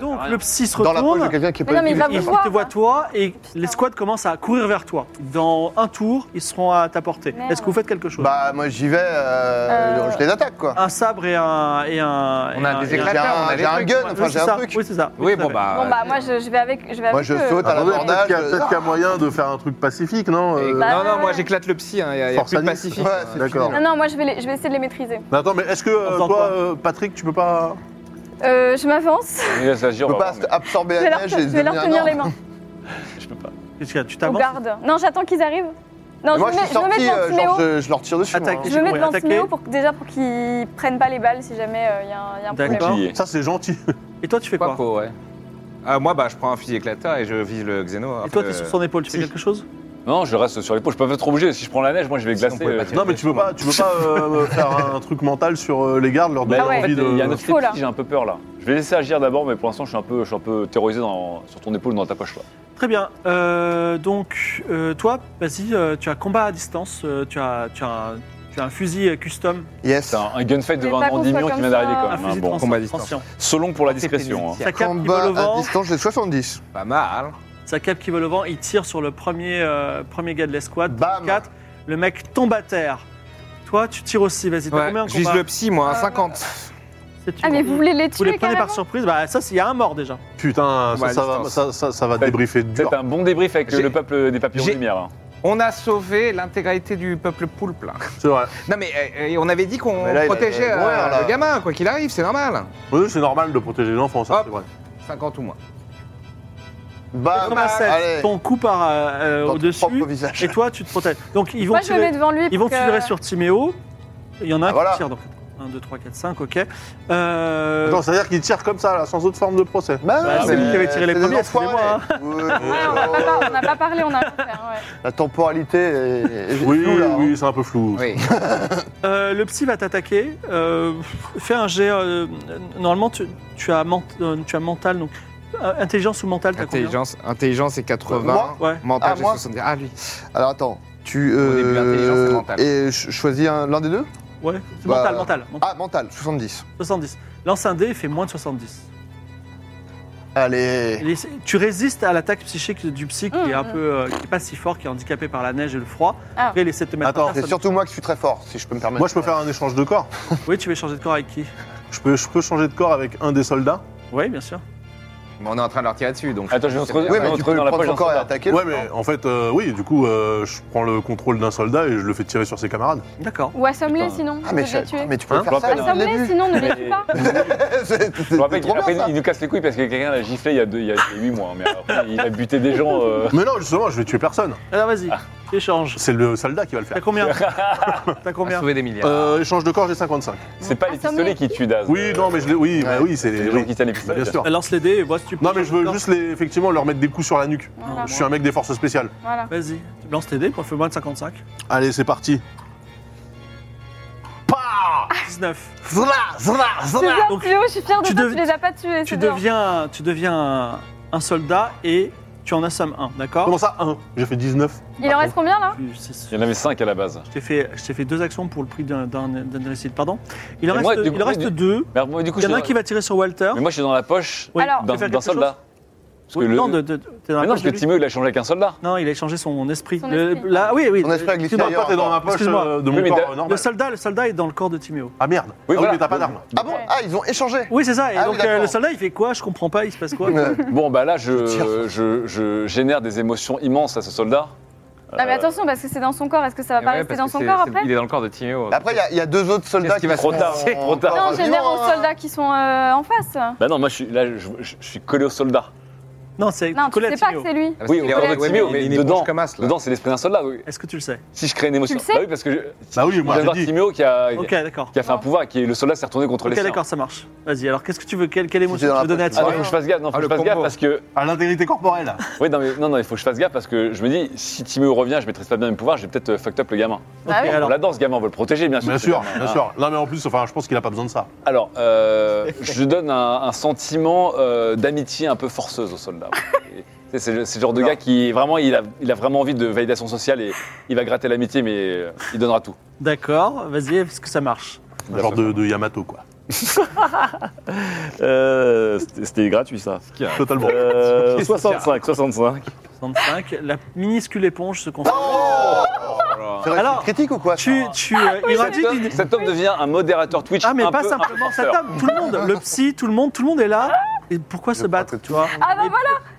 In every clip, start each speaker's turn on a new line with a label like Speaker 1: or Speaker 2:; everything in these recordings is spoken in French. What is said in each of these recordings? Speaker 1: Donc le psy se
Speaker 2: Dans la poche de
Speaker 1: retourne,
Speaker 2: quelqu'un qui est
Speaker 3: Mais non,
Speaker 2: pas
Speaker 3: mais il va
Speaker 1: il
Speaker 3: vous
Speaker 1: te
Speaker 3: voir.
Speaker 1: voit toi et l'escouade commence à courir vers toi. Dans un tour, ils seront à ta portée.
Speaker 3: Merde.
Speaker 1: Est-ce que vous faites quelque chose
Speaker 2: Bah, moi j'y vais, euh,
Speaker 3: Euh,
Speaker 2: je les attaque quoi.
Speaker 1: Un sabre et un... Et un
Speaker 4: On
Speaker 1: et
Speaker 4: a
Speaker 1: un-
Speaker 4: des
Speaker 1: et un-
Speaker 2: J'ai
Speaker 4: éclats. claqueurs, on
Speaker 2: un,
Speaker 4: a
Speaker 2: j'ai
Speaker 4: des
Speaker 2: un
Speaker 4: trucs,
Speaker 2: gun,
Speaker 1: Ouais,
Speaker 2: enfin
Speaker 1: c'est
Speaker 2: j'ai un
Speaker 1: ça.
Speaker 2: truc.
Speaker 1: Oui, c'est ça.
Speaker 4: Oui,
Speaker 1: Tout à
Speaker 4: bon,
Speaker 1: fait.
Speaker 4: bah.
Speaker 3: Bon, bah, moi, je, je vais avec. Je vais
Speaker 2: Moi
Speaker 3: avec euh,
Speaker 2: je
Speaker 3: eux.
Speaker 2: saute à
Speaker 5: Attendez, Ah bah peut-être
Speaker 2: l'abordage.
Speaker 5: qu'il y a- peut-être qu'il y a moyen de faire un truc pacifique, non
Speaker 4: Et-
Speaker 5: euh,
Speaker 3: Bah,
Speaker 4: non, non,
Speaker 3: ouais.
Speaker 4: moi j'éclate le psy, il hein, y a, y a
Speaker 5: Force
Speaker 4: plus de
Speaker 5: à nous.
Speaker 4: pacifique.
Speaker 2: Ouais,
Speaker 4: hein.
Speaker 2: c'est
Speaker 5: D'accord.
Speaker 2: fini,
Speaker 3: Non, non, moi, je vais, les- je vais essayer de les maîtriser.
Speaker 5: Mais attends, mais est-ce que euh,
Speaker 1: Entends
Speaker 5: toi,
Speaker 1: quoi
Speaker 5: euh, Patrick, tu peux pas.
Speaker 3: Euh, je m'avance.
Speaker 6: Mais là, ça se dit,
Speaker 2: Je
Speaker 6: on
Speaker 4: hein,
Speaker 2: peux
Speaker 6: va
Speaker 2: pas
Speaker 6: voir, mais
Speaker 2: absorber
Speaker 3: Je vais
Speaker 2: la
Speaker 3: leur,
Speaker 2: neige
Speaker 3: je
Speaker 2: et
Speaker 3: vais leur
Speaker 2: devenir
Speaker 3: tenir
Speaker 2: énorme.
Speaker 3: les mains.
Speaker 6: Je peux pas.
Speaker 2: bah.
Speaker 1: Qu'est-ce qu'il y a Tu
Speaker 3: Au
Speaker 1: t'avances
Speaker 3: garde. Non, j'attends qu'ils arrivent. Non,
Speaker 2: Mais Moi je
Speaker 3: je, me,
Speaker 2: suis
Speaker 3: je me mets
Speaker 2: sorti,
Speaker 3: devant
Speaker 2: euh, je
Speaker 3: Timéo.
Speaker 2: leur- je je leur tire dessus. moi,
Speaker 1: Attaque.
Speaker 2: hein.
Speaker 3: Je me mets
Speaker 1: Ouais,
Speaker 3: devant
Speaker 1: attaquer.
Speaker 3: Timéo pour, déjà pour qu'ils prennent pas les balles si jamais il y, a un- y a un problème.
Speaker 1: D'accord.
Speaker 6: bouclier.
Speaker 5: Ça, c'est gentil.
Speaker 1: Et toi, tu fais
Speaker 4: Quoi,
Speaker 1: quoi
Speaker 4: quoi, ouais. Ah, moi, bah, je prends un fusil éclateur et je vise le hein, xéno.
Speaker 1: Et toi,
Speaker 2: euh,
Speaker 1: t'es sur son épaule, tu fais
Speaker 5: si.
Speaker 1: quelque chose
Speaker 6: Non, je reste sur les pots. Je peux pas être obligé. Si je prends la neige, moi, je vais
Speaker 4: Sinon,
Speaker 6: glacer.
Speaker 4: on pouvait
Speaker 6: euh,
Speaker 4: pas tirer.
Speaker 5: Non, mais tu peux pas, tu peux pas euh, faire un truc mental sur euh, les gardes,
Speaker 4: Bah
Speaker 5: leur donner
Speaker 3: Ah ouais.
Speaker 6: en fait,
Speaker 5: envie
Speaker 6: il y a un
Speaker 5: de.
Speaker 6: autre
Speaker 3: Faux, là.
Speaker 6: petit, j'ai un peu peur là. Je vais laisser agir d'abord, mais pour l'instant, je suis un peu, je suis un peu terrorisé dans- sur ton épaule, dans ta poche là.
Speaker 1: Très bien. Euh, donc, euh, toi, vas-y, euh, tu as combat à distance, euh, tu, as, tu, as un, tu as un fusil euh, custom,
Speaker 2: hein. Yes.
Speaker 6: C'est un, un gunfight devant
Speaker 3: pas
Speaker 6: un
Speaker 3: qu'on
Speaker 6: endymion
Speaker 3: soit
Speaker 6: qui
Speaker 3: comme
Speaker 6: vient d'arriver
Speaker 3: ça.
Speaker 6: quand
Speaker 1: un
Speaker 6: même. hein,
Speaker 1: fusil
Speaker 6: bon.
Speaker 1: Ah, trans-
Speaker 4: Ah, combat à distance.
Speaker 1: transient.
Speaker 6: Selon pour la discrétion. hein.
Speaker 1: Sa cape qui vole
Speaker 2: Combat
Speaker 1: au
Speaker 2: à
Speaker 1: vent,
Speaker 2: distance, j'ai 70.
Speaker 4: Pas mal.
Speaker 1: sa cape qui vole au vent, il tire sur le premier, euh, premier gars de l'escouade.
Speaker 2: Bam.
Speaker 1: 4. Le mec tombe à terre. Toi, tu tires aussi, vas-y, t'as
Speaker 4: Ouais,
Speaker 1: combien en
Speaker 4: je vise
Speaker 1: combat
Speaker 4: le psy, moi, hein, à
Speaker 3: Euh,
Speaker 4: 50.
Speaker 1: C'est une-
Speaker 3: Ah, mais vous voulez les
Speaker 1: Vous les
Speaker 3: tuer
Speaker 1: prenez
Speaker 3: carrément
Speaker 1: par surprise, bah ça, il y a un mort déjà.
Speaker 5: Putain,
Speaker 4: Ouais,
Speaker 5: ça, ça, va,
Speaker 4: distance.
Speaker 5: ça, ça- ça va
Speaker 6: Faites-
Speaker 5: débriefer dur.
Speaker 6: C'est un bon débrief avec euh,
Speaker 4: J'ai-
Speaker 6: le peuple des papillons de
Speaker 4: j'ai-
Speaker 6: lumière. hein.
Speaker 4: On a sauvé l'intégralité du peuple poulpe, là.
Speaker 5: C'est vrai.
Speaker 4: Non, mais euh, euh, on avait dit qu'on
Speaker 2: Mais là, il a-
Speaker 4: protégeait
Speaker 2: il a-
Speaker 4: euh,
Speaker 2: là.
Speaker 4: le gamin, quoi qu'il arrive, c'est normal.
Speaker 5: Oui, c'est normal de protéger les enfants, ça,
Speaker 4: Hop.
Speaker 5: c'est vrai.
Speaker 4: 50 ou moins.
Speaker 2: Bam.
Speaker 1: 87,
Speaker 2: Bah, Allez.
Speaker 1: ton coup par euh, euh,
Speaker 2: Dans ton
Speaker 1: au-dessus,
Speaker 2: propre visage.
Speaker 1: et toi, tu te protèges. Donc, ils vont
Speaker 3: Moi, je me
Speaker 1: tirer,
Speaker 3: mets euh, devant lui.
Speaker 1: ils vont
Speaker 3: pour que-
Speaker 1: tirer sur Timéo. Il y en a un
Speaker 2: Ah,
Speaker 1: qui
Speaker 2: voilà.
Speaker 1: tire, donc 1, 2, 3, 4, 5, ok. Euh,
Speaker 5: Attends, c'est-à-dire qu'ils tirent comme ça, là, sans autre forme de procès.
Speaker 1: Bah,
Speaker 2: non, mais
Speaker 6: c'est
Speaker 1: lui qui avait tiré les
Speaker 2: c'est des
Speaker 1: premiers, hein. excusez-moi,
Speaker 2: enfoirés. Ouais,
Speaker 3: Ouais, Ah, on n'a
Speaker 2: ouais,
Speaker 3: pas, par- on
Speaker 2: ouais.
Speaker 3: n'a pas parlé, on a rien fait. hein, ouais.
Speaker 2: La temporalité est, est
Speaker 5: Oui,
Speaker 2: floue, là, hein.
Speaker 5: oui, c'est un peu flou.
Speaker 4: Oui.
Speaker 1: Euh, le psy va t'attaquer. Euh, fais un jet. euh, normalement, tu, tu as ment- euh, tu as mental, donc euh, intelligence ou mental, t'as combien
Speaker 4: Intelligence, intelligence et 80.
Speaker 2: Moi
Speaker 1: Ouais.
Speaker 4: mental,
Speaker 2: Ah,
Speaker 4: j'ai
Speaker 2: moi
Speaker 4: 70. Ah, lui.
Speaker 2: hein. Alors attends, tu euh,
Speaker 4: Au début, intelligence, c'est mental.
Speaker 2: et ch- choisis un- l'un des deux
Speaker 1: Ouais, c'est
Speaker 2: Bah,
Speaker 1: mental, mental, mental.
Speaker 2: Ah, mental, 70.
Speaker 1: 70. Lance un dé et fait moins de 70.
Speaker 2: Allez.
Speaker 1: Les- tu résistes à l'attaque psychique du psy qui
Speaker 3: Mmh,
Speaker 1: est un
Speaker 3: mmh.
Speaker 1: peu, euh, qui est pas si fort, qui est handicapé par la neige et le froid.
Speaker 3: Ah.
Speaker 1: Après, les 7 mètres.
Speaker 5: Attends,
Speaker 1: par
Speaker 2: C'est
Speaker 1: personne.
Speaker 2: surtout moi qui suis très fort, si je peux me permettre.
Speaker 5: Moi, je peux faire un échange de corps.
Speaker 1: Oui, tu veux changer de corps avec qui
Speaker 5: Je peux, je peux changer de corps avec un des soldats.
Speaker 1: Oui, bien sûr.
Speaker 4: Mais on est en train de leur tirer dessus, donc.
Speaker 6: Attends, je vais
Speaker 4: C'est
Speaker 6: retrouver-
Speaker 4: bien.
Speaker 2: Oui, mais
Speaker 6: Ah,
Speaker 2: tu
Speaker 6: on
Speaker 2: peux le
Speaker 6: dans la
Speaker 2: prendre
Speaker 6: poche
Speaker 2: son
Speaker 6: d'un
Speaker 2: corps et
Speaker 6: soldat.
Speaker 2: attaquer.
Speaker 5: Ouais, mais en fait, euh, oui, du coup, euh, je prends le contrôle d'un soldat et je le fais tirer sur ses camarades.
Speaker 1: D'accord.
Speaker 3: Ou assomme-les
Speaker 6: Putain.
Speaker 3: sinon.
Speaker 2: Ah,
Speaker 3: ne
Speaker 2: mais,
Speaker 3: les
Speaker 2: je-
Speaker 3: tuer.
Speaker 2: mais tu peux
Speaker 5: Hein
Speaker 2: faire ça
Speaker 6: Rappelle,
Speaker 2: dès le
Speaker 3: Assomme-les
Speaker 2: début.
Speaker 3: sinon, ne les
Speaker 6: Mais-
Speaker 3: tue pas.
Speaker 2: C'est- c'est-
Speaker 6: Je me rappelle
Speaker 2: c'est trop
Speaker 6: qu'après,
Speaker 2: bien, ça.
Speaker 6: il nous casse les couilles parce que quelqu'un l'a giflé il y a 8 mois. hein, Mais après, il a buté des gens. euh,
Speaker 5: Mais non, justement, je vais tuer personne.
Speaker 1: Alors vas-y,
Speaker 5: Ah.
Speaker 1: tu échanges.
Speaker 5: C'est le soldat qui va le
Speaker 1: T'as
Speaker 5: faire.
Speaker 1: combien T'as
Speaker 4: On a
Speaker 1: combien
Speaker 4: sauvé des milliards.
Speaker 5: Euh, échange de corps, j'ai 55.
Speaker 6: C'est pas les
Speaker 3: Assomme-les.
Speaker 6: pistolets qui tuent Daz.
Speaker 5: Oui, non, mais je l'ai. Oui, bah oui, c'est.
Speaker 6: C'est les gens
Speaker 5: oui,
Speaker 6: qui tiennent les
Speaker 5: bien
Speaker 6: pistolets.
Speaker 5: sûr.
Speaker 1: Lance les dés et vois si tu peux.
Speaker 5: Non, mais je veux juste les, effectivement leur mettre des coups sur la nuque.
Speaker 3: Voilà.
Speaker 5: Je suis un mec des forces spéciales.
Speaker 3: voilà.
Speaker 1: Vas-y, tu lances tes dés, on fait moins de 55.
Speaker 5: Allez, c'est parti.
Speaker 1: 19.
Speaker 3: Ah, C'est bien,
Speaker 1: Donc,
Speaker 3: Timéo, je suis fière de
Speaker 1: tu
Speaker 3: toi,
Speaker 1: dev-
Speaker 3: tu les as pas tués.
Speaker 1: Tu
Speaker 3: c'est bien.
Speaker 1: deviens, tu deviens un, un soldat et tu en assommes un, d'accord
Speaker 5: Comment ça 1 J'ai fait 19.
Speaker 3: Il en reste combien là
Speaker 1: Tu- c'est-
Speaker 6: Il y en avait 5 à la base.
Speaker 1: Je t'ai fait, je t'ai fait deux actions pour le prix d'un- d'un d'un réussite, pardon. Il en
Speaker 6: Et
Speaker 1: reste,
Speaker 6: moi, du
Speaker 1: il
Speaker 6: coup,
Speaker 1: en reste
Speaker 6: du-
Speaker 1: deux.
Speaker 6: Mais alors, moi, du coup,
Speaker 1: Il y en a
Speaker 6: je
Speaker 1: un
Speaker 6: suis
Speaker 1: qui va tirer sur Walter.
Speaker 6: dans- Mais moi, je suis dans la poche
Speaker 1: Oui,
Speaker 3: Alors,
Speaker 1: tu
Speaker 6: d'un
Speaker 1: veux faire
Speaker 6: d'un
Speaker 1: quelque chose
Speaker 6: soldat. Parce que
Speaker 1: Oui,
Speaker 6: le-
Speaker 1: Non, de, de- t'es dans la
Speaker 6: Mais non,
Speaker 1: poche
Speaker 6: parce que
Speaker 1: de lui.
Speaker 6: Timo, il a changé qu'un soldat.
Speaker 1: Non, il a échangé son esprit.
Speaker 3: Son
Speaker 1: Le-
Speaker 3: esprit.
Speaker 1: là- oui, oui.
Speaker 2: Mon esprit a glissé
Speaker 5: Non, toi,
Speaker 2: ailleurs.
Speaker 5: t'es dans ma poche
Speaker 1: Excuse-moi.
Speaker 5: euh, de mon
Speaker 6: Oui, mais
Speaker 5: corps
Speaker 6: d'a-
Speaker 5: euh,
Speaker 1: Le
Speaker 5: normal.
Speaker 1: soldat, le soldat est dans le corps de Timéo.
Speaker 5: Ah merde. Ah Oui,
Speaker 6: voilà.
Speaker 5: mais t'as pas d'arme.
Speaker 2: Ah bon Ah, ils ont échangé
Speaker 1: Oui, c'est ça. Et
Speaker 2: Ah oui,
Speaker 1: donc, euh,
Speaker 2: d'accord.
Speaker 1: le soldat, il fait quoi Je comprends pas, il se passe quoi
Speaker 2: Euh,
Speaker 6: Bon, bah là, je,
Speaker 2: tire.
Speaker 6: je, je génère des émotions immenses à ce soldat.
Speaker 3: Non, mais attention, parce que c'est dans son corps. Est-ce que ça va
Speaker 4: Eh
Speaker 3: pas
Speaker 4: ouais,
Speaker 3: rester
Speaker 4: parce
Speaker 3: dans
Speaker 4: que
Speaker 3: son
Speaker 4: c'est-
Speaker 3: corps
Speaker 4: c'est-
Speaker 3: après
Speaker 4: Il est dans le corps de Timéo.
Speaker 2: Après, il y a- il y, a deux autres soldats
Speaker 4: Qu'est-ce
Speaker 2: qui
Speaker 4: qui va se
Speaker 2: sont-
Speaker 4: passer
Speaker 2: sont
Speaker 4: Trop tard.
Speaker 2: encore
Speaker 3: Non,
Speaker 2: vivants,
Speaker 3: génère aux
Speaker 2: hein.
Speaker 3: soldats qui sont euh, en face.
Speaker 6: Bah non, moi, je suis, là, je, je- je suis collé au soldat.
Speaker 1: Non, c'est
Speaker 3: Non, tu sais
Speaker 1: Colette.
Speaker 3: pas que c'est lui.
Speaker 4: Ah, parce
Speaker 6: Oui,
Speaker 4: qu'il
Speaker 6: mais
Speaker 4: est
Speaker 3: on
Speaker 4: en
Speaker 3: peut
Speaker 4: mode-
Speaker 6: l'activer,
Speaker 4: ouais,
Speaker 6: mais
Speaker 4: il est
Speaker 6: dedans-
Speaker 4: bouche comme as, là.
Speaker 6: Dedans, c'est l'esprit d'un soldat. oui.
Speaker 1: Est-ce que tu le sais
Speaker 6: Si je crée une émotion.
Speaker 3: Tu le sais
Speaker 6: Bah oui, parce que je.
Speaker 5: Bah oui,
Speaker 6: je
Speaker 5: moi
Speaker 6: viens de
Speaker 5: j'ai
Speaker 6: voir
Speaker 5: dit.
Speaker 6: Timéo qui a,
Speaker 1: Ok, d'accord.
Speaker 6: qui a fait un pouvoir, qui est le soldat s'est retourné contre
Speaker 1: Ok,
Speaker 6: les siens.
Speaker 1: d'accord, ça marche. Vas-y, alors qu'est-ce que tu veux Quelle, quelle
Speaker 2: C'était
Speaker 1: émotion
Speaker 2: dans
Speaker 1: tu
Speaker 2: la
Speaker 1: veux donner à
Speaker 6: Ah, non, faut
Speaker 1: toi
Speaker 6: que je fasse gaffe, non, faut
Speaker 4: Ah,
Speaker 6: que je
Speaker 4: le
Speaker 6: fasse gaffe
Speaker 4: combo.
Speaker 6: parce que.
Speaker 5: À l'intégrité corporelle.
Speaker 6: Oui, non, mais non, non, il faut que je fasse gaffe parce que je me dis, si Timéo revient, je maîtrise pas bien mes pouvoirs, j'ai peut-être euh, fucked up le gamin.
Speaker 3: Ah oui.
Speaker 1: Ok, alors.
Speaker 6: On l'adore ce gamin, on veut le protéger, bien sûr.
Speaker 5: Bien
Speaker 6: ce
Speaker 5: sûr,
Speaker 6: gamin.
Speaker 5: bien
Speaker 6: Ah.
Speaker 5: sûr. Non, mais en plus, enfin, je pense qu'il a pas besoin de ça.
Speaker 6: Alors, euh, je donne un, un sentiment euh, d'amitié un peu forceuse au soldat. Et C'est c'est le c'est le genre de gars qui, vraiment, il a, il a vraiment envie de validation sociale et il va gratter l'amitié, mais euh, il donnera tout.
Speaker 1: D'accord, vas-y, est-ce que ça marche
Speaker 6: Bien
Speaker 5: Genre
Speaker 6: sûr.
Speaker 5: de, de Yamato, quoi.
Speaker 7: Euh, C'était gratuit ça.
Speaker 5: Totalement.
Speaker 7: Euh, 65, 65.
Speaker 1: 65. La minuscule éponge se consomme.
Speaker 6: Oh
Speaker 2: C'est vrai que
Speaker 1: Alors,
Speaker 2: c'est critique ou quoi ça
Speaker 1: tu tu euh, irradies
Speaker 6: Cet homme,
Speaker 1: d'une-
Speaker 6: cet homme devient un modérateur Twitch.
Speaker 1: Ah, mais
Speaker 6: un
Speaker 1: pas
Speaker 6: peu
Speaker 1: simplement ça
Speaker 6: imposteur.
Speaker 1: table, tout le monde, le psy, tout le monde, tout le monde est là. Et pourquoi se
Speaker 2: crois
Speaker 1: battre,
Speaker 2: que
Speaker 1: tu vois
Speaker 3: Ah bah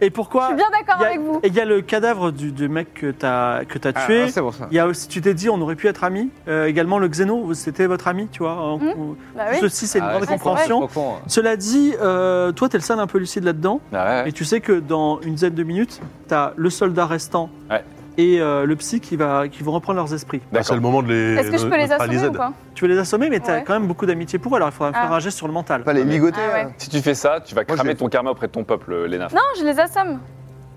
Speaker 1: Et- Et pourquoi
Speaker 3: Je suis bien d'accord
Speaker 1: Il y a-
Speaker 3: avec vous.
Speaker 1: Et il y a le cadavre du, du mec que t'as que t'as
Speaker 4: Ah,
Speaker 1: tué.
Speaker 4: ah, c'est bon ça.
Speaker 1: Il y a aussi, tu t'es dit, on aurait pu être amis. Euh, également, le xéno, c'était votre ami, tu vois. hein,
Speaker 3: Mhm.
Speaker 1: ou-
Speaker 3: Bah oui.
Speaker 1: Ceci, c'est une
Speaker 4: Ah,
Speaker 1: grande
Speaker 4: c'est trop
Speaker 1: compréhension.
Speaker 4: con, c'est trop con.
Speaker 1: Cela dit, euh, toi, t'es le seul un peu lucide là-dedans.
Speaker 6: Ah,
Speaker 4: Bah,
Speaker 6: ouais,
Speaker 1: Et
Speaker 6: ouais.
Speaker 1: tu sais que dans une dizaine de minutes, t'as le soldat restant
Speaker 6: Ouais.
Speaker 1: et euh, le psy qui, va, qui vont reprendre leurs esprits.
Speaker 5: Bah, c'est le moment de les.
Speaker 3: Est-ce que je peux les
Speaker 5: de faire
Speaker 3: assommer ou
Speaker 5: aides.
Speaker 3: pas
Speaker 1: Tu veux les assommer, mais t'as
Speaker 3: Ouais.
Speaker 1: quand même beaucoup d'amitié pour eux, alors il faudra me faire
Speaker 3: Ah.
Speaker 1: un jet sur le mental.
Speaker 2: Pas les ligoter.
Speaker 3: Ah ouais.
Speaker 2: hein.
Speaker 6: Si tu fais ça, tu vas
Speaker 2: Moi,
Speaker 6: cramer
Speaker 2: j'ai-
Speaker 6: ton karma auprès de ton peuple, euh, Léna.
Speaker 3: Non, je les assomme.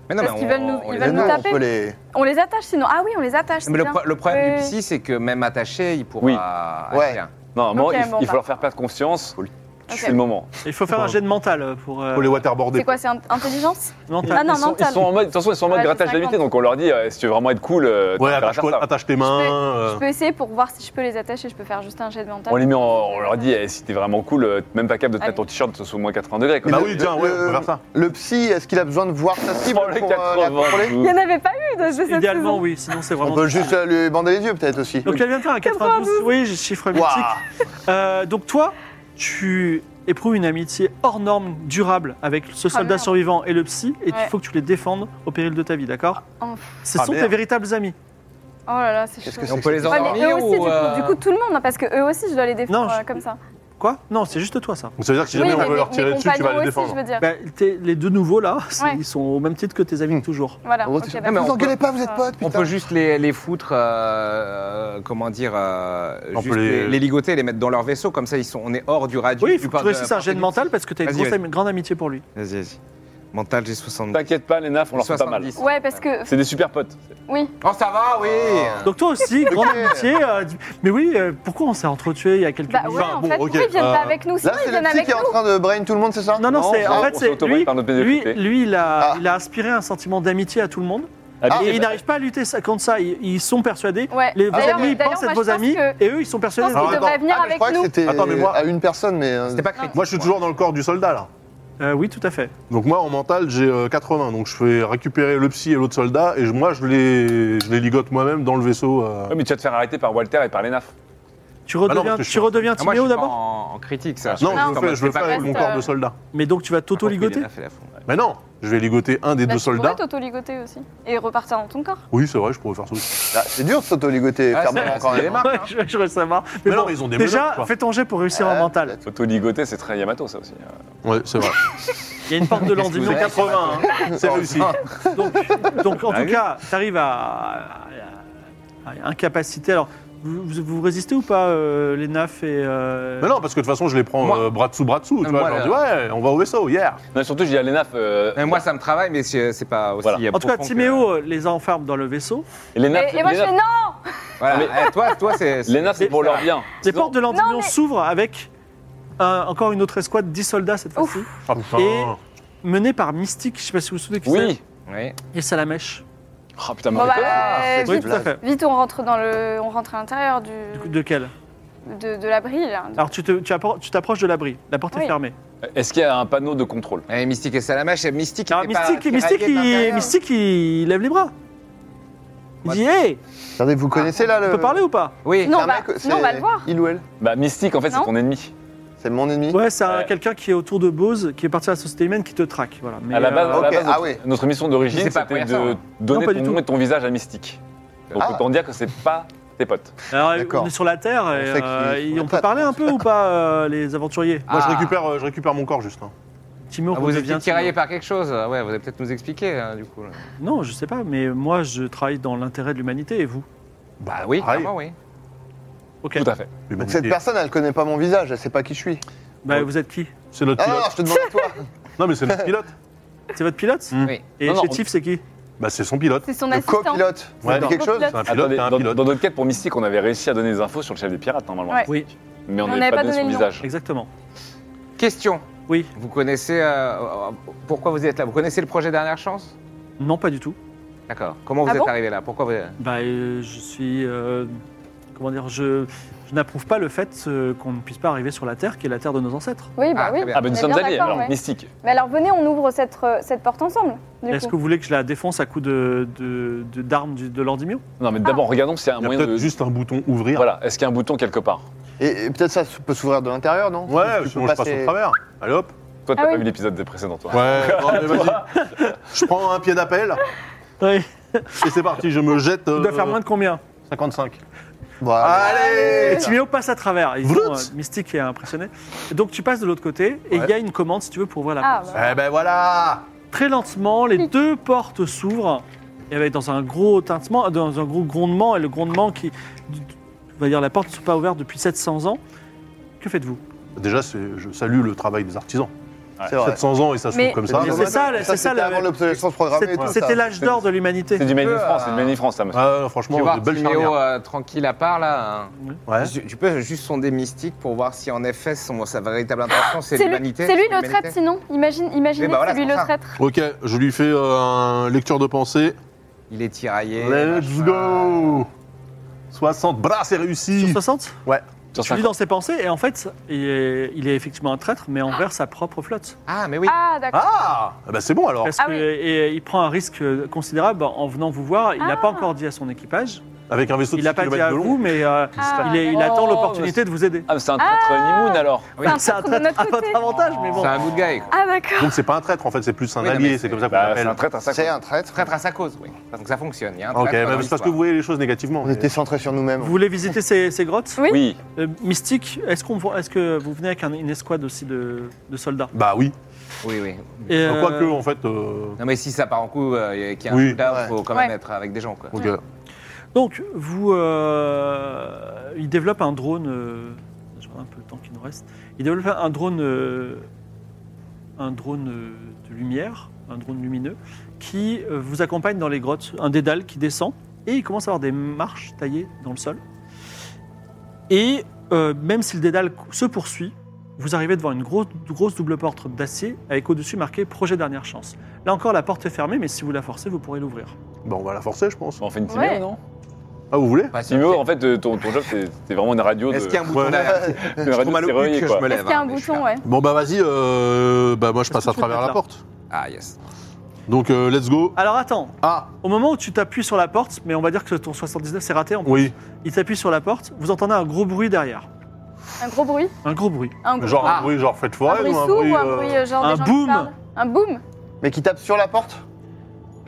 Speaker 4: Mais non,
Speaker 3: Parce
Speaker 4: mais
Speaker 3: qu'ils
Speaker 4: on-
Speaker 3: veulent nous-
Speaker 4: on
Speaker 3: ils veulent
Speaker 4: les
Speaker 2: Mais
Speaker 4: aime.
Speaker 3: nous
Speaker 2: non, on
Speaker 3: taper.
Speaker 2: peut les.
Speaker 3: On les attache sinon. Ah oui, on les attache.
Speaker 4: Mais
Speaker 3: c'est
Speaker 4: le,
Speaker 3: bien.
Speaker 4: pro- le problème
Speaker 3: Oui,
Speaker 4: du
Speaker 3: oui.
Speaker 4: psy, c'est que même attaché, il pourra.
Speaker 6: Oui.
Speaker 4: Ah,
Speaker 2: Ouais.
Speaker 4: tiens.
Speaker 6: Non, à un moment,
Speaker 3: Ok,
Speaker 6: il, f-
Speaker 3: bon,
Speaker 6: il faut
Speaker 3: bah.
Speaker 6: leur faire perdre conscience. Tu
Speaker 3: Ok.
Speaker 6: fais le moment.
Speaker 1: Il faut faire un jet de mental euh, pour. euh,
Speaker 5: Faut les waterboarder.
Speaker 3: C'est quoi, c'est in- intelligence
Speaker 1: mental.
Speaker 3: Ah non,
Speaker 6: ils, sont, ils
Speaker 3: mental.
Speaker 6: sont en mode, de toute façon, ils sont en mode
Speaker 3: Ouais,
Speaker 6: grattage
Speaker 3: c'est
Speaker 6: d'amitié, donc on leur dit euh, si tu veux vraiment être cool, euh,
Speaker 5: Ouais,
Speaker 6: t'as intérêt à
Speaker 5: attache,
Speaker 6: faire ça.
Speaker 5: attache tes mains. euh,
Speaker 3: Je peux essayer pour voir si je peux les attacher. Je peux faire juste un jet de mental.
Speaker 6: On les met en- on leur dit eh, si t'es vraiment cool, euh, t'es même pas capable de te
Speaker 3: Allez.
Speaker 6: mettre ton t-shirt sous moins 80 degrés. Quoi.
Speaker 5: Bah
Speaker 2: le-
Speaker 5: oui, tiens,
Speaker 2: le-
Speaker 5: ouais, on peut faire ça.
Speaker 2: Le psy, est-ce qu'il a besoin de voir sa cible
Speaker 6: Oh, le
Speaker 2: pour euh, la
Speaker 6: 80,
Speaker 2: contrôler
Speaker 3: Il n'y en avait pas eu de, de cette
Speaker 1: Idéalement,
Speaker 3: saison.
Speaker 1: oui, sinon c'est vraiment.
Speaker 2: On peut juste euh, lui bander les yeux peut-être aussi.
Speaker 1: Donc elle vient de faire un 92, oui, j'ai chiffre mythique.
Speaker 2: Waouh. Ah,
Speaker 1: Euh, donc toi, tu éprouves une amitié hors norme, durable, avec ce
Speaker 3: Ah,
Speaker 1: soldat
Speaker 3: merde.
Speaker 1: survivant et le psy, et
Speaker 3: Ouais.
Speaker 1: il faut que tu les défendes au péril de ta vie, d'accord
Speaker 3: Ah,
Speaker 1: Ce
Speaker 5: Ah,
Speaker 1: sont
Speaker 5: merde.
Speaker 1: tes véritables amis.
Speaker 3: Oh là là, c'est chaud.
Speaker 2: Qu'est-ce que
Speaker 4: On
Speaker 2: c'est
Speaker 4: peut les
Speaker 2: que ça
Speaker 3: Ouais, mais eux
Speaker 4: endormir
Speaker 3: aussi,
Speaker 4: ou,
Speaker 3: du, coup,
Speaker 4: euh,
Speaker 3: du coup, tout le monde, hein, parce que eux aussi, je dois les défendre
Speaker 1: Non, je-
Speaker 3: euh, comme ça.
Speaker 1: Quoi Non, c'est juste toi, ça.
Speaker 5: Donc ça veut dire que si
Speaker 3: Oui,
Speaker 5: jamais
Speaker 3: mais
Speaker 5: on veut leur
Speaker 3: mes-
Speaker 5: tirer
Speaker 3: mes
Speaker 5: dessus, tu vas
Speaker 3: compagnons aussi,
Speaker 5: les défendre.
Speaker 3: je veux dire.
Speaker 1: Bah, t'es- les deux nouveaux, là, c'est-
Speaker 3: Ouais.
Speaker 1: ils sont au même titre que tes amis de toujours.
Speaker 3: Voilà.
Speaker 2: En gros,
Speaker 3: ok,
Speaker 2: t'es-
Speaker 3: d'accord.
Speaker 4: mais
Speaker 2: Vous
Speaker 4: on
Speaker 2: engueulez
Speaker 4: peut-
Speaker 2: pas, vous êtes potes.
Speaker 4: On
Speaker 2: putain.
Speaker 4: peut juste les, les foutre, euh, euh, comment dire, euh,
Speaker 5: On
Speaker 4: juste
Speaker 5: peut les-
Speaker 4: les... les ligoter et les mettre dans leur vaisseau, comme ça ils sont, on est hors du radius.
Speaker 1: Oui, il
Speaker 4: du
Speaker 1: faut que
Speaker 4: par-
Speaker 1: tu réussisses un
Speaker 4: portée
Speaker 1: jet de
Speaker 4: du
Speaker 1: mental
Speaker 4: psy.
Speaker 1: parce que t'as une
Speaker 4: Vas-y,
Speaker 1: grosse
Speaker 4: vas-y.
Speaker 1: ami- grande amitié pour lui.
Speaker 4: Vas-y, vas-y. Mental, j'ai 70.
Speaker 6: T'inquiète pas, les nafs, on leur fait pas mal.
Speaker 4: 70.
Speaker 3: Ouais, parce que.
Speaker 6: C'est des super potes.
Speaker 3: Oui.
Speaker 4: Oh, ça va, oui
Speaker 1: Donc toi aussi, grande amitié. euh, dis- mais oui, euh, pourquoi on s'est entretués il y a quelques
Speaker 3: Bah
Speaker 1: minutes
Speaker 3: ouais, en
Speaker 5: bon,
Speaker 3: fait,
Speaker 5: ok,
Speaker 3: pourquoi ils viennent
Speaker 5: euh,
Speaker 3: pas avec nous Sinon,
Speaker 2: Là,
Speaker 3: ils
Speaker 2: c'est le
Speaker 3: viennent
Speaker 2: psy
Speaker 3: avec
Speaker 2: qui est en
Speaker 3: nous.
Speaker 2: train de brain tout le monde, c'est ça
Speaker 1: Non, non,
Speaker 6: Non,
Speaker 1: c'est en
Speaker 6: on-
Speaker 1: fait
Speaker 6: on
Speaker 1: c'est
Speaker 6: s'auto-bride
Speaker 1: lui,
Speaker 6: par notre
Speaker 1: lui,
Speaker 6: médiocrité.
Speaker 1: lui, il a,
Speaker 2: Ah.
Speaker 1: il a inspiré un sentiment d'amitié à tout le monde.
Speaker 6: Habillés,
Speaker 1: et ils
Speaker 6: bah,
Speaker 1: n'arrivent pas à lutter ça- contre ça. Ils, ils sont persuadés.
Speaker 3: Ouais.
Speaker 1: Les, vos
Speaker 3: D'ailleurs-
Speaker 1: amis
Speaker 3: d'ailleurs,
Speaker 1: pensent
Speaker 3: moi,
Speaker 1: être
Speaker 3: je
Speaker 1: vos
Speaker 3: pense
Speaker 1: amis
Speaker 3: que-
Speaker 1: et eux, ils sont
Speaker 3: Je pense
Speaker 1: persuadés.
Speaker 5: Alors,
Speaker 3: qu'ils
Speaker 5: attends.
Speaker 3: devraient venir
Speaker 2: Ah, mais je
Speaker 3: avec
Speaker 2: croyais que
Speaker 3: nous.
Speaker 2: c'était
Speaker 5: Attends, mais moi-
Speaker 2: à une personne, mais. euh,
Speaker 4: C'était pas critique.
Speaker 5: Moi, je suis toujours dans le corps du soldat, là.
Speaker 1: Euh, oui, tout à fait.
Speaker 5: Donc moi, en mental, j'ai euh, 80. Donc je fais récupérer le psy et l'autre soldat, et je- moi, je les, je les ligote moi-même dans le vaisseau. euh.
Speaker 6: Ouais, mais tu vas te faire arrêter par Walter et par les nafs.
Speaker 1: Tu redeviens,
Speaker 5: parce que je
Speaker 1: tu
Speaker 5: suis-
Speaker 1: redeviens
Speaker 4: Ah, moi, je
Speaker 1: Timéo
Speaker 4: suis pas
Speaker 1: d'abord.
Speaker 4: en, en critique, ça.
Speaker 5: Non,
Speaker 3: Non,
Speaker 5: Ah, je le fais, je le fais
Speaker 4: Par
Speaker 5: avec
Speaker 3: reste,
Speaker 5: mon corps
Speaker 3: euh,
Speaker 5: de soldat.
Speaker 1: Mais donc tu vas
Speaker 4: contre, il
Speaker 1: t'auto-ligoter
Speaker 4: est là, fait la fond.
Speaker 5: Mais non, je vais ligoter un des
Speaker 3: Bah,
Speaker 5: deux
Speaker 3: tu pourrais
Speaker 5: soldats.
Speaker 3: t'auto-ligoter aussi. Et repartir dans ton corps.
Speaker 5: Oui, c'est vrai, je pourrais faire ça aussi.
Speaker 2: Ah, C'est dur de s'auto-ligoter,
Speaker 4: Ah,
Speaker 2: faire
Speaker 4: c'est-
Speaker 2: mal
Speaker 4: c'est
Speaker 2: quand
Speaker 4: des
Speaker 2: même.
Speaker 4: marques,
Speaker 1: Ouais,
Speaker 4: hein.
Speaker 1: je je voudrais savoir.
Speaker 5: Mais non,
Speaker 1: bon,
Speaker 5: ils ont des
Speaker 1: déjà,
Speaker 5: menottes, quoi.
Speaker 1: fais ton jet pour réussir en
Speaker 2: Euh,
Speaker 1: mental.
Speaker 6: Auto-ligoter, c'est très Yamato, ça aussi.
Speaker 5: Ouais, c'est vrai.
Speaker 1: Il y a une porte de
Speaker 4: Qu'est-ce que
Speaker 1: l'endino.
Speaker 4: vous avez
Speaker 5: 80,
Speaker 2: Mm.
Speaker 5: hein.
Speaker 2: Ah,
Speaker 5: c'est réussi.
Speaker 1: Donc, donc, en
Speaker 4: Ah
Speaker 1: tout
Speaker 4: oui.
Speaker 1: cas, tu arrives à, à- à incapacité. Alors, vous, vous- vous résistez ou pas, euh, les nafs et. euh,
Speaker 5: Mais non, parce que de toute façon, je les prends
Speaker 4: Moi-
Speaker 5: euh, bras dessous, bras dessous. Tu vois,
Speaker 4: Moi,
Speaker 5: je leur dis, ouais, on va au vaisseau, hier.
Speaker 6: Non, surtout, je dis à les nafs, euh,
Speaker 4: Mais moi, ça me travaille, mais c'est c'est pas aussi.
Speaker 6: Voilà.
Speaker 4: euh,
Speaker 1: En tout cas,
Speaker 4: profond que-
Speaker 1: Timéo euh, les enferme dans le vaisseau.
Speaker 6: et les nafs,
Speaker 3: Et et moi,
Speaker 6: les
Speaker 3: je fais
Speaker 6: nafs-
Speaker 3: non
Speaker 1: euh,
Speaker 4: Voilà. Eh, Toi, toi, c'est.
Speaker 6: les nafs, c'est pour leur bien.
Speaker 1: Les
Speaker 6: Sinon-
Speaker 1: portes de l'Andino
Speaker 3: Non, mais-
Speaker 1: s'ouvrent avec un- encore une autre escouade, 10 soldats cette
Speaker 3: Ouf.
Speaker 1: fois-ci,
Speaker 5: Ah, putain.
Speaker 1: Et- menée par Mystique, je sais pas si vous vous souvenez qui
Speaker 6: Oui.
Speaker 4: Oui.
Speaker 1: c'est, et Salamèche.
Speaker 6: Oh putain, mais
Speaker 3: Bon, bah,
Speaker 6: arrêtez.
Speaker 3: euh,
Speaker 1: Oui,
Speaker 3: vite,
Speaker 1: tout à fait.
Speaker 3: vite, on rentre dans le. On rentre à l'intérieur du.
Speaker 1: Du coup, De quelle
Speaker 3: De, de l'abri, là.
Speaker 1: Alors, tu, te- tu appro- tu t'approches de l'abri, la porte est
Speaker 3: Oui.
Speaker 1: fermée.
Speaker 6: Est-ce qu'il y a un panneau de contrôle
Speaker 4: Eh, Mystique et Salamèche, eh, Mystique.
Speaker 1: Alors,
Speaker 4: était pas
Speaker 1: Mystique, Mystique,
Speaker 4: tiraillé de
Speaker 1: il,
Speaker 4: l'intérieur.
Speaker 1: Mystique, il lève les bras. Il
Speaker 4: What
Speaker 1: dit Hé,
Speaker 2: Attendez, vous connaissez là
Speaker 1: on
Speaker 2: le.
Speaker 1: peut parler ou pas
Speaker 4: Oui.
Speaker 3: Non,
Speaker 2: C'est un
Speaker 3: bah,
Speaker 2: mec,
Speaker 3: sinon, on va
Speaker 2: c'est
Speaker 3: le voir.
Speaker 2: Il ou elle
Speaker 6: Bah, Mystique, en fait, c'est
Speaker 3: Non.
Speaker 6: ton ennemi.
Speaker 2: C'est mon ennemi
Speaker 1: Ouais, c'est un-
Speaker 6: Ouais.
Speaker 1: quelqu'un qui est autour de Bose, qui est parti de la société humaine, qui te traque. Voilà. Mais,
Speaker 6: à la
Speaker 1: euh,
Speaker 6: base, à la
Speaker 2: ok,
Speaker 6: base,
Speaker 2: ah
Speaker 6: notre,
Speaker 2: oui.
Speaker 6: notre mission d'origine,
Speaker 4: C'est pas
Speaker 6: c'était
Speaker 4: pour
Speaker 6: de
Speaker 4: ça, hein.
Speaker 6: donner
Speaker 1: Non, pas
Speaker 6: ton
Speaker 1: du tout.
Speaker 6: nom et ton visage à Mystique. Donc
Speaker 2: Ah.
Speaker 6: autant dire que c'est pas tes potes.
Speaker 1: euh, alors,
Speaker 2: D'accord.
Speaker 1: on est sur la Terre, et,
Speaker 2: sait qu'il
Speaker 1: euh,
Speaker 2: faut
Speaker 1: et on
Speaker 2: la
Speaker 1: peut
Speaker 2: patte,
Speaker 1: parler
Speaker 2: on
Speaker 1: un peu ou pas, euh, les aventuriers
Speaker 5: Moi,
Speaker 4: Ah.
Speaker 5: je récupère, euh, je récupère mon corps, juste. hein.
Speaker 1: Timur
Speaker 4: Ah, vous
Speaker 1: redevient
Speaker 4: étiez tiraillé
Speaker 1: Timur.
Speaker 4: par quelque chose. Ah Ouais, vous allez peut-être nous expliquer, hein, du coup. là.
Speaker 1: Non, je sais pas, mais moi je travaille dans l'intérêt de l'humanité et vous
Speaker 4: Bah oui,
Speaker 5: pareil.
Speaker 4: clairement, oui.
Speaker 1: Ok.
Speaker 6: Tout à fait.
Speaker 2: Donc cette personne, elle connaît pas mon visage, elle sait pas qui je suis.
Speaker 1: Bah, vous êtes qui
Speaker 5: C'est notre
Speaker 2: Ah non,
Speaker 5: pilote.
Speaker 2: non, je te demande à toi.
Speaker 5: Non, mais c'est notre pilote.
Speaker 1: C'est votre pilote
Speaker 5: Mm.
Speaker 4: Oui.
Speaker 1: Et
Speaker 6: Non, non,
Speaker 1: Chétif, c'est qui
Speaker 5: Bah, c'est son pilote.
Speaker 3: C'est son
Speaker 2: Le
Speaker 3: assistant.
Speaker 2: copilote. Vous
Speaker 5: Ouais,
Speaker 2: avez
Speaker 5: non.
Speaker 2: quelque chose
Speaker 5: C'est un pilote,
Speaker 6: Attendez,
Speaker 5: t'as un
Speaker 6: dans,
Speaker 5: pilote.
Speaker 6: dans notre quête pour Mystique, on avait réussi à donner des infos sur le chef des pirates, normalement.
Speaker 3: Ouais.
Speaker 1: Oui,
Speaker 6: Mais on
Speaker 3: Mais on
Speaker 6: n'avait
Speaker 3: n'avait
Speaker 6: pas
Speaker 3: pas
Speaker 6: donné son
Speaker 3: donné le nom.
Speaker 6: visage.
Speaker 1: exactement.
Speaker 4: Question.
Speaker 1: Oui.
Speaker 4: Vous connaissez euh, euh, pourquoi vous êtes là Vous connaissez le projet Dernière Chance
Speaker 1: Non, pas du tout.
Speaker 4: D'accord. Comment vous
Speaker 3: Ah
Speaker 4: êtes
Speaker 3: bon
Speaker 4: arrivé là Pourquoi vous êtes-
Speaker 1: Bah, euh, je suis. euh, comment dire Je, je n'approuve pas le fait euh, qu'on ne puisse pas arriver sur la Terre, qui est la Terre de nos ancêtres.
Speaker 3: Oui,
Speaker 4: Ah,
Speaker 3: bah oui.
Speaker 4: très bien.
Speaker 6: Ah, ben
Speaker 3: On
Speaker 6: nous
Speaker 3: est
Speaker 6: sommes
Speaker 3: bien
Speaker 6: alliés,
Speaker 3: d'accord,
Speaker 6: alors,
Speaker 3: ouais.
Speaker 6: Mystique.
Speaker 3: Mais alors venez, on ouvre cette, euh, cette porte ensemble. Du
Speaker 1: Est-ce
Speaker 3: coup.
Speaker 1: que vous voulez que je la défonce à coups de, de, de- d'armes du- de l'ordimio
Speaker 6: Non, mais d'abord, regardons s'il y a un
Speaker 5: Il y a
Speaker 6: moyen
Speaker 5: peut-être
Speaker 6: de.
Speaker 5: juste un bouton ouvrir.
Speaker 6: Voilà, est-ce qu'il y a un bouton quelque part
Speaker 2: Et, et peut-être ça se- peut s'ouvrir de l'intérieur, non
Speaker 5: Ouais,
Speaker 2: Tu peux
Speaker 5: sinon je passe
Speaker 2: passer-
Speaker 5: au travers. Allez hop.
Speaker 6: Toi, t'as
Speaker 3: Ah
Speaker 6: pas
Speaker 3: oui.
Speaker 6: vu l'épisode des précédents, toi.
Speaker 5: Ouais, non, mais vas-y. Je prends un pied d'appel
Speaker 1: Oui.
Speaker 5: et c'est parti, je me jette. euh,
Speaker 1: Tu dois faire moins de combien
Speaker 5: 55.
Speaker 2: Voilà.
Speaker 6: Euh,
Speaker 5: Allez
Speaker 1: Timio passe à travers. Ils
Speaker 5: Vrout
Speaker 1: sont, euh, Mystique est impressionné. Donc tu passes de l'autre côté et il y a une commande si tu veux pour ouvrir la
Speaker 3: Ah,
Speaker 1: porte.
Speaker 3: bah.
Speaker 5: Eh ben voilà
Speaker 1: Très lentement, les deux portes s'ouvrent et avec dans un gros tintement, dans un gros grondement et le grondement qui, on va dire, la porte ne sont pas ouvertes depuis 700 ans. Que faites-vous
Speaker 5: Déjà, c'est- je salue le travail des artisans.
Speaker 2: C'est vrai.
Speaker 5: 700 ans et ça se
Speaker 3: Mais-
Speaker 5: trouve comme
Speaker 2: C'est
Speaker 5: ça.
Speaker 1: Mais
Speaker 2: dommage.
Speaker 1: c'est ça, c'est ça,
Speaker 2: c'était
Speaker 1: la-
Speaker 2: avant l'obsolescence programmée. et
Speaker 1: C'est-
Speaker 2: tout
Speaker 1: C'était
Speaker 2: ça.
Speaker 1: l'âge d'or de l'humanité.
Speaker 6: C'est du Made in
Speaker 4: Euh,
Speaker 6: France, c'est du Made in France, ça, monsieur.
Speaker 5: Ah,
Speaker 4: Tu
Speaker 5: franchement,
Speaker 4: vas
Speaker 5: de
Speaker 4: voir
Speaker 5: belles
Speaker 4: Timéo
Speaker 5: charnières.
Speaker 4: euh, tranquille à part là. hein.
Speaker 5: Ouais.
Speaker 4: Tu, tu peux juste sonder Mystique pour voir si en effet son, sa véritable intention c'est
Speaker 3: C'est lui,
Speaker 4: l'humanité.
Speaker 3: c'est lui le
Speaker 4: l'humanité.
Speaker 3: traître sinon. Imagine, imaginez
Speaker 4: Oui, bah voilà,
Speaker 3: que c'est lui
Speaker 4: c'est
Speaker 3: le
Speaker 4: pour ça.
Speaker 3: traître.
Speaker 5: Ok, je lui fais euh, un lecture de pensée.
Speaker 4: Il est tiraillé.
Speaker 5: Let's
Speaker 4: machin.
Speaker 5: go 60 bras, c'est
Speaker 1: Sur
Speaker 5: réussi
Speaker 1: 60
Speaker 6: Sur
Speaker 1: Tu lis
Speaker 6: 50.
Speaker 1: dans ses pensées et en fait, il est, il est effectivement un traître, mais envers sa propre flotte.
Speaker 4: Ah mais oui.
Speaker 3: Ah d'accord.
Speaker 5: Ah Ah Bah c'est bon alors
Speaker 1: Parce
Speaker 3: Ah
Speaker 1: que,
Speaker 3: oui.
Speaker 1: et il prend un risque considérable en venant vous voir. Il n'a
Speaker 3: Ah.
Speaker 1: pas encore dit à son équipage.
Speaker 5: Avec un vaisseau de
Speaker 1: Il n'a
Speaker 5: 6
Speaker 1: pas dit
Speaker 5: km
Speaker 1: à
Speaker 5: de
Speaker 1: vous,
Speaker 5: long.
Speaker 1: mais euh,
Speaker 3: Ah,
Speaker 1: il, est- il
Speaker 6: d'accord.
Speaker 1: attend
Speaker 6: Oh,
Speaker 1: l'opportunité de vous aider.
Speaker 6: Ah, mais c'est un traître mimoun alors.
Speaker 4: Oui.
Speaker 3: Ah,
Speaker 1: C'est un
Speaker 3: traître de
Speaker 1: traître
Speaker 3: notre
Speaker 1: à votre
Speaker 3: côté.
Speaker 1: avantage, mais bon.
Speaker 4: C'est un good guy. quoi.
Speaker 3: Ah d'accord.
Speaker 5: Donc c'est pas un traître en fait, c'est plus un
Speaker 4: Oui, non,
Speaker 5: allié,
Speaker 4: mais
Speaker 5: c'est
Speaker 4: c'est-
Speaker 5: comme ça qu'on
Speaker 6: Bah, c'est
Speaker 5: l'appelle.
Speaker 6: un traître à ça.
Speaker 2: C'est un traître.
Speaker 4: Traître à sa cause, oui. Donc ça fonctionne. Il y a un
Speaker 5: Ok,
Speaker 4: traître dans
Speaker 5: mais c'est parce que
Speaker 4: l'histoire.
Speaker 5: vous voyez les choses négativement.
Speaker 2: On
Speaker 5: mais-
Speaker 2: était centrés sur nous-mêmes.
Speaker 1: Vous voulez visiter ces, ces grottes
Speaker 3: Oui.
Speaker 6: Oui.
Speaker 1: Euh, Mystique, est-ce qu'on voit- est-ce que vous venez avec un- une escouade aussi de, de soldats
Speaker 5: Bah oui.
Speaker 4: Oui, oui.
Speaker 1: Et, euh,
Speaker 5: Quoique en fait. euh,
Speaker 4: Non mais si ça part en coup, euh, et qu'il y a un
Speaker 5: Oui.
Speaker 4: coup là,
Speaker 2: Ouais.
Speaker 4: faut quand même
Speaker 3: Ouais.
Speaker 4: être avec des gens quoi.
Speaker 5: ok.
Speaker 1: Donc, vous, euh, il développe un drone. euh, je regarde un peu le temps qu'il nous reste. Il développe un drone, euh, un drone euh, de lumière, un drone lumineux, qui euh, vous accompagne dans les grottes. Un dédale qui descend et il commence à avoir des marches taillées dans le sol. Et euh, même si le dédale se poursuit, vous arrivez devant une grosse, grosse double porte d'acier avec au-dessus marqué Projet Dernière Chance. Là encore, la porte est fermée, mais si vous la forcez, vous pourrez l'ouvrir.
Speaker 5: Bah on va la forcer, je pense.
Speaker 6: Bah, On fait une Timéo,
Speaker 3: Ouais.
Speaker 6: non
Speaker 5: Ah, vous voulez
Speaker 4: Pas sûr.
Speaker 6: Timéo, en fait, euh, ton, ton job, c'est c'est vraiment une radio de.
Speaker 4: Est-ce qu'il y a un
Speaker 5: Ouais.
Speaker 4: bouton là Je
Speaker 6: une radio
Speaker 4: trouve
Speaker 6: de
Speaker 4: mal au cul
Speaker 6: serrurier,
Speaker 4: que je
Speaker 6: quoi.
Speaker 4: me lève.
Speaker 3: Est-ce qu'il y a
Speaker 4: hein,
Speaker 3: un
Speaker 4: mais je suis
Speaker 3: bouton
Speaker 4: là.
Speaker 3: ouais.
Speaker 5: Bon bah vas-y, euh, bah moi je
Speaker 1: Est-ce
Speaker 5: passe
Speaker 1: que
Speaker 5: à
Speaker 1: tu peux te
Speaker 5: travers
Speaker 1: mettre
Speaker 5: la
Speaker 1: là
Speaker 5: porte.
Speaker 4: Ah yes.
Speaker 5: Donc euh, let's go.
Speaker 1: Alors attends,
Speaker 5: Ah
Speaker 1: Au moment où tu t'appuies sur la porte, mais on va dire que ton 79 c'est raté, en plus.
Speaker 5: oui,
Speaker 1: il t'appuie sur la porte, vous entendez un gros bruit derrière.
Speaker 3: Un gros bruit.
Speaker 1: Un gros bruit.
Speaker 3: Un gros
Speaker 5: genre un
Speaker 4: Ah.
Speaker 5: bruit genre fête
Speaker 3: un
Speaker 5: forêt
Speaker 3: bruit
Speaker 5: ou un
Speaker 3: sourd
Speaker 5: bruit.
Speaker 3: ou un
Speaker 5: euh,
Speaker 3: bruit euh, genre
Speaker 1: un
Speaker 3: des gens
Speaker 1: boom.
Speaker 3: qui parlent Un boom.
Speaker 2: Mais qui tape sur la porte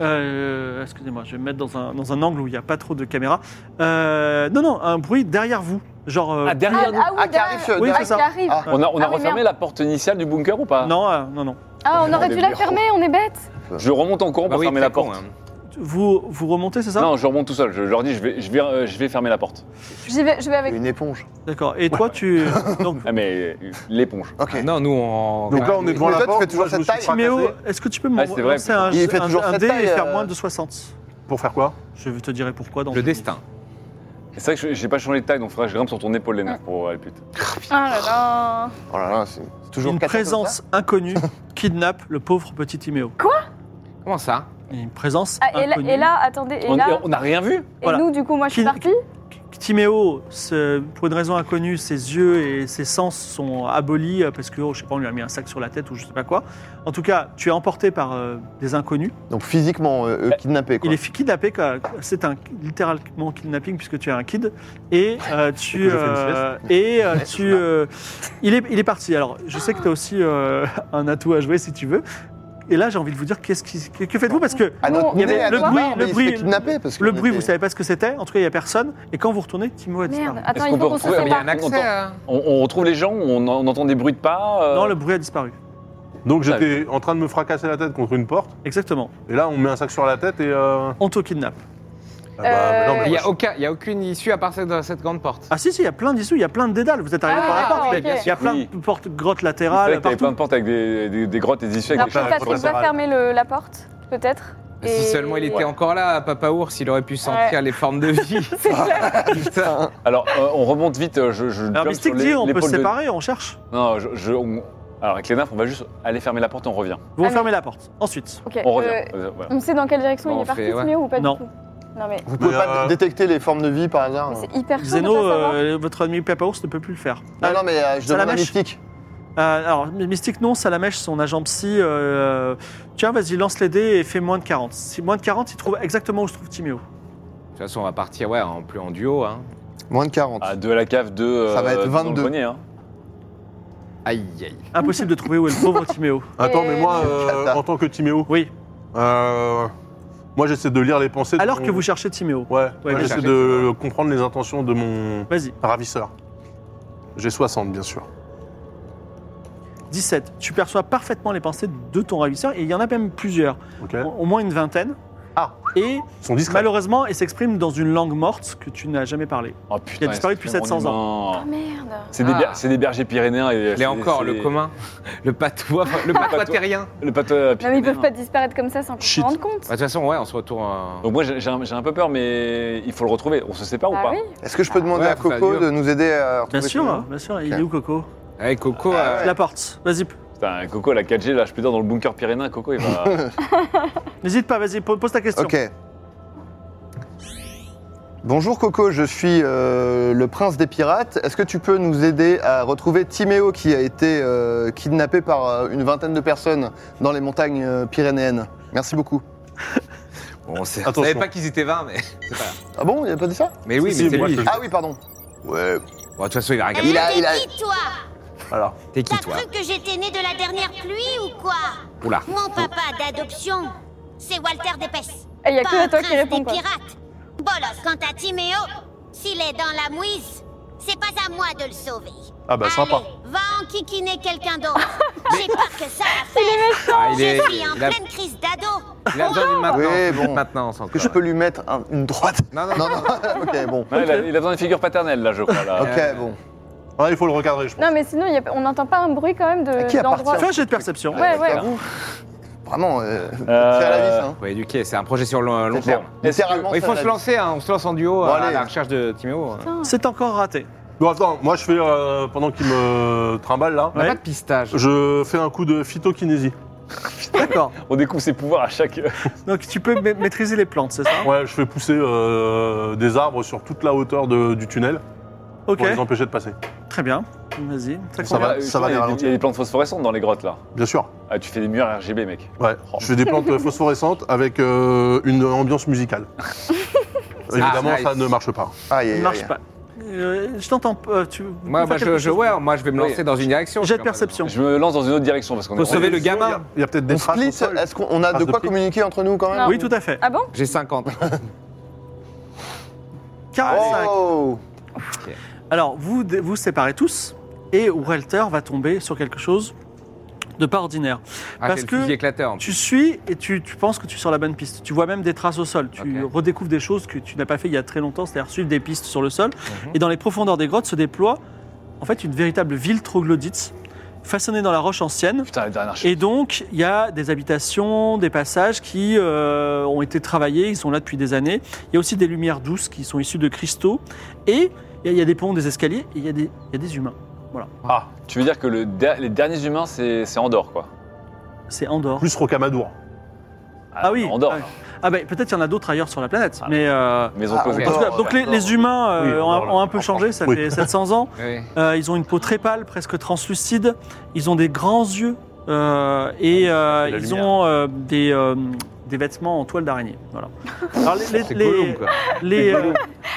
Speaker 1: Euh, Excusez-moi, je vais me mettre dans un, dans un angle où il n'y a pas trop de caméra. Euh, non, non, un bruit derrière vous. Genre. euh,
Speaker 6: Ah,
Speaker 3: Ah,
Speaker 6: derrière nous.
Speaker 3: ah oui,
Speaker 2: Ah, qui
Speaker 3: derrière-
Speaker 2: arrive sur-
Speaker 1: Oui,
Speaker 3: ah,
Speaker 1: c'est ça.
Speaker 3: qui arrive.
Speaker 2: Ah.
Speaker 6: On a, on a
Speaker 3: Ah oui,
Speaker 6: refermé
Speaker 3: merde.
Speaker 6: la porte initiale du bunker ou pas
Speaker 1: Non, euh, non, non.
Speaker 3: Ah, on aurait dû la
Speaker 6: Merde.
Speaker 3: fermer, on est bête.
Speaker 6: Je remonte en courant
Speaker 4: Bah
Speaker 6: pour
Speaker 4: oui,
Speaker 6: fermer
Speaker 4: très
Speaker 6: la
Speaker 4: con,
Speaker 6: porte.
Speaker 4: hein.
Speaker 1: Vous, vous remontez, c'est ça
Speaker 6: Non, je remonte tout seul. Je leur dis, je vais, je vais, euh, je vais fermer la porte.
Speaker 3: J'y vais, je vais avec.
Speaker 2: Une éponge.
Speaker 1: D'accord. Et toi, tu. Donc,
Speaker 6: Ah, mais euh, l'éponge.
Speaker 2: Ok.
Speaker 4: Non, nous on.
Speaker 5: Donc là on est devant
Speaker 2: Mais
Speaker 5: la
Speaker 2: toi, tu
Speaker 5: porte.
Speaker 2: fais toujours
Speaker 5: moi, je
Speaker 2: cette
Speaker 5: me suis
Speaker 2: taille.
Speaker 5: fracassé.
Speaker 1: Timéo, est-ce que tu peux me
Speaker 6: Ah, c'est vrai,
Speaker 1: lancer un,
Speaker 2: Il fait
Speaker 1: un-
Speaker 2: toujours
Speaker 1: un
Speaker 2: cette
Speaker 1: dé et
Speaker 2: taille,
Speaker 1: faire
Speaker 2: euh.
Speaker 1: moins de 60
Speaker 5: Pour faire quoi
Speaker 1: Je te dirai pourquoi dans
Speaker 4: Le
Speaker 1: une
Speaker 4: destin.
Speaker 6: C'est vrai que je- j'ai pas changé de taille, donc faudra que je grimpe sur ton épaule, les mecs, pour aller plus vite.
Speaker 3: Ah là là.
Speaker 2: Oh là là, c'est c'est toujours
Speaker 1: Une
Speaker 2: quatre personnes,
Speaker 1: présence inconnue kidnappe le pauvre petit Timéo.
Speaker 4: Comment ça
Speaker 1: Une présence
Speaker 3: Ah, et, là,
Speaker 1: inconnue.
Speaker 3: et là, attendez, et
Speaker 6: On
Speaker 3: là,
Speaker 6: on n'a rien vu
Speaker 3: et
Speaker 1: voilà.
Speaker 3: nous, du coup, moi, je suis
Speaker 1: Qui-
Speaker 3: partie.
Speaker 1: Timéo, ce- pour une raison inconnue, ses yeux et ses sens sont abolis euh, parce que, oh, je sais pas, on lui a mis un sac sur la tête ou je sais pas quoi. En tout cas, tu es emporté par euh, des inconnus.
Speaker 2: ça Donc physiquement, euh, euh, kidnappé quoi.
Speaker 1: Bah, Il est fi- kidnappé, quoi. c'est un littéralement kidnapping puisque tu es un kid. Et euh,
Speaker 5: Et que
Speaker 1: tu.
Speaker 5: je fais une
Speaker 1: euh, et euh,
Speaker 4: Ouais, c'est
Speaker 1: tu.
Speaker 4: ça.
Speaker 1: euh, il, est, il est parti. Alors, je sais que tu as aussi euh, un atout à jouer si tu veux. Et là, j'ai envie de vous dire, qu'est-ce qui, que, que faites-vous Parce que
Speaker 2: À
Speaker 3: Non,
Speaker 2: notre
Speaker 3: il y avait
Speaker 2: nez, à
Speaker 3: le
Speaker 2: notre
Speaker 1: bruit,
Speaker 2: barbe,
Speaker 1: le
Speaker 2: Ah, il se
Speaker 1: bruit,
Speaker 2: fait kidnapper parce que
Speaker 1: le bruit, vous savez pas ce que c'était. En tout cas, il n'y a personne. Et quand vous retournez, Timéo est disparu.
Speaker 3: Merde, attends,
Speaker 6: qu'on
Speaker 3: il
Speaker 6: peut
Speaker 3: faut qu'on se
Speaker 6: retrouver-
Speaker 4: Il y a
Speaker 3: sépare.
Speaker 4: un accès. hein.
Speaker 6: On, on retrouve les gens, on, en- on entend des bruits de pas. euh,
Speaker 1: Non, le bruit a disparu.
Speaker 5: Donc
Speaker 6: Ah,
Speaker 5: j'étais en train de me fracasser la tête contre une porte,
Speaker 1: Exactement.
Speaker 5: et là on me met un sac sur la tête et. euh,
Speaker 1: On te kidnappe.
Speaker 5: ah bah, mais non, mais
Speaker 4: Euh, Il n'y
Speaker 5: moi,
Speaker 4: a, aucun- il y a aucune issue à partir de cette grande porte.
Speaker 1: Ah si, si, il y a plein d'issues, il y a plein de dédales. Vous êtes arrivé
Speaker 3: Ah,
Speaker 1: par la porte.
Speaker 3: ok.
Speaker 1: mais Il y a plein
Speaker 6: Oui.
Speaker 1: de portes, grottes
Speaker 6: Ah,
Speaker 1: latérales,
Speaker 6: il y
Speaker 1: partout.
Speaker 6: plein de portes avec des, des- des grottes et des issues avec
Speaker 3: Alors
Speaker 6: des
Speaker 3: peut-être
Speaker 5: pour
Speaker 3: qu'on
Speaker 5: la
Speaker 3: va
Speaker 5: morale.
Speaker 3: fermer le- la porte, peut-être.
Speaker 4: Si
Speaker 3: Et-
Speaker 4: seulement il était
Speaker 3: Ouais.
Speaker 4: encore là, Papa Ours, il aurait pu sentir les formes de vie.
Speaker 3: C'est clair.
Speaker 4: Putain.
Speaker 6: Alors, euh, on remonte vite. euh, Je, je
Speaker 1: Alors
Speaker 6: jump
Speaker 1: Mystique
Speaker 6: sur les-
Speaker 1: dit, on peut
Speaker 6: l'épaule
Speaker 1: se
Speaker 6: de-
Speaker 1: séparer, on cherche.
Speaker 6: Non, je, je- on- alors avec les nymphes, on va juste aller fermer la porte et on revient.
Speaker 1: Vous
Speaker 3: Ah,
Speaker 1: fermez la porte. Ensuite,
Speaker 3: Ok,
Speaker 6: On revient.
Speaker 3: euh,
Speaker 6: Euh, voilà.
Speaker 3: on sait dans quelle direction
Speaker 4: Bon,
Speaker 3: il
Speaker 4: on
Speaker 3: est parti,
Speaker 4: fait, ouais.
Speaker 3: ce Méo, ou pas
Speaker 1: Non.
Speaker 3: du tout Non mais,
Speaker 2: Vous pouvez
Speaker 5: Mais,
Speaker 2: pas
Speaker 5: euh,
Speaker 2: détecter les formes de vie par hasard
Speaker 3: mais c'est hyper chaud de
Speaker 1: Zeno,
Speaker 3: pas savoir. Ah
Speaker 1: euh, votre ami Papa Ours ne peut plus le faire.
Speaker 2: Non, non, mais euh, je
Speaker 1: Ça la
Speaker 2: demande un
Speaker 1: mèche.
Speaker 2: mystique.
Speaker 1: Euh, alors, Mystique, non, Salamèche, son agent psy. euh, tiens, vas-y, lance les dés et fais moins de 40. Si moins de 40, il trouve exactement où se trouve Timéo.
Speaker 4: De toute façon, on va partir ouais, en, plus en duo. Hein.
Speaker 2: Moins de 40.
Speaker 6: Ah, deux à la cave, deux.
Speaker 2: Ça va être
Speaker 6: dans le
Speaker 2: 22.
Speaker 6: grenier, hein.
Speaker 4: Aïe, aïe.
Speaker 1: Impossible de trouver où est le pauvre Timéo.
Speaker 5: Attends, mais moi,
Speaker 3: Et-
Speaker 5: euh,
Speaker 2: Cata.
Speaker 5: en tant que Timéo,
Speaker 1: Oui,
Speaker 5: euh, moi j'essaie de lire les pensées. de
Speaker 1: alors
Speaker 5: mon-
Speaker 1: que vous cherchez Timéo.
Speaker 5: Ouais, moi,
Speaker 1: mais
Speaker 5: j'essaie
Speaker 4: cherchez.
Speaker 5: de comprendre les intentions de mon
Speaker 1: Vas-y,
Speaker 5: ravisseur. J'ai 60, bien sûr.
Speaker 1: 17. Tu perçois parfaitement les pensées de ton ravisseur, et il y en a même plusieurs,
Speaker 5: Ok.
Speaker 1: au- au moins une vingtaine.
Speaker 5: Ah.
Speaker 1: Et
Speaker 5: Ils sont discrets.
Speaker 1: malheureusement, ils s'expriment dans une langue morte que tu n'as jamais parlé.
Speaker 6: Oh putain.
Speaker 1: Il a disparu depuis
Speaker 6: c'est un
Speaker 1: 700 ans.
Speaker 6: monument.
Speaker 3: Oh merde.
Speaker 6: C'est des,
Speaker 4: Ah.
Speaker 6: ber- c'est des bergers pyrénéens. Et
Speaker 4: Je l'ai
Speaker 6: c'est-
Speaker 4: encore, le
Speaker 6: c'est-
Speaker 4: commun. Le patois, le patois terrien.
Speaker 6: Le patois
Speaker 3: Non mais
Speaker 6: pyrénéen.
Speaker 3: ils peuvent pas disparaître comme ça sans qu'on
Speaker 5: Shit.
Speaker 3: s'en rende compte.
Speaker 4: Bah, De toute façon, ouais, on se retourne. euh,
Speaker 6: Donc moi j'ai j'ai un, j'ai un peu peur, mais il faut le retrouver. On se sépare ou
Speaker 3: Ah
Speaker 6: pas
Speaker 3: oui.
Speaker 2: Est-ce que je peux demander
Speaker 4: ouais,
Speaker 2: à
Speaker 4: faut faire
Speaker 2: Coco
Speaker 4: dur.
Speaker 2: de nous aider à retrouver
Speaker 1: Bien sûr, hein.
Speaker 2: Timéo
Speaker 1: bien sûr. Il
Speaker 2: Ok.
Speaker 1: est où, Coco
Speaker 4: Avec Coco, euh,
Speaker 1: La porte. Vas-y, p-
Speaker 6: Putain, Coco, la 4G, là, je peux dire dans le bunker pyrénéen, Coco, il va.
Speaker 1: n'hésite pas, vas-y, po- pose ta question.
Speaker 2: Ok. Bonjour Coco, je suis euh, le prince des pirates. Est-ce que tu peux nous aider à retrouver Timéo qui a été euh, kidnappé par euh, une vingtaine de personnes dans les montagnes euh, pyrénéennes Merci beaucoup.
Speaker 4: bon, on sait-
Speaker 5: Attention.
Speaker 4: savait pas qu'ils étaient 20, mais c'est pas grave.
Speaker 2: Ah bon, il a pas dit ça
Speaker 4: Mais oui,
Speaker 5: Si,
Speaker 4: mais
Speaker 5: si,
Speaker 4: c'est
Speaker 5: moi,
Speaker 4: lui.
Speaker 5: je-
Speaker 4: Bon,
Speaker 2: Ah oui, pardon. Ouais.
Speaker 4: de toute façon, il va regarder.
Speaker 2: Il a, il a...
Speaker 8: T'es qui, toi
Speaker 5: Voilà.
Speaker 4: T'es qui,
Speaker 8: T'as
Speaker 4: toi
Speaker 8: cru que j'étais né de la dernière pluie ou quoi
Speaker 4: Oula.
Speaker 8: Mon papa d'adoption, c'est Walter Dépès.
Speaker 3: Et il y a que
Speaker 8: Pas un
Speaker 3: toi
Speaker 8: prince
Speaker 3: qui réponds
Speaker 8: des
Speaker 3: quoi.
Speaker 8: pirates. Bolos, quant à Timéo, s'il est dans la mouise, c'est pas à moi de le sauver.
Speaker 5: Ah bah,
Speaker 8: Allez,
Speaker 5: sympa.
Speaker 8: va enquiquiner quelqu'un d'autre. J'ai peur que ça la fasse.
Speaker 4: Ah, il, est,
Speaker 8: Je suis en
Speaker 4: il a,
Speaker 8: pleine crise d'ado.
Speaker 4: il a besoin d'une maintenance.
Speaker 2: Oui, bon.
Speaker 4: maintenance
Speaker 2: Est-ce que je
Speaker 4: encore.
Speaker 2: peux lui mettre un- une droite
Speaker 4: Non, non,
Speaker 2: Non, non, ok, bon.
Speaker 6: Ouais, il, a, il a besoin d'une figure paternelle, là, je crois. Là.
Speaker 2: Ok,
Speaker 4: Euh,
Speaker 2: bon.
Speaker 5: Ah, il faut le recadrer, je pense.
Speaker 3: Non mais sinon il y a- on n'entend pas un bruit quand même
Speaker 2: À qui
Speaker 3: de
Speaker 2: appartient
Speaker 3: d'endroit.
Speaker 1: Fais un jet de perception.
Speaker 3: Ouais ouais.
Speaker 2: J'avoue, Vraiment, euh, c'est
Speaker 6: Euh,
Speaker 2: à la vis, hein.
Speaker 4: Faut éduquer, c'est un projet sur long, long
Speaker 2: C'est clair.
Speaker 4: terme.
Speaker 2: Littéralement,
Speaker 4: Ouais, il
Speaker 2: c'est
Speaker 4: faut
Speaker 2: à la
Speaker 4: se
Speaker 2: vis.
Speaker 4: lancer, hein, on se lance en duo
Speaker 2: Bon,
Speaker 4: à
Speaker 2: allez.
Speaker 4: la recherche de Timéo. hein.
Speaker 3: Putain.
Speaker 1: C'est encore raté.
Speaker 5: Bon, attends, moi je fais, euh, pendant qu'il me trimballe là,
Speaker 4: On n'a
Speaker 1: Ouais.
Speaker 4: pas de pistage.
Speaker 5: je fais un coup de phytokinésie.
Speaker 1: D'accord.
Speaker 6: On découvre ses pouvoirs à chaque.
Speaker 1: Donc tu peux ma- maîtriser les plantes, c'est ça
Speaker 5: Ouais, je fais pousser euh, des arbres sur toute la hauteur de- du tunnel
Speaker 1: Ok,
Speaker 5: pour les empêcher de passer.
Speaker 1: très bien. Vas-y. Ça
Speaker 5: Ça
Speaker 1: convient.
Speaker 5: va,
Speaker 6: Je
Speaker 5: ça va les
Speaker 6: crois qu'il y a des- Il y
Speaker 5: ralentir.
Speaker 6: a des plantes phosphorescentes dans les grottes, là.
Speaker 5: Bien sûr.
Speaker 6: Ah, tu fais des murs RGB, mec.
Speaker 5: Ouais. Je fais des plantes phosphorescentes avec euh, une ambiance musicale. Évidemment,
Speaker 4: Ah, nice.
Speaker 5: ça ne marche pas.
Speaker 2: Aïe, aïe,
Speaker 1: Ça ne
Speaker 2: aïe.
Speaker 1: marche pas. Euh, je t'entends. euh, tu.
Speaker 4: Moi,
Speaker 1: peux
Speaker 4: bah,
Speaker 1: faire quelque
Speaker 4: je, je-
Speaker 1: chose
Speaker 4: ouais, moi, je vais me lancer
Speaker 6: Oui.
Speaker 4: dans une direction.
Speaker 1: Jet
Speaker 4: J'ai
Speaker 1: de perception.
Speaker 6: Je me lance dans une autre direction parce qu'on
Speaker 4: Faut
Speaker 6: est.
Speaker 4: sauver le
Speaker 5: Il y a-
Speaker 4: gamin.
Speaker 5: Il y a, peut-être des
Speaker 2: On
Speaker 5: traces. au
Speaker 2: split,
Speaker 5: sol.
Speaker 2: est-ce qu'on a
Speaker 5: Traces
Speaker 2: de
Speaker 5: de
Speaker 2: quoi
Speaker 5: pli.
Speaker 2: communiquer entre nous quand même
Speaker 3: Non.
Speaker 1: Oui, tout à fait.
Speaker 3: Ah bon
Speaker 4: J'ai 50.
Speaker 1: 45.
Speaker 2: Oh
Speaker 1: Alors, vous dé- vous séparez tous et Walter va tomber sur quelque chose de pas ordinaire.
Speaker 4: Ah,
Speaker 1: Parce
Speaker 4: j'ai le
Speaker 1: que-
Speaker 4: fusil éclateur.
Speaker 1: Tu suis et tu, tu penses que tu es sur la bonne piste. Tu vois même des traces au sol. Tu
Speaker 4: Ok.
Speaker 1: redécouvres des choses que tu n'as pas fait il y a très longtemps, c'est-à-dire suivre des pistes sur le sol. Et dans les profondeurs des grottes se déploie en fait une véritable ville troglodyte façonnée dans la roche ancienne.
Speaker 6: Putain, la dernière chose.
Speaker 1: Et donc, il y a des habitations, des passages qui euh, ont été travaillés, ils sont là depuis des années. Il y a aussi des lumières douces qui sont issues de cristaux. Et il y a- il y a des ponts, des escaliers, et il y a des, il y a des humains.
Speaker 6: Tu veux dire que le der- les derniers humains, c'est c'est Andorre, quoi.
Speaker 1: C'est Andorre.
Speaker 5: Plus Rocamadour.
Speaker 1: Ah oui.
Speaker 6: Andorre.
Speaker 1: Ah oui.
Speaker 6: là.
Speaker 1: Ah ben peut-être il y en a d'autres ailleurs sur la planète.
Speaker 6: Ah.
Speaker 1: mais euh,
Speaker 6: Maison
Speaker 2: Ah,
Speaker 6: cosmique.
Speaker 1: en tout cas, donc les, les humains euh,
Speaker 5: Oui,
Speaker 1: ont,
Speaker 5: Andorre, là.
Speaker 1: ont un peu changé, ça
Speaker 5: Oui.
Speaker 1: fait 700 ans.
Speaker 4: Oui.
Speaker 1: Euh, ils ont une peau très pâle, presque translucide. Ils ont des grands yeux euh, et euh,
Speaker 5: Ah, la
Speaker 1: ils
Speaker 5: lumière.
Speaker 1: ont euh, des, euh, des vêtements en toile d'araignée. Voilà. Alors les, les-
Speaker 4: C'est
Speaker 1: les-
Speaker 4: Gollum, quoi.
Speaker 1: les, euh,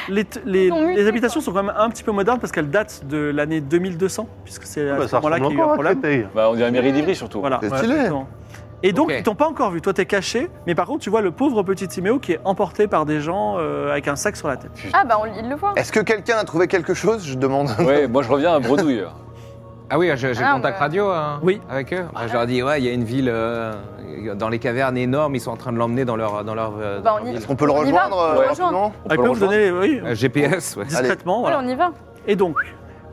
Speaker 1: les- les-
Speaker 3: Ils ont muté,
Speaker 1: les habitations sont quand même un petit peu modernes parce qu'elles datent de l'année 2200, puisque c'est à
Speaker 5: Bah,
Speaker 1: ce
Speaker 5: ça
Speaker 1: moment-là
Speaker 5: ressemble
Speaker 1: qu'il y a eu
Speaker 5: encore
Speaker 1: un
Speaker 5: à
Speaker 1: problème.
Speaker 5: Créteil.
Speaker 6: Bah, on dirait Mairie d'Ivry, surtout.
Speaker 1: Voilà,
Speaker 2: C'est
Speaker 1: voilà,
Speaker 2: stylé.
Speaker 1: exactement. Et donc,
Speaker 4: Ok.
Speaker 1: ils t'ont pas encore vu. Toi, t'es caché, mais par contre, tu vois le pauvre petit Timéo qui est emporté par des gens euh, avec un sac sur la tête.
Speaker 3: Ah bah on, il le voit.
Speaker 2: Est-ce que quelqu'un a trouvé quelque chose Je demande.
Speaker 6: Ouais, moi, je reviens à Bredouille.
Speaker 4: Ah oui, j'ai j'ai
Speaker 3: Ah,
Speaker 4: le contact
Speaker 3: bah.
Speaker 4: radio hein,
Speaker 1: Oui.
Speaker 4: avec eux. Bah, je leur dis, ouais, il y a une ville euh, dans les cavernes énormes, ils sont en train de l'emmener dans leur. Dans leur, euh,
Speaker 3: Bah,
Speaker 4: dans
Speaker 3: on
Speaker 4: leur
Speaker 3: y-
Speaker 4: ville.
Speaker 2: Est-ce qu'on peut le
Speaker 3: On y va,
Speaker 2: rejoindre
Speaker 3: on
Speaker 2: euh,
Speaker 3: le rejoint.
Speaker 2: rapidement
Speaker 1: Elle Ah, peut me donner les- oui,
Speaker 4: Euh, GPS, ouais.
Speaker 1: discrètement.
Speaker 3: Allez,
Speaker 1: voilà.
Speaker 3: on y va.
Speaker 1: Et donc,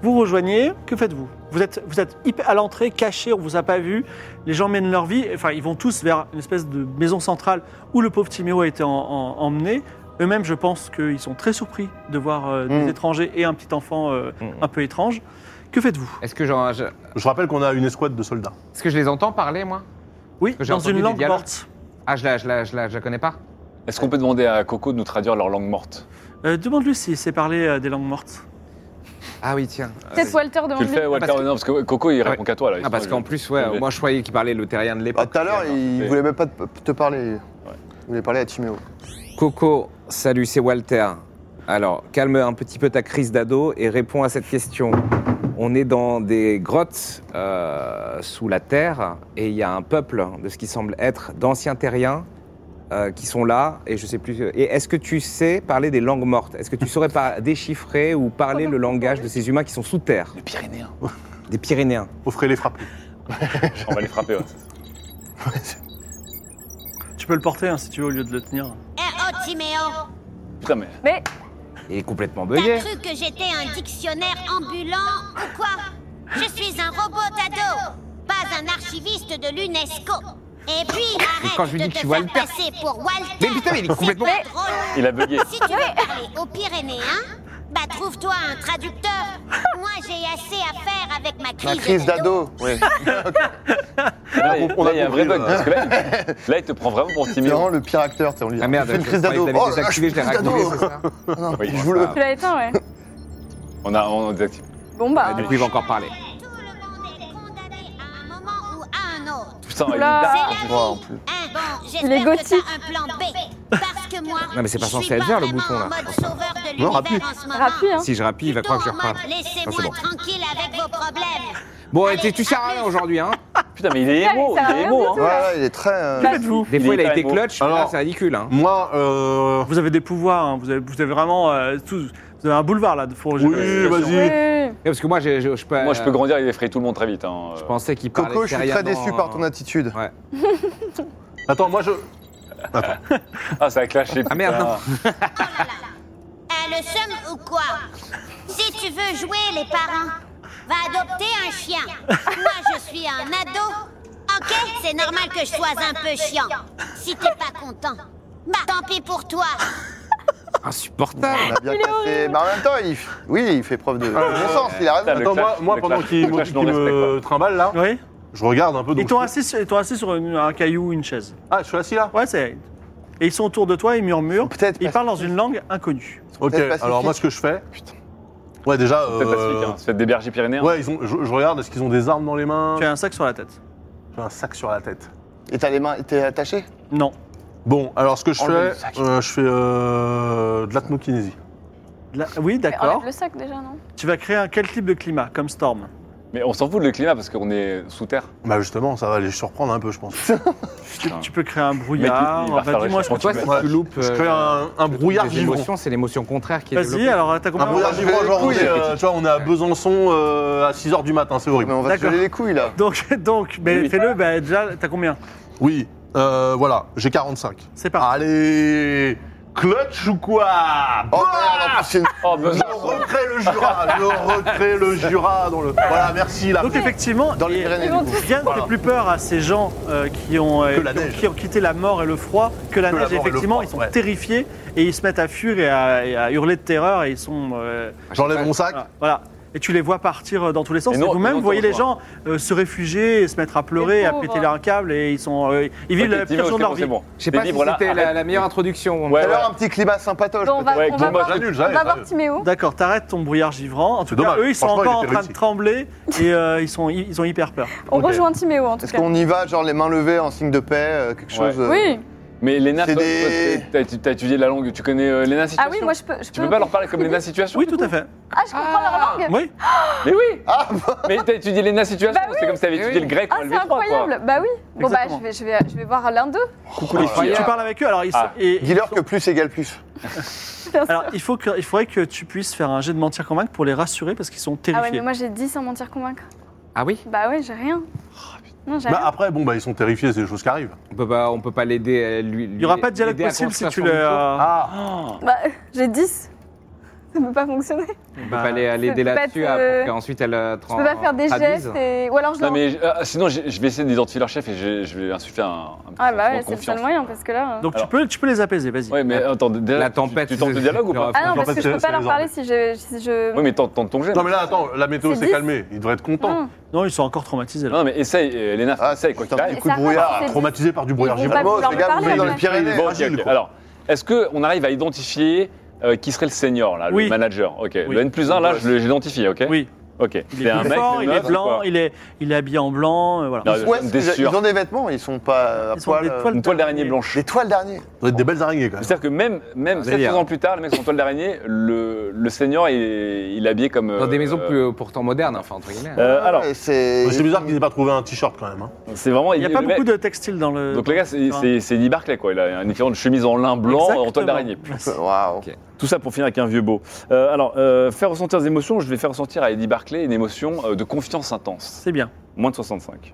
Speaker 1: vous rejoignez, que faites-vous vous êtes, vous êtes hyper à l'entrée, caché, on vous a pas vu. Les gens mènent leur vie, enfin, ils vont tous vers une espèce de maison centrale où le pauvre Timéo a été en- en- emmené. Eux-mêmes, je pense qu'ils sont très surpris de voir euh, des
Speaker 4: Hmm.
Speaker 2: Mm.
Speaker 1: étrangers et un petit enfant euh,
Speaker 4: Mm.
Speaker 1: un peu étrange. Que faites-vous
Speaker 4: Est-ce que, genre, je...
Speaker 5: Je rappelle qu'on a une escouade de soldats.
Speaker 4: Est-ce que je les entends parler, moi
Speaker 1: Oui,
Speaker 4: que j'ai
Speaker 1: dans
Speaker 4: entendu
Speaker 1: une
Speaker 4: des
Speaker 1: langue
Speaker 4: dialogues.
Speaker 1: morte.
Speaker 4: Ah, je la, je, la, je, la, je la connais pas
Speaker 6: Est-ce qu'on peut demander à Coco de nous traduire leur langue morte
Speaker 1: Euh, Demande-lui s'il sait parler euh, des langues mortes.
Speaker 4: Ah oui, tiens.
Speaker 3: Peut-être Walter
Speaker 6: Tu le
Speaker 3: demande-lui.
Speaker 6: fais, Walter
Speaker 4: parce que-
Speaker 6: Non, parce que Coco, il
Speaker 4: Ah,
Speaker 6: répond qu'à toi. Là,
Speaker 4: Ah, parce qu'en plus, ouais,
Speaker 6: Oui.
Speaker 4: moi je croyais qu'ils parlaient le terrien de
Speaker 2: Bah,
Speaker 4: l'époque.
Speaker 2: Tout à l'heure, il
Speaker 6: Ouais.
Speaker 2: voulait même pas te te parler. Il voulait parler à Timéo.
Speaker 4: Coco, salut, c'est Walter. Alors, calme un petit peu ta crise d'ado et réponds à cette question. On est dans des grottes euh, sous la terre et il y a un peuple de ce qui semble être d'anciens terriens euh, qui sont là et je sais plus. Et est-ce que tu sais parler des langues mortes Est-ce que tu saurais pas déchiffrer ou parler le langage de ces humains qui sont sous terre,
Speaker 6: Le Pyrénéen.
Speaker 4: des Pyrénéens
Speaker 5: Offrez les frappes.
Speaker 6: On va les frapper. ouais.
Speaker 1: Tu peux le porter hein, si tu veux au lieu de le tenir.
Speaker 8: Eh oh, Timéo
Speaker 6: Putain, mais
Speaker 3: Mais
Speaker 4: Il est complètement
Speaker 8: T'as
Speaker 4: bugué.
Speaker 8: cru que j'étais un dictionnaire ambulant ou quoi Je suis un robot d'ado, pas un archiviste de l'UNESCO. Et puis, arrête
Speaker 4: quand je lui
Speaker 8: de
Speaker 4: dis que je
Speaker 8: te
Speaker 4: suis
Speaker 8: faire
Speaker 4: Walter-
Speaker 8: passer pour Walter.
Speaker 4: Mais putain, mais il est
Speaker 8: C'est
Speaker 4: complètement-
Speaker 8: pas drôle.
Speaker 6: il a bugué.
Speaker 8: Si tu veux parler aux Pyrénéens, bah trouve-toi un traducteur. Moi, j'ai assez à faire avec ma crise,
Speaker 2: Ma crise d'ado. Oui.
Speaker 6: Là, il-
Speaker 5: on a
Speaker 6: là, il y a un vrai
Speaker 5: compris,
Speaker 6: bug. Parce que là, il- là, il te prend vraiment pour
Speaker 2: C'est
Speaker 6: Timéo.
Speaker 2: vraiment le pire acteur. tu sais, On lui dit,
Speaker 4: Ah merde,
Speaker 2: tu fais une
Speaker 4: je
Speaker 2: crise
Speaker 4: croyais
Speaker 2: d'ado.
Speaker 4: que t'avais
Speaker 2: Oh, là,
Speaker 4: désactivé,
Speaker 2: je
Speaker 4: je l'ai
Speaker 2: suis crise
Speaker 4: réactivé,
Speaker 2: d'ado.
Speaker 4: c'est ça
Speaker 2: Non,
Speaker 6: Oui,
Speaker 2: je
Speaker 6: bon,
Speaker 2: vous le.
Speaker 6: ça-
Speaker 3: tu l'as éteint, ouais.
Speaker 6: On a, on désactive.
Speaker 3: Bon, bah.
Speaker 4: Ah, Du coup, il va encore parler.
Speaker 8: Tout le monde est condamné à un moment ou à un autre.
Speaker 6: Putain, il est
Speaker 3: Oula.
Speaker 6: dark.
Speaker 8: C'est
Speaker 2: Oh,
Speaker 8: la
Speaker 2: en plus.
Speaker 8: Hein, bon,
Speaker 3: Il est
Speaker 8: j'espère que
Speaker 3: gothique.
Speaker 8: t'as un plan B. Parce que moi,
Speaker 4: Non, mais c'est pas
Speaker 8: je
Speaker 4: censé
Speaker 8: suis
Speaker 4: être vert, le
Speaker 8: vraiment
Speaker 4: bouton, là.
Speaker 8: en mode sauveur de
Speaker 2: Non,
Speaker 8: l'univers
Speaker 2: rapide.
Speaker 8: en ce moment.
Speaker 3: Rapide, hein.
Speaker 4: Si je rapide, il va
Speaker 8: Plutôt
Speaker 4: croire que je
Speaker 8: en mode,
Speaker 4: reparle. Non, c'est
Speaker 8: Laissez-moi
Speaker 4: bon.
Speaker 8: tranquille avec vos problèmes.
Speaker 4: Bon, et
Speaker 8: Allez,
Speaker 4: tu- tu sers à rien aujourd'hui, hein
Speaker 6: Putain, mais il est émo.
Speaker 3: Ça va
Speaker 6: Il est
Speaker 3: rien
Speaker 6: émo.
Speaker 3: du
Speaker 6: hein.
Speaker 3: tout.
Speaker 2: Ouais, ouais, il est très. euh,
Speaker 1: Que
Speaker 3: Bah,
Speaker 1: faites-vous
Speaker 4: Des
Speaker 6: Il
Speaker 4: fois,
Speaker 6: est
Speaker 4: il a
Speaker 6: pas
Speaker 4: été
Speaker 6: beau.
Speaker 4: clutch, mais là,
Speaker 5: Alors-
Speaker 4: c'est ridicule, hein
Speaker 5: Moi, euh,
Speaker 1: Vous avez des pouvoirs, hein, vous, avez, vous avez vraiment euh, tous- vous avez un boulevard là. Pour,
Speaker 5: Oui, vas-y.
Speaker 3: Oui, oui, oui.
Speaker 4: Eh, Parce que moi, j'ai- je, je peux.
Speaker 6: Moi, je peux
Speaker 4: euh,
Speaker 6: grandir et effrayer tout le monde très vite. hein.
Speaker 4: Je pensais qu'il parlait.
Speaker 2: Coco, je suis très
Speaker 4: sérieusement,
Speaker 2: déçu par ton
Speaker 4: hein.
Speaker 2: attitude.
Speaker 5: attends, moi je.
Speaker 6: Ah, ça a clashé.
Speaker 4: Ah, merde,
Speaker 6: putain.
Speaker 4: non.
Speaker 8: Oh là là. Euh, le seum ou quoi Si tu veux jouer, les parents, va adopter un chien. Moi, je suis un ado. Ok C'est normal que je sois un peu chiant. Si t'es pas content, bah tant pis pour toi.
Speaker 2: On
Speaker 3: Ah,
Speaker 4: Insupportable.
Speaker 2: a euh, bien cassé. Mais en même temps, il... oui, il fait preuve de de bon sens. Il a raison.
Speaker 6: Putain, le
Speaker 5: Attends, moi,
Speaker 6: clash,
Speaker 5: moi
Speaker 6: le
Speaker 5: pendant
Speaker 6: clash,
Speaker 5: qu'il
Speaker 6: le
Speaker 5: me,
Speaker 6: clash non
Speaker 5: qu'il
Speaker 6: respect,
Speaker 5: me trimballe là,
Speaker 1: Oui
Speaker 5: je regarde un peu.
Speaker 1: Ils
Speaker 5: Donc
Speaker 1: t'ont
Speaker 5: je-
Speaker 1: assis, sur- ils t'ont assis sur une- un caillou ou une chaise.
Speaker 5: Ah, je suis assis là
Speaker 1: Ouais, c'est. Et ils sont autour de toi, ils murmurent.
Speaker 2: Peut-être
Speaker 1: Ils
Speaker 2: pas-
Speaker 1: parlent dans une langue inconnue.
Speaker 5: Ok,
Speaker 2: peut-être pacifiques.
Speaker 5: alors moi ce que je fais. Ouais, déjà.
Speaker 6: C'est
Speaker 5: euh,
Speaker 6: pacifique, hein. C'est des bergers pyrénéens.
Speaker 5: Ouais, ils ont, je, je regarde, est-ce qu'ils ont des armes dans les mains
Speaker 1: Tu as un sac sur la tête.
Speaker 5: J'ai un sac sur la tête.
Speaker 2: Et t'as les mains, t'es attaché
Speaker 1: Non.
Speaker 5: Bon, alors ce que je
Speaker 2: Enlevez le
Speaker 5: fais,
Speaker 2: sac.
Speaker 5: euh, je fais euh, de l'atmokinésie.
Speaker 1: Là- Oui,
Speaker 3: Mais
Speaker 1: d'accord.
Speaker 3: Enlève le sac déjà, non
Speaker 1: Tu vas créer un quel type de climat Comme Storm.
Speaker 6: Mais on s'en fout de le climat parce qu'on est sous terre.
Speaker 5: Bah justement, ça va les surprendre un peu, je pense.
Speaker 1: Tu, tu peux créer un
Speaker 6: Mec,
Speaker 1: brouillard.
Speaker 6: il- il va
Speaker 1: Enfin,
Speaker 6: faire
Speaker 1: Dis-moi ce
Speaker 6: le choix.
Speaker 1: que
Speaker 4: Pour
Speaker 1: tu
Speaker 4: toi,
Speaker 1: veux.
Speaker 4: si
Speaker 5: Ouais,
Speaker 4: tu loupes.
Speaker 5: Je crée un, un brouillard
Speaker 4: les
Speaker 5: vivant.
Speaker 4: euh, émotions, c'est l'émotion contraire qui est
Speaker 1: Vas-y,
Speaker 4: développée.
Speaker 1: alors t'as
Speaker 5: Un
Speaker 1: combien
Speaker 5: brouillard
Speaker 2: j'ai
Speaker 5: vivant,
Speaker 2: les
Speaker 5: genre on
Speaker 2: couilles,
Speaker 5: est,
Speaker 2: euh,
Speaker 5: euh, tu vois, on est à Besançon euh, à 6h du matin, c'est
Speaker 2: Mais
Speaker 5: horrible.
Speaker 2: on va se
Speaker 1: D'accord.
Speaker 2: geler les couilles là.
Speaker 1: Donc, donc mais
Speaker 6: Oui.
Speaker 1: fais-le, bah, déjà, t'as combien
Speaker 5: Oui, euh, voilà, j'ai 45.
Speaker 1: C'est parti.
Speaker 5: Allez Clutch ou quoi
Speaker 2: Oh merde, en plus, c'est une-
Speaker 6: Oh,
Speaker 5: Je recrée le Jura, je recrée le Jura dans le. Voilà, merci la
Speaker 1: Donc, effectivement,
Speaker 2: Ah dans les
Speaker 1: et-
Speaker 2: Pyrénées.
Speaker 3: Ils vont
Speaker 2: du coup.
Speaker 1: rien ne fait plus peur à ces gens euh, qui, ont, euh,
Speaker 5: Que la
Speaker 1: qui ont-
Speaker 5: neige.
Speaker 1: qui ont quitté la mort et le froid que la
Speaker 5: Que la
Speaker 1: neige.
Speaker 5: mort et le
Speaker 1: effectivement,
Speaker 5: froid,
Speaker 1: ils sont
Speaker 5: ouais.
Speaker 1: terrifiés et ils se mettent à fuir et à, et à hurler de terreur et ils sont. euh,
Speaker 5: J'enlève mon sac.
Speaker 1: Voilà, voilà. Et tu les vois partir euh, dans tous les sens.
Speaker 6: Et
Speaker 1: Et
Speaker 6: non, et
Speaker 1: vous-même,
Speaker 6: non,
Speaker 1: vous voyez
Speaker 6: t'en
Speaker 1: les gens euh, se réfugier, et se mettre à pleurer,
Speaker 3: Les
Speaker 1: à
Speaker 3: pauvres.
Speaker 1: péter leur câble, et ils sont, euh, ils vivent la pire
Speaker 6: Timéo,
Speaker 1: jour de
Speaker 6: c'est
Speaker 1: leur
Speaker 6: bon,
Speaker 1: vie.
Speaker 6: c'est bon.
Speaker 4: Je sais
Speaker 6: T'es
Speaker 4: pas si
Speaker 6: libre, là,
Speaker 4: c'était la,
Speaker 6: arrête.
Speaker 4: la meilleure introduction.
Speaker 6: Ouais,
Speaker 2: Tout à
Speaker 6: ouais.
Speaker 2: l'heure, un petit climat sympatoche.
Speaker 3: Bon, on va,
Speaker 6: Ouais,
Speaker 3: on va
Speaker 6: dommage,
Speaker 3: voir,
Speaker 5: Ah, j'annule,
Speaker 3: on
Speaker 5: j'arrête,
Speaker 3: va voir
Speaker 5: j'arrête.
Speaker 3: Timéo.
Speaker 1: D'accord, t'arrêtes ton brouillard givrant. En tout cas,
Speaker 5: C'est dommage.
Speaker 1: eux, ils sont
Speaker 5: Franchement, il
Speaker 1: encore en
Speaker 5: était
Speaker 1: train
Speaker 5: réussi.
Speaker 1: de trembler et euh, ils, sont, ils ont hyper peur.
Speaker 3: On
Speaker 5: Ok.
Speaker 3: rejoint Timéo en tout
Speaker 2: Est-ce
Speaker 3: cas.
Speaker 2: qu'on y va, genre les mains levées en signe de paix, euh, quelque
Speaker 6: Ouais.
Speaker 2: chose euh,
Speaker 3: Oui.
Speaker 6: Mais Léna,
Speaker 2: C'est
Speaker 6: toi, toi,
Speaker 2: des-
Speaker 6: t'as- t'as t'as étudié la langue. Tu connais euh, Léna
Speaker 3: Ah
Speaker 6: Situation
Speaker 3: oui, moi je peux. Je
Speaker 6: Tu peux pas leur parler comme
Speaker 3: les
Speaker 6: Léna Situation
Speaker 1: Oui, tout à fait.
Speaker 3: Ah, je comprends leur langue.
Speaker 1: Oui,
Speaker 6: Mais oui Mais t'as étudié Léna Situation,
Speaker 3: Bah
Speaker 6: c'est comme si t'avais
Speaker 4: Eh
Speaker 6: étudié
Speaker 4: oui.
Speaker 6: le grec
Speaker 3: Ah,
Speaker 6: ou le
Speaker 3: c'est
Speaker 6: V3, quoi.
Speaker 3: incroyable. Bah oui. Bon, bah
Speaker 1: Exactement.
Speaker 3: je vais, je vais, je vais voir l'un d'eux.
Speaker 6: Coucou les
Speaker 1: Ah, tu,
Speaker 6: filles.
Speaker 1: tu parles avec eux. Alors, ils sont-
Speaker 6: Ah.
Speaker 1: et-
Speaker 2: Dis-leur que plus égale plus.
Speaker 3: bien sûr.
Speaker 1: alors il, faut que, il faudrait que tu puisses faire un jet de mentir convaincre pour les rassurer parce qu'ils sont
Speaker 3: Ah ouais,
Speaker 1: terrifiés.
Speaker 3: mais moi j'ai 10 sans mentir convaincre.
Speaker 4: Ah oui
Speaker 3: Bah ouais, j'ai rien. Non, j'ai
Speaker 5: Bah,
Speaker 3: rien.
Speaker 5: après, bon, bah, ils sont terrifiés, c'est des choses qui arrivent.
Speaker 4: On peut pas, on peut pas l'aider. euh, Lui,
Speaker 1: Il n'y aura pas de dialogue possible si tu euh, l'as.
Speaker 5: Ah,
Speaker 3: Bah, j'ai 10. Ça peut pas fonctionner.
Speaker 4: On peut
Speaker 1: Bah,
Speaker 4: pas l'a- l'aider
Speaker 3: c'est pas
Speaker 4: là-dessus
Speaker 3: être,
Speaker 4: euh, pour
Speaker 3: euh,
Speaker 4: qu'ensuite elle euh,
Speaker 3: Je peux pas
Speaker 4: tra-
Speaker 3: faire des
Speaker 4: traduise.
Speaker 3: gestes et... Ou alors je
Speaker 6: Non,
Speaker 3: leur-
Speaker 6: mais je- ah, sinon, j'ai- je vais essayer d'identifier leur chef et je, je vais insuffler un, un petit
Speaker 3: Ah bah
Speaker 6: sentiment
Speaker 3: ouais,
Speaker 6: de
Speaker 3: c'est le
Speaker 6: confiance.
Speaker 3: seul moyen parce que là... euh,
Speaker 1: Donc tu
Speaker 6: Alors.
Speaker 1: peux, tu peux les apaiser, vas-y.
Speaker 6: Ouais, mais euh, attends, déjà,
Speaker 4: La
Speaker 6: tu-
Speaker 4: tempête,
Speaker 6: Tu, tentes le dialogue ou pas
Speaker 4: Ah,
Speaker 3: Ah non, parce
Speaker 5: fait,
Speaker 3: que je peux
Speaker 5: c'est
Speaker 3: pas leur
Speaker 5: les
Speaker 3: parler si je... si je-
Speaker 6: Oui, mais tente, tente ton jet.
Speaker 5: non, mais là, attends, la météo
Speaker 3: C'est
Speaker 5: s'est
Speaker 3: dix.
Speaker 5: calmée. Ils devraient être contents.
Speaker 3: Non,
Speaker 1: Non, ils sont encore traumatisés là.
Speaker 6: Non, mais essaye, euh, Elena,
Speaker 2: Ah,
Speaker 6: essaye quoi
Speaker 2: putain,
Speaker 6: qu'il arrive.
Speaker 2: des
Speaker 3: Ça
Speaker 2: coups
Speaker 3: va,
Speaker 2: de brouillard.
Speaker 3: c'est-
Speaker 5: Traumatisés par du brouillard
Speaker 3: Ils vont
Speaker 5: givré.
Speaker 3: pas
Speaker 2: Vamos,
Speaker 3: vouloir
Speaker 2: les
Speaker 3: me
Speaker 2: gars, vous
Speaker 3: parler,
Speaker 2: êtes dans
Speaker 3: après.
Speaker 2: les Pyrénées.
Speaker 6: Bon,
Speaker 5: fragile,
Speaker 6: ok, ok.
Speaker 5: quoi.
Speaker 6: Alors, est-ce qu'on arrive à identifier euh, qui serait le senior, là,
Speaker 1: Oui.
Speaker 6: le manager Ok,
Speaker 1: Oui. Bah,
Speaker 6: le N plus 1, là, je l'ai- je l'identifie, ok
Speaker 1: Oui,
Speaker 6: Ok,
Speaker 1: il est, plus fort,
Speaker 6: une
Speaker 1: il est
Speaker 6: meuf,
Speaker 1: blanc,
Speaker 6: quoi.
Speaker 1: il est, il est habillé en blanc, euh, voilà.
Speaker 6: Non,
Speaker 2: Ils-
Speaker 6: Ah, je-
Speaker 2: ouais,
Speaker 6: je me
Speaker 2: ils-
Speaker 6: déssure.
Speaker 2: ils ont des vêtements, ils sont pas euh, à
Speaker 1: Ils sont
Speaker 2: poil.
Speaker 1: des
Speaker 2: euh,
Speaker 1: toiles-
Speaker 6: Une toile d'araignée blanche.
Speaker 2: Des toiles d'araignée.
Speaker 5: Ça doit être des belles araignées, quand même.
Speaker 6: C'est-à-dire que même, même
Speaker 4: Ah,
Speaker 6: 700
Speaker 4: délire.
Speaker 6: ans plus tard, les mecs sont en toile d'araignée, le, le senior, il est, il est habillé comme...
Speaker 4: Dans des
Speaker 6: euh,
Speaker 4: maisons plus, pourtant modernes, enfin entre guillemets. hein.
Speaker 6: Euh,
Speaker 2: Ouais,
Speaker 6: alors,
Speaker 2: c'est.
Speaker 5: C'est bizarre qu'ils aient pas trouvé un t-shirt, quand même. hein.
Speaker 6: c'est vraiment...
Speaker 1: Il n'y a
Speaker 6: le
Speaker 1: pas
Speaker 6: mec-
Speaker 1: beaucoup de textiles dans le.
Speaker 6: Donc le gars, c'est- c'est c'est Eddie Barclay, quoi. Il a un équivalent de chemise en lin blanc en toile d'araignée.
Speaker 2: Waouh.
Speaker 6: Tout ça pour finir avec un vieux beau. Euh, alors, euh, faire ressentir des émotions, je vais faire ressentir à Eddie Barclay une émotion euh, de confiance intense.
Speaker 1: C'est bien.
Speaker 6: Moins de 65.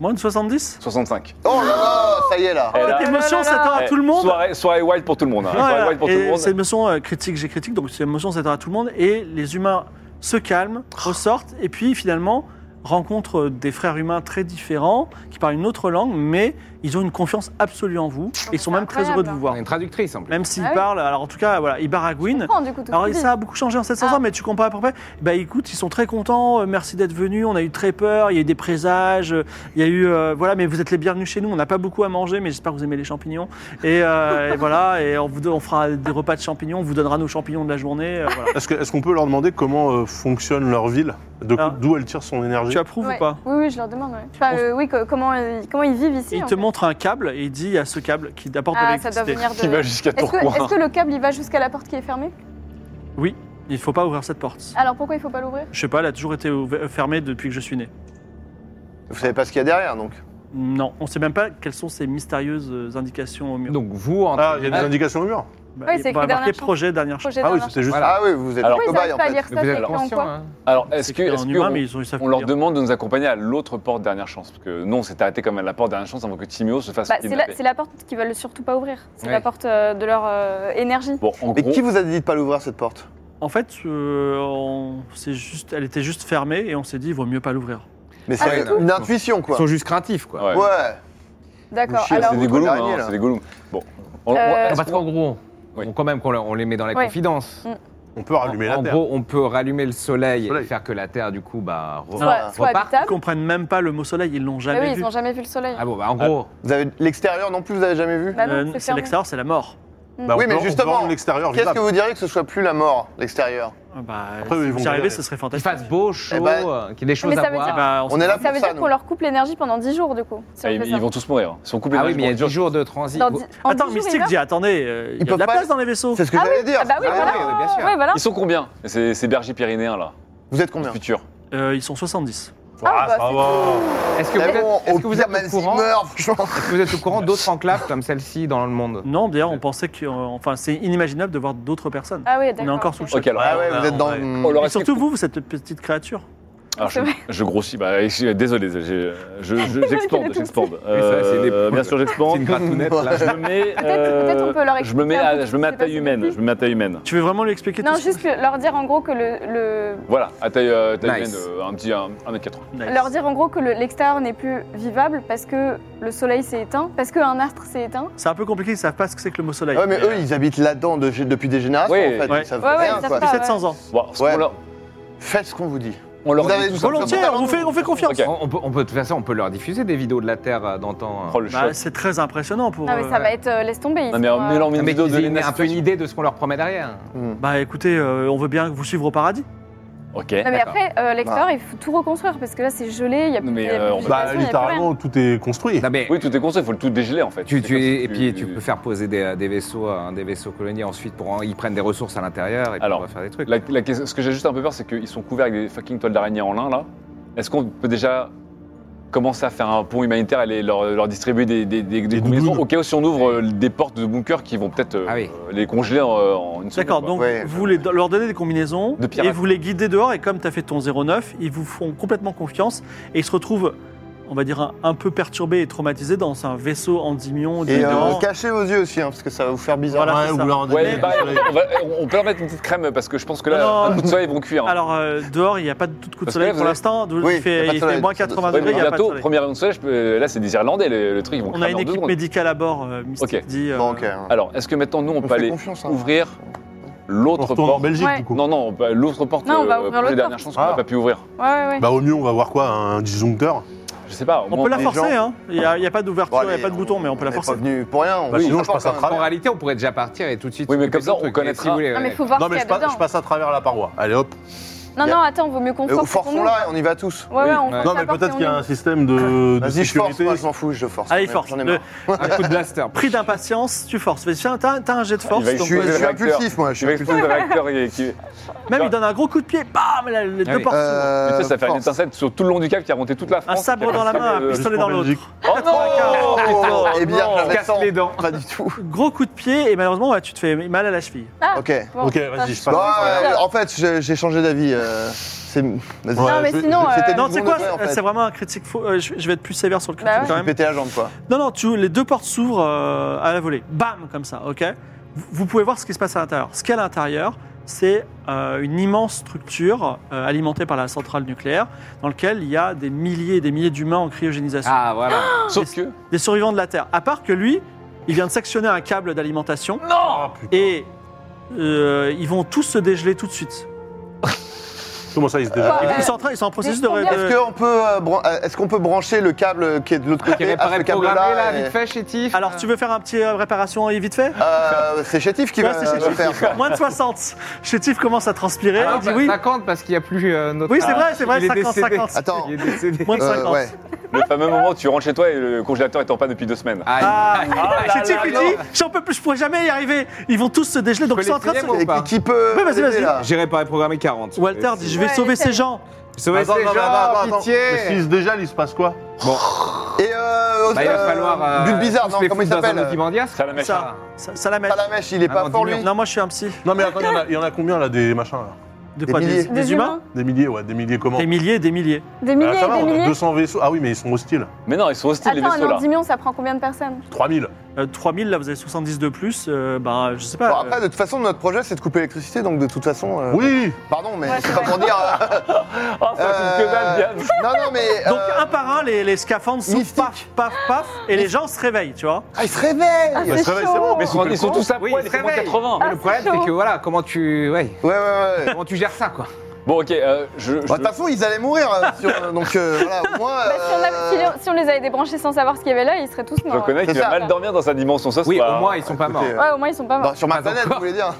Speaker 1: Moins de 70
Speaker 6: 65.
Speaker 2: Oh là là, ça y est là.
Speaker 6: Elle
Speaker 1: Cette
Speaker 6: a-
Speaker 1: émotion
Speaker 3: là
Speaker 1: s'attend Oh, à
Speaker 6: Eh,
Speaker 1: tout le monde.
Speaker 6: Soirée, soirée wild pour tout le monde. hein.
Speaker 1: Voilà,
Speaker 6: Soirée wild pour tout le
Speaker 1: et
Speaker 6: monde.
Speaker 1: c'est une émotion euh, critique, j'ai critique, donc c'est une émotion s'attend à tout le monde. Et les humains se calment,
Speaker 6: Oh.
Speaker 1: ressortent, et puis finalement rencontrent des frères humains très différents, qui parlent une autre langue, mais ils ont une confiance absolue en vous, et ils sont
Speaker 3: c'est
Speaker 1: même très heureux de vous
Speaker 3: incroyable.
Speaker 4: On
Speaker 1: voir.
Speaker 4: a une traductrice en plus.
Speaker 1: Même s'ils
Speaker 3: Ah oui.
Speaker 1: parlent, alors en tout cas, voilà, ils baragouinent.
Speaker 3: prends, du coup, tout ce
Speaker 1: Alors
Speaker 3: qu'il dit.
Speaker 1: ça a beaucoup changé en 700 ans,
Speaker 3: Ah.
Speaker 1: mais tu compares à peu près. Bah écoute, ils sont très contents, euh, merci d'être venus, on a eu très peur, il y a eu des présages, euh, il y a eu... euh, voilà, mais vous êtes les bienvenus chez nous, on n'a pas beaucoup à manger, mais j'espère que vous aimez les champignons. Et, euh, et voilà, et on, vous, don- on fera des repas de champignons, on vous donnera nos champignons de la journée. euh, voilà.
Speaker 5: Est-ce que- est-ce qu'on peut leur demander comment euh, fonctionne leur ville De-
Speaker 1: Ah.
Speaker 5: D'où elle tire son énergie
Speaker 1: tu approuves
Speaker 3: Ouais.
Speaker 1: ou pas
Speaker 3: Oui, oui, je leur demande, ouais. Enfin,
Speaker 1: On-
Speaker 3: euh, oui, co- comment, euh, comment ils vivent ici
Speaker 1: Il
Speaker 3: en
Speaker 1: te
Speaker 3: fait.
Speaker 1: montre un câble et il dit, il y a ce câble qui apporte de
Speaker 3: Ah, ça doit
Speaker 1: l'électricité.
Speaker 3: venir de...
Speaker 6: Qui va jusqu'à
Speaker 3: Est-ce que, est-ce
Speaker 6: Tourcoing.
Speaker 3: que le câble, il va jusqu'à la porte qui est fermée
Speaker 1: Il ne faut pas ouvrir cette porte.
Speaker 3: Alors pourquoi il faut pas l'ouvrir
Speaker 1: Je sais pas, elle a toujours été ouver- euh, fermée depuis que je suis né.
Speaker 6: Eh.
Speaker 2: Vous savez pas ce qu'il y a derrière donc.
Speaker 1: Non, on sait même pas quelles sont ces mystérieuses euh, indications au mur.
Speaker 4: Donc vous, entre
Speaker 5: Ah, il y a des
Speaker 4: guillemets,
Speaker 5: indications au mur
Speaker 1: Bah,
Speaker 3: Oui,
Speaker 1: il va
Speaker 3: c'est écrit dernière
Speaker 1: marquer
Speaker 3: chance.
Speaker 1: projet, dernière chance.
Speaker 3: Projet
Speaker 5: Ah oui,
Speaker 3: d'Alain.
Speaker 5: c'était juste.
Speaker 4: Voilà.
Speaker 2: Ah oui, vous êtes
Speaker 6: Alors-
Speaker 2: des
Speaker 3: Pourquoi
Speaker 2: cobayes
Speaker 3: ils n'arrivent
Speaker 2: en
Speaker 3: pas à
Speaker 2: fait.
Speaker 3: lire ça
Speaker 4: mais vous
Speaker 3: c'est
Speaker 4: êtes
Speaker 3: écrit en
Speaker 4: conscient.
Speaker 3: quoi
Speaker 4: hein.
Speaker 6: Alors,
Speaker 1: C'est
Speaker 6: est-ce que,
Speaker 1: écrit
Speaker 6: est-ce
Speaker 1: en
Speaker 6: que
Speaker 1: humain,
Speaker 6: on-
Speaker 1: mais ils ont eu ça
Speaker 6: on
Speaker 1: pour
Speaker 6: leur
Speaker 1: dire.
Speaker 6: demande de nous accompagner à l'autre porte dernière chance Parce que non, on s'est arrêté quand même à la porte dernière chance avant que Timéo se fasse
Speaker 3: Bah, c'est, la,
Speaker 6: kidnapper.
Speaker 3: c'est la porte qu'ils veulent surtout pas ouvrir. C'est
Speaker 4: Ouais.
Speaker 3: la porte euh, de leur euh, énergie.
Speaker 6: Bon, en
Speaker 2: Mais
Speaker 6: gros,
Speaker 2: qui vous a dit de pas l'ouvrir cette porte
Speaker 1: En fait, euh, on- c'est juste, elle était juste fermée et on s'est dit, il vaut mieux pas l'ouvrir.
Speaker 2: Mais
Speaker 4: Ah,
Speaker 2: c'est
Speaker 4: oui, non.
Speaker 2: une intuition
Speaker 4: Ils
Speaker 2: quoi.
Speaker 4: sont juste craintifs quoi.
Speaker 6: Ouais.
Speaker 2: Ouais.
Speaker 3: D'accord.
Speaker 2: chier,
Speaker 3: Alors,
Speaker 6: c'est
Speaker 2: vous,
Speaker 6: des
Speaker 2: toi,
Speaker 6: golems,
Speaker 2: l'araignée,
Speaker 6: hein,
Speaker 2: là.
Speaker 6: c'est des golems. Bon, On-
Speaker 3: Euh,
Speaker 6: on-
Speaker 4: Non,
Speaker 6: est-ce
Speaker 4: parce
Speaker 6: qu'on-
Speaker 4: qu'en gros,
Speaker 6: Oui.
Speaker 4: on, quand même qu'on leur- on les met dans la
Speaker 3: Oui.
Speaker 4: confidence.
Speaker 5: Ah, On peut rallumer
Speaker 4: en
Speaker 5: la
Speaker 4: en
Speaker 5: terre.
Speaker 4: gros, on peut rallumer le soleil,
Speaker 5: Soleil.
Speaker 4: et faire que la terre du coup bah re-
Speaker 3: soit, soit
Speaker 4: reparte.
Speaker 1: Ils
Speaker 3: habitable.
Speaker 1: comprennent même pas le mot soleil, ils l'ont
Speaker 3: Bah
Speaker 1: jamais
Speaker 3: Ah oui,
Speaker 1: vu.
Speaker 3: ils n'ont jamais vu le soleil.
Speaker 4: Ah bon, bah en gros,
Speaker 2: Vous avez l'extérieur non plus, vous avez jamais vu
Speaker 3: Bah non,
Speaker 1: Euh,
Speaker 3: c'est
Speaker 1: c'est
Speaker 3: fermé.
Speaker 1: l'extérieur, c'est la mort.
Speaker 5: Bah, on
Speaker 2: Oui, mais
Speaker 5: peut- on peut
Speaker 2: justement,
Speaker 5: rendre l'extérieur
Speaker 2: Qu'est-ce que
Speaker 5: vivable.
Speaker 2: vous diriez que ce soit plus la mort, l'extérieur
Speaker 1: Ah Bah,
Speaker 5: Après, ils
Speaker 1: si
Speaker 5: vont
Speaker 1: c'est arrivé,
Speaker 5: galérer.
Speaker 1: ce serait
Speaker 4: qu'il
Speaker 1: fantastique.
Speaker 4: fasse beau, chaud,
Speaker 2: Eh ben-
Speaker 4: euh, qu'il y ait des choses
Speaker 3: Mais ça
Speaker 4: à
Speaker 3: veut dire-
Speaker 1: Ah
Speaker 4: voir.
Speaker 1: bah, on
Speaker 2: On
Speaker 1: sait
Speaker 2: est là
Speaker 1: pas.
Speaker 3: Ça
Speaker 2: pour
Speaker 3: veut
Speaker 2: ça.
Speaker 3: dire
Speaker 2: nous.
Speaker 3: qu'on leur coupe l'énergie pendant 10 jours, du coup. si on
Speaker 6: Ah,
Speaker 3: fait
Speaker 6: ils,
Speaker 3: ça.
Speaker 6: ils vont tous mourir. hein. Si on coupe les
Speaker 4: Ah
Speaker 6: nages,
Speaker 4: oui, mais il y a
Speaker 6: ils vont
Speaker 4: 10
Speaker 6: dire-
Speaker 4: jours de transit.
Speaker 3: Dans dix- en
Speaker 1: Attends,
Speaker 3: 10 jours,
Speaker 1: Mystique
Speaker 3: ils
Speaker 1: dit, attendez, euh, il y a
Speaker 2: peuvent
Speaker 1: de la
Speaker 2: pas-
Speaker 1: place dans les vaisseaux.
Speaker 2: C'est ce que
Speaker 3: Ah
Speaker 2: j'allais dire.
Speaker 3: Ah bah oui,
Speaker 2: Ah
Speaker 3: voilà.
Speaker 2: oui, oui, bien sûr.
Speaker 3: Ouais, voilà.
Speaker 6: Ils sont combien ces, ces bergers pyrénéens là
Speaker 2: Vous êtes combien
Speaker 6: Futur.
Speaker 1: Euh, ils sont 70.
Speaker 5: Ah,
Speaker 3: bah,
Speaker 5: ça
Speaker 3: c'est
Speaker 5: va.
Speaker 4: Est-ce que,
Speaker 2: Mais
Speaker 4: vous êtes-
Speaker 2: bon,
Speaker 4: est-ce
Speaker 2: au
Speaker 4: que vous
Speaker 2: pire,
Speaker 4: êtes
Speaker 2: même
Speaker 4: au
Speaker 2: s'il
Speaker 4: courant
Speaker 2: meurt, franchement.
Speaker 4: Est-ce que vous êtes au courant d'autres enclaves comme celle-ci dans le monde
Speaker 1: Non, d'ailleurs, on pensait que, euh, enfin, c'est inimaginable de voir d'autres personnes.
Speaker 3: Ah oui, d'accord.
Speaker 1: on est encore sous le choc.
Speaker 6: Ok, alors. euh,
Speaker 2: Ah ouais,
Speaker 1: on a-
Speaker 2: vous êtes dans.
Speaker 1: on a-
Speaker 6: on leur
Speaker 1: Et
Speaker 6: explique-
Speaker 1: surtout vous, vous, cette petite créature.
Speaker 6: Alors, je,
Speaker 3: C'est vrai.
Speaker 6: je grossis, bah, je- désolé, j'ai- je- je- j'expande,
Speaker 3: tout
Speaker 6: j'expande.
Speaker 4: ça, c'est des
Speaker 6: Euh,
Speaker 4: poules.
Speaker 6: bien sûr,
Speaker 4: C'est
Speaker 6: j'expande.
Speaker 4: une gratounette là.
Speaker 6: Je me mets, euh,
Speaker 3: Peut-être- peut-être on peut leur
Speaker 6: je me mets,
Speaker 3: expliquer un
Speaker 6: à,
Speaker 3: peu
Speaker 6: je me mets à
Speaker 3: ce qui s'est
Speaker 6: taille
Speaker 3: passé
Speaker 6: humaine.
Speaker 3: depuis.
Speaker 6: Je me mets à taille humaine.
Speaker 1: Tu veux vraiment lui expliquer
Speaker 3: Non,
Speaker 1: tout ça
Speaker 3: juste que- leur dire en gros que le, le-
Speaker 6: Voilà, à taille, euh, taille
Speaker 4: Nice.
Speaker 6: humaine, euh, un petit un- 1m80.
Speaker 1: Nice.
Speaker 3: leur dire en gros que le- l'extérieur n'est plus vivable parce que le soleil s'est éteint, parce qu'un astre s'est éteint.
Speaker 1: C'est un peu compliqué, ils savent pas ce que c'est que le mot soleil.
Speaker 2: Ouais, mais eux, ils habitent là-dedans de- depuis des générations
Speaker 6: Ouais.
Speaker 2: en fait.
Speaker 1: Ouais.
Speaker 2: Ils savent
Speaker 3: Ouais, ouais,
Speaker 2: rien
Speaker 3: ils savent
Speaker 2: quoi.
Speaker 3: pas.
Speaker 1: Depuis 700 ans.
Speaker 6: Bon, ce
Speaker 2: Ouais.
Speaker 6: qu'on leur-
Speaker 2: Faites ce qu'on vous dit.
Speaker 6: on leur
Speaker 2: Vous avez
Speaker 6: dit tout
Speaker 2: tout
Speaker 6: simplement-
Speaker 1: Volontiers, on fait, on fait confiance.
Speaker 6: Ok.
Speaker 4: On, on peut, on peut- de toute façon, on peut leur diffuser des vidéos de la Terre euh, d'antan.
Speaker 6: Oh,
Speaker 4: euh.
Speaker 6: le choc.
Speaker 1: Bah, c'est très impressionnant pour.
Speaker 3: Non, mais
Speaker 1: euh,
Speaker 3: ça va être euh, laisse tomber. ils
Speaker 6: Non, mais
Speaker 3: sont,
Speaker 6: on met
Speaker 3: euh,
Speaker 6: leur
Speaker 4: Mais
Speaker 6: vidéo
Speaker 4: qu'ils
Speaker 6: de
Speaker 4: aient une-
Speaker 6: Lena
Speaker 4: un peu une
Speaker 6: Situation.
Speaker 4: idée de ce qu'on leur promet derrière.
Speaker 2: Hmm.
Speaker 1: Bah écoutez, euh, on veut bien vous suivre au paradis.
Speaker 6: Ok.
Speaker 3: Non, mais
Speaker 4: D'accord.
Speaker 3: après, euh, l'extérieur, il faut tout reconstruire parce que là, c'est gelé, il n'y a plus
Speaker 6: Mais,
Speaker 3: il y a plus
Speaker 6: euh,
Speaker 3: de
Speaker 6: on-
Speaker 3: végétation, il y
Speaker 5: Bah,
Speaker 3: a plus rien.
Speaker 5: littéralement, tout est construit.
Speaker 4: Non, mais
Speaker 6: Oui, tout est construit, il faut le tout dégeler en fait.
Speaker 4: Tu,
Speaker 6: C'est
Speaker 4: tu-
Speaker 6: comme si
Speaker 4: et puis tu peux faire poser des, des vaisseaux, hein, des vaisseaux colonies ensuite pour en- ils prennent des ressources à l'intérieur et puis
Speaker 6: Alors,
Speaker 4: on va faire des trucs.
Speaker 6: La- la question- ce que j'ai juste un peu peur, c'est qu'ils sont couverts avec des fucking toiles d'araignée en lin là. Est-ce qu'on peut déjà commencer à faire un pont humanitaire et les- leur, leur distribuer des, des, des, des combinaisons
Speaker 5: doudounes.
Speaker 6: au cas où si on ouvre euh, des portes de bunkers qui vont peut-être euh,
Speaker 4: Ah oui.
Speaker 6: les congeler en, en une seconde.
Speaker 1: D'accord,
Speaker 6: quoi.
Speaker 1: donc
Speaker 2: Ouais. euh,
Speaker 1: vous les- leur donnez des combinaisons
Speaker 6: De pirates.
Speaker 1: et vous les guidez dehors. Et comme tu as fait ton 09, ils vous font complètement confiance et ils se retrouvent, on va dire, un, un peu perturbés et traumatisés dans un vaisseau endymion.
Speaker 2: Et euh,
Speaker 1: dedans.
Speaker 2: cachez vos yeux aussi, hein, parce que ça va vous faire bizarre.
Speaker 1: Voilà, c'est
Speaker 5: ou
Speaker 1: ça.
Speaker 5: leur donner
Speaker 6: Ouais,
Speaker 5: du
Speaker 6: bah,
Speaker 5: soleil.
Speaker 6: on, va- on peut leur mettre une petite crème parce que je pense que là,
Speaker 1: Non, non.
Speaker 6: un coup de soleil, ils vont cuire. hein.
Speaker 1: Alors, euh, dehors, il n'y a pas de tout de coup de
Speaker 6: Parce que
Speaker 1: soleil
Speaker 6: là,
Speaker 1: pour
Speaker 6: vous-
Speaker 1: l'instant.
Speaker 2: Oui,
Speaker 1: il fait,
Speaker 2: y a pas
Speaker 1: il
Speaker 2: de
Speaker 1: fait
Speaker 2: soleil,
Speaker 1: moins
Speaker 2: ça doit-
Speaker 1: 80
Speaker 6: Ouais,
Speaker 1: degrés,
Speaker 6: mais
Speaker 1: il n'y a pas de
Speaker 6: bientôt,
Speaker 1: soleil.
Speaker 6: première rayon de soleil, je peux- là c'est des Irlandais, le, le truc, ils vont
Speaker 1: On a
Speaker 6: cramer
Speaker 1: une
Speaker 6: en deux
Speaker 1: équipe
Speaker 6: secondes.
Speaker 1: médicale à bord, euh, Mystique
Speaker 6: Ok.
Speaker 1: dit. euh,
Speaker 2: Bon, ok, hein.
Speaker 6: Alors, est-ce que maintenant nous on, peut
Speaker 2: fait
Speaker 6: aller
Speaker 2: confiance, hein.
Speaker 6: ouvrir
Speaker 5: On
Speaker 6: l'autre
Speaker 5: retourne en
Speaker 6: porte
Speaker 5: Belgique,
Speaker 3: Ouais.
Speaker 5: du coup.
Speaker 6: Non, non, on peut- l'autre porte, euh,
Speaker 3: Non, on va ouvrir
Speaker 6: pour les
Speaker 3: l'autre
Speaker 6: dernières
Speaker 3: porte.
Speaker 6: chances qu'on n'a
Speaker 5: Ah.
Speaker 6: pas pu ouvrir.
Speaker 3: Ouais, ouais, ouais.
Speaker 5: Bah, au mieux, on va voir quoi Un disjoncteur
Speaker 6: Je sais pas, au
Speaker 1: On
Speaker 6: moins,
Speaker 1: peut la
Speaker 2: les
Speaker 1: forcer,
Speaker 2: gens-
Speaker 1: hein. Il n'y a, il y a pas d'ouverture,
Speaker 2: Bon,
Speaker 1: il n'y a
Speaker 2: allez,
Speaker 1: pas de bouton, mais on peut la
Speaker 2: est
Speaker 1: forcer.
Speaker 2: pas venu pour rien. on
Speaker 5: Bah,
Speaker 2: vous
Speaker 5: sinon,
Speaker 2: dit
Speaker 5: je passe à
Speaker 2: quand
Speaker 4: En
Speaker 5: travers.
Speaker 4: réalité, on pourrait déjà partir et tout de suite.
Speaker 6: Oui, mais
Speaker 4: s'occuper
Speaker 6: comme ça,
Speaker 4: du
Speaker 6: on
Speaker 4: truc.
Speaker 6: connaîtra.
Speaker 4: Et si vous voulez,
Speaker 3: Non, mais
Speaker 4: ouais.
Speaker 3: faut voir
Speaker 5: Non,
Speaker 3: ce
Speaker 5: mais
Speaker 3: qu'il y
Speaker 5: je
Speaker 3: a
Speaker 5: passe,
Speaker 3: dedans.
Speaker 5: je passe à travers la paroi. Allez hop.
Speaker 3: Non, non, attends, vaut mieux qu'on
Speaker 2: même. Euh,
Speaker 3: force. et qu'on
Speaker 2: forçons
Speaker 3: ouvre.
Speaker 2: là, on y va tous.
Speaker 3: Ouais, ouais, on
Speaker 4: Oui.
Speaker 3: force
Speaker 5: Non,
Speaker 3: la
Speaker 5: mais
Speaker 3: porte
Speaker 5: peut-être
Speaker 3: et
Speaker 5: qu'il y a
Speaker 3: on
Speaker 5: un
Speaker 3: ouvre.
Speaker 5: système de, de
Speaker 2: Vas-y, je force,
Speaker 5: sécurité.
Speaker 2: moi je m'en fous, je force.
Speaker 1: Allez,
Speaker 2: J'en ai-
Speaker 1: force.
Speaker 2: j'en ai
Speaker 1: Le-
Speaker 2: marre.
Speaker 4: Un coup de blaster.
Speaker 1: Pris d'impatience, tu forces. Vas-y, Tiens, t'as t'as un jet de force.
Speaker 6: va y
Speaker 2: Je
Speaker 1: donc,
Speaker 2: suis,
Speaker 6: jouer.
Speaker 1: vas-y.
Speaker 2: je suis
Speaker 6: Acteur.
Speaker 2: impulsif, moi. Je
Speaker 6: Tu
Speaker 2: suis
Speaker 6: vas
Speaker 2: impulsif.
Speaker 6: exploser le réacteur qui- qui-
Speaker 1: Même il donne un gros coup de pied, bam, la- les
Speaker 4: Ah
Speaker 1: deux
Speaker 4: oui.
Speaker 1: portes s'ouvrent.
Speaker 2: Euh,
Speaker 6: Mais tu sais, ça fait une
Speaker 2: force.
Speaker 6: étincelle sur tout le long du câble qui a remonté toute la
Speaker 1: Un
Speaker 6: France.
Speaker 1: sabre
Speaker 6: Qui a
Speaker 1: dans la
Speaker 6: fait,
Speaker 1: main, un
Speaker 6: euh,
Speaker 1: pistolet
Speaker 5: pour
Speaker 1: dans l'autre.
Speaker 5: Belgique.
Speaker 6: Oh non
Speaker 2: Oh, eh bien,
Speaker 6: non.
Speaker 2: j'avais
Speaker 4: Casse
Speaker 2: sans-
Speaker 4: les dents.
Speaker 2: Pas du tout.
Speaker 1: Gros coup de pied, et malheureusement, ouais, tu te fais mal à la cheville.
Speaker 2: Ok.
Speaker 3: Bon.
Speaker 5: Ok, vas-y, je passe.
Speaker 2: Bon,
Speaker 5: à travers.
Speaker 2: ouais, en fait, j'ai j'ai changé d'avis. euh, C'est. Vas-y.
Speaker 5: Ouais,
Speaker 3: Non, mais
Speaker 5: je-
Speaker 3: sinon,
Speaker 2: c'était
Speaker 3: euh,
Speaker 1: Non, c'est
Speaker 2: seconde
Speaker 1: quoi
Speaker 2: degré, en fait.
Speaker 1: C'est vraiment un critique faux. Euh, je, je vais être plus sévère sur le critique
Speaker 3: Bah ouais.
Speaker 1: quand
Speaker 2: Tu
Speaker 1: même.
Speaker 2: pétais la jambe, quoi.
Speaker 1: Non, non, tu, les deux portes s'ouvrent euh, à la volée. Bam, comme ça, ok vous, vous pouvez voir ce qui se passe à l'intérieur. Ce qu'il y a à l'intérieur, c'est euh, une immense structure euh, alimentée par la centrale nucléaire dans laquelle il y a des milliers et des milliers d'humains en cryogénisation.
Speaker 4: Ah, voilà.
Speaker 6: Sauf que.
Speaker 1: Des survivants de la Terre. À part que lui, il vient de sectionner un câble d'alimentation
Speaker 5: Ah, putain.
Speaker 1: et
Speaker 4: Oh,
Speaker 1: euh, ils vont tous se dégeler tout de suite.
Speaker 5: Comment ça, il se déjà
Speaker 3: Ah, ouais.
Speaker 1: Ils sont en train, ils sont en processus
Speaker 3: Mais
Speaker 1: de.
Speaker 3: ils sont bien.
Speaker 1: de-
Speaker 2: Est-ce qu'on peut, euh, bran- euh, est-ce qu'on peut brancher le câble qui est de l'autre
Speaker 4: Ah, Qui
Speaker 2: côté à
Speaker 4: réparait
Speaker 2: Ah, ce
Speaker 4: le programme
Speaker 2: câble-là
Speaker 4: là,
Speaker 2: et-
Speaker 4: vite fait, chétif.
Speaker 1: Alors, tu veux faire un petit euh, réparation et vite fait
Speaker 2: Euh, C'est Chétif qui
Speaker 1: Ouais,
Speaker 2: va
Speaker 1: c'est chez
Speaker 2: le faire.
Speaker 1: Tiff. Moins de 60. Chez Tiff commence à transpirer.
Speaker 4: Ah,
Speaker 1: il dit oui.
Speaker 4: 50 parce qu'il n'y a plus euh, notre.
Speaker 1: Oui, c'est vrai, c'est vrai,
Speaker 4: Il est
Speaker 1: 50,
Speaker 4: décédé.
Speaker 1: 50.
Speaker 2: Attends.
Speaker 4: Il est décédé.
Speaker 1: Moins de
Speaker 2: Euh,
Speaker 1: 50.
Speaker 2: ouais.
Speaker 6: Le fameux moment où tu rentres chez toi et le congélateur est en panne depuis deux semaines.
Speaker 4: Aïe.
Speaker 1: Ah,
Speaker 6: là
Speaker 1: chez Tiff,
Speaker 6: là
Speaker 1: il
Speaker 6: là.
Speaker 1: dit j'en peux plus, je pourrais jamais y arriver. Ils vont tous se dégeler, donc
Speaker 4: peux
Speaker 1: ils sont en train de
Speaker 4: l'essayer, moi
Speaker 1: se.
Speaker 4: ou pas
Speaker 2: Et Qui peut
Speaker 1: Oui, vas-y,
Speaker 2: m'aider,
Speaker 1: vas-y.
Speaker 2: là
Speaker 4: J'ai réparé programmé 40.
Speaker 1: Walter dit je vais
Speaker 3: Ouais,
Speaker 1: sauver
Speaker 3: essaye.
Speaker 1: ces gens.
Speaker 4: Sauver
Speaker 2: Attends,
Speaker 4: ces
Speaker 2: attends, attends,
Speaker 4: gens,
Speaker 2: attends.
Speaker 5: Mais s'il
Speaker 4: pitié.
Speaker 5: se dégèle, il se passe quoi
Speaker 2: Et euh,
Speaker 4: Bah, il va
Speaker 2: euh,
Speaker 4: falloir. euh,
Speaker 2: Bulle bizarre,
Speaker 4: tous
Speaker 2: non
Speaker 4: les
Speaker 2: Comment il
Speaker 4: foutre dans
Speaker 2: s'appelle
Speaker 4: un
Speaker 2: euh,
Speaker 4: Ozymandias.
Speaker 6: Ça la mèche.
Speaker 1: Ça, ça, ça la met.
Speaker 2: Pas la mèche, il est
Speaker 4: Ah,
Speaker 2: pas
Speaker 4: non,
Speaker 2: fort
Speaker 4: dis-le.
Speaker 2: lui
Speaker 1: Non, moi je suis un psy.
Speaker 5: Non, mais attends, il y en a- il y, en a combien là des machins là
Speaker 1: De
Speaker 2: Des
Speaker 1: quoi Des,
Speaker 2: milliers.
Speaker 1: des humains
Speaker 5: Des milliers, ouais, des milliers comment
Speaker 1: Des milliers, des milliers.
Speaker 3: Des
Speaker 5: Bah,
Speaker 3: milliers
Speaker 5: ça
Speaker 3: et
Speaker 5: va,
Speaker 3: des
Speaker 5: on a
Speaker 3: milliers.
Speaker 5: 200 vaisseaux. Ah oui, mais ils sont hostiles.
Speaker 6: Mais non, ils sont hostiles les
Speaker 3: Attends, un
Speaker 6: vaisseaux là.
Speaker 3: endymion, ça prend combien de personnes
Speaker 5: 3000.
Speaker 1: Euh, 3000, là vous avez 70 de plus. euh, bah, je sais pas.
Speaker 2: Bon,
Speaker 1: euh,
Speaker 2: après, de toute façon, notre projet, c'est de couper l'électricité, donc de toute façon. euh,
Speaker 5: Oui
Speaker 2: Pardon, mais
Speaker 3: Ouais,
Speaker 2: c'est
Speaker 3: c'est
Speaker 2: pas
Speaker 3: vrai.
Speaker 2: pour dire. euh,
Speaker 6: Ah, ça coûte que dalle,
Speaker 2: euh,
Speaker 6: Diane.
Speaker 2: Non, non, mais.
Speaker 1: donc
Speaker 2: euh,
Speaker 1: un par un, les, les scaphandres s'ouvrent,
Speaker 2: Mystique.
Speaker 1: paf, paf, paf, et les gens se réveillent, tu vois.
Speaker 2: Ah, il se réveille
Speaker 3: Ah,
Speaker 5: Bah,
Speaker 3: c'est
Speaker 5: ça va,
Speaker 3: chaud.
Speaker 5: c'est bon, Ah,
Speaker 6: Mais ils sont- ils sont tous à
Speaker 4: Oui,
Speaker 6: poil,
Speaker 4: ils
Speaker 6: ils
Speaker 4: se
Speaker 6: sont moins
Speaker 4: réveillent.
Speaker 6: 80.
Speaker 4: Mais le problème, c'est que voilà, comment tu. Ouais.
Speaker 2: Ouais, ouais, ouais.
Speaker 4: Comment tu gères ça, quoi
Speaker 6: Bon, ok, euh, je.
Speaker 2: Bah,
Speaker 6: je-
Speaker 2: De toute façon, ils allaient mourir. euh, sur- euh, donc euh, voilà, au moins.
Speaker 3: Bah, si, on
Speaker 2: euh,
Speaker 3: avait- si on- si on les avait débranchés sans savoir ce qu'il y avait là, ils seraient tous
Speaker 6: Je
Speaker 3: morts.
Speaker 6: reconnais
Speaker 2: C'est
Speaker 6: qu'il
Speaker 2: ça.
Speaker 6: va mal dormir dans sa dimension, ça c'est
Speaker 4: Oui,
Speaker 6: pas-
Speaker 4: au moins, ils sont pas morts.
Speaker 2: écoutez, euh,
Speaker 3: Ouais, au moins ils sont pas morts.
Speaker 2: bah, sur ma
Speaker 4: Pas
Speaker 2: planète,
Speaker 4: encore.
Speaker 2: vous voulez dire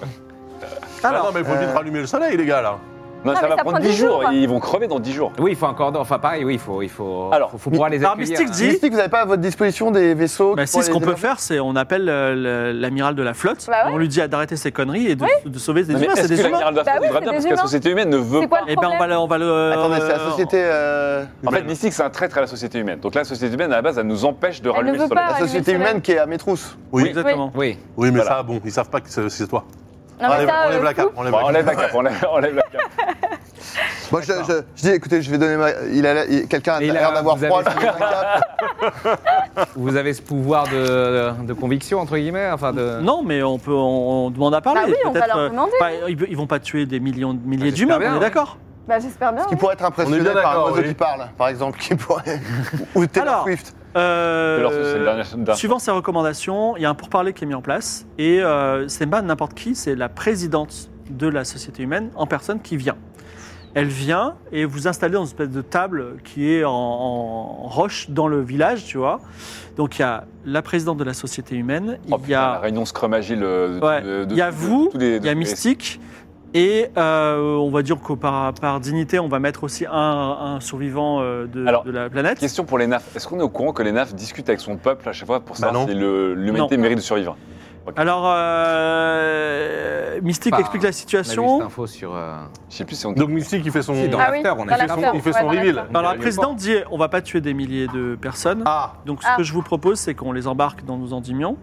Speaker 5: Ah non,
Speaker 1: Alors,
Speaker 5: mais il faut vite
Speaker 2: euh,
Speaker 5: rallumer le soleil, les gars là.
Speaker 6: Non,
Speaker 3: Ah,
Speaker 6: ça
Speaker 3: mais
Speaker 6: va
Speaker 3: ça
Speaker 6: prendre
Speaker 3: prend
Speaker 6: 10
Speaker 3: dix
Speaker 6: jours,
Speaker 3: jours.
Speaker 6: et ils vont crever dans 10 jours.
Speaker 4: Oui, il faut encore. Enfin, pareil, oui, il faut, il faut,
Speaker 6: euh, Alors,
Speaker 4: faut, faut pouvoir les
Speaker 1: alors,
Speaker 4: accueillir.
Speaker 1: Mystique dit-
Speaker 2: Mystique, vous avez pas à votre disposition des vaisseaux
Speaker 1: bah,
Speaker 2: qui
Speaker 1: si
Speaker 2: pourraient
Speaker 1: ce qu'on
Speaker 2: les
Speaker 1: peut
Speaker 2: développer
Speaker 1: faire, c'est on appelle euh, le- l'amiral de la flotte.
Speaker 3: Bah ouais.
Speaker 1: On lui dit d'arrêter ses conneries et de, de sauver des
Speaker 6: Non, mais
Speaker 1: humains. C'est
Speaker 6: est-ce
Speaker 1: des
Speaker 6: que
Speaker 1: humains.
Speaker 6: l'amiral de la
Speaker 3: Bah
Speaker 6: Flotte
Speaker 3: oui,
Speaker 6: voudra
Speaker 3: c'est
Speaker 6: bien
Speaker 3: des
Speaker 6: Parce que la
Speaker 3: humains.
Speaker 6: société humaine ne
Speaker 5: Bah,
Speaker 6: veut
Speaker 3: C'est quoi
Speaker 6: pas.
Speaker 3: le
Speaker 1: Eh ben on va le, on va le. euh,
Speaker 2: Attendez, c'est la société. euh,
Speaker 6: En fait, Mystique, c'est un traître à la société humaine. Donc la société humaine, à la base, elle nous empêche de
Speaker 3: Elle ne
Speaker 6: rallumer le
Speaker 3: veut
Speaker 6: soleil.
Speaker 3: pas.
Speaker 2: La
Speaker 3: Ah,
Speaker 2: société
Speaker 3: mais c'est
Speaker 2: humaine
Speaker 3: vrai.
Speaker 2: qui est à Métrousse.
Speaker 1: Oui,
Speaker 5: Oui,
Speaker 1: exactement.
Speaker 4: hein. Oui.
Speaker 5: oui, mais
Speaker 6: Voilà.
Speaker 5: ça, bon, ils savent pas que c'est c'est toi.
Speaker 3: Non, mais
Speaker 5: Enlève,
Speaker 3: ça,
Speaker 5: enlève
Speaker 3: euh,
Speaker 5: la cape,
Speaker 3: fou.
Speaker 5: enlève
Speaker 6: Bon,
Speaker 5: la
Speaker 6: enlève la
Speaker 5: cape.
Speaker 6: cape, enlève, enlève la cape.
Speaker 2: Moi, je, je- je dis, écoutez, je vais donner ma. Il a, la- il- quelqu'un a
Speaker 4: Il a-
Speaker 2: l'air d'avoir
Speaker 4: vous
Speaker 2: froid.
Speaker 4: avez-
Speaker 2: je lui donne un cap.
Speaker 4: Vous avez ce pouvoir de, de conviction, entre guillemets Enfin, de.
Speaker 1: Non, mais on peut, on, on demande à parler.
Speaker 3: Bah oui, on va
Speaker 1: peut-être,
Speaker 3: leur
Speaker 1: euh,
Speaker 3: demander,
Speaker 1: pas- ils, ils vont pas tuer des millions, de milliers
Speaker 4: Bah,
Speaker 1: d'humains,
Speaker 4: j'espère
Speaker 1: on est
Speaker 4: bien,
Speaker 1: d'accord
Speaker 3: Bah, j'espère bien.
Speaker 2: Qui pourrait être
Speaker 5: On est
Speaker 2: impressionné
Speaker 5: bien
Speaker 2: par un
Speaker 5: d'accord,
Speaker 2: oiseau
Speaker 5: oui.
Speaker 2: qui parle, par exemple, qui pourrait. Ou Taylor
Speaker 1: Alors,
Speaker 2: Swift.
Speaker 1: Euh,
Speaker 6: Taylor Swift, c'est le dernier- le dernier.
Speaker 1: Suivant ces recommandations, il y a un pourparler qui est mis en place et euh, c'est pas n'importe qui, c'est la présidente de la société humaine en personne qui vient. Elle vient et vous installez dans une espèce de table qui est en, en roche dans le village, tu vois. Donc il y a la présidente de la société humaine,
Speaker 6: Oh,
Speaker 1: il y
Speaker 6: putain, la
Speaker 1: a,
Speaker 6: réunion scrumagile de,
Speaker 1: Ouais.
Speaker 6: de- de-
Speaker 1: Il y a
Speaker 6: de-
Speaker 1: vous,
Speaker 6: tous les-
Speaker 1: il y a
Speaker 6: tous les-
Speaker 1: Mystique et euh, on va dire que par, par dignité, on va mettre aussi un, un survivant euh, de,
Speaker 6: Alors,
Speaker 1: de la planète.
Speaker 6: Question pour les NAF. Est-ce qu'on est au courant que les NAF discutent avec son peuple à chaque fois pour
Speaker 5: Bah
Speaker 6: savoir
Speaker 5: non.
Speaker 6: si le- l'humanité
Speaker 1: Non.
Speaker 6: mérite de survivre
Speaker 1: Alors, euh, Mystique
Speaker 6: Bah,
Speaker 4: Enfin,
Speaker 1: explique la
Speaker 4: On a vu
Speaker 1: situation.
Speaker 4: cette info sur. euh,
Speaker 6: Je sais plus si on
Speaker 5: Donc Mystique, il fait son.
Speaker 4: si, dans
Speaker 3: Ah oui,
Speaker 4: l'after, on
Speaker 3: dans
Speaker 4: a vu cette
Speaker 3: l'after.
Speaker 4: info.
Speaker 5: Il fait son
Speaker 3: Ouais, dans
Speaker 5: reveal.
Speaker 3: l'after.
Speaker 1: Alors, la
Speaker 4: Il y a
Speaker 1: présidente dit on va pas tuer des milliers de personnes.
Speaker 2: Ah,
Speaker 1: Donc, ce
Speaker 3: Ah.
Speaker 1: que je vous propose, c'est qu'on les embarque dans nos endymions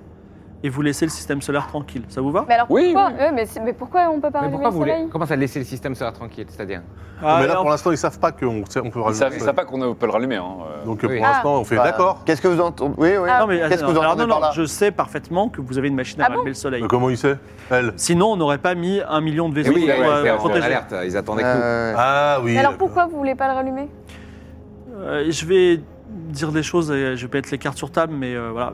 Speaker 1: et vous laissez le système solaire tranquille. Ça vous va
Speaker 3: Mais alors
Speaker 6: Oui,
Speaker 3: pourquoi Ouais, mais, c'est- mais pourquoi on peut pas
Speaker 4: Mais
Speaker 3: allumer
Speaker 4: pourquoi
Speaker 3: le
Speaker 4: vous voulez
Speaker 3: soleil
Speaker 4: Comment ça, laisser le système solaire tranquille C'est-à-dire
Speaker 5: Non, mais
Speaker 1: Ah,
Speaker 5: là, pour
Speaker 1: non.
Speaker 5: l'instant, ils savent pas qu'on on peut
Speaker 6: Ils savent,
Speaker 5: rallumer.
Speaker 6: ils savent pas qu'on a- peut le rallumer. hein, euh.
Speaker 5: Donc euh,
Speaker 4: Oui.
Speaker 5: pour l'instant, on fait
Speaker 2: bah,
Speaker 5: d'accord.
Speaker 2: Qu'est-ce que vous entendez Oui, oui.
Speaker 1: Ah. Non, mais
Speaker 2: Qu'est-ce que vous
Speaker 1: alors,
Speaker 2: entendez
Speaker 1: non, non,
Speaker 2: par là
Speaker 1: je sais parfaitement que vous avez une machine à
Speaker 3: Ah
Speaker 1: rallumer le soleil.
Speaker 5: Mais Euh, Comment il sait Elle.
Speaker 1: Sinon, on n'aurait pas mis un million de
Speaker 4: Eh
Speaker 1: vaisseaux
Speaker 4: oui,
Speaker 1: pour
Speaker 4: ouais,
Speaker 1: euh,
Speaker 4: c'est en
Speaker 1: protéger.
Speaker 4: alerte, hein, ils attendaient que nous.
Speaker 2: Euh,
Speaker 5: Ah oui.
Speaker 3: Mais alors
Speaker 5: d'accord.
Speaker 3: pourquoi vous voulez pas le rallumer
Speaker 1: Euh, je vais dire des choses, et je vais mettre les cartes sur table, mais euh, voilà.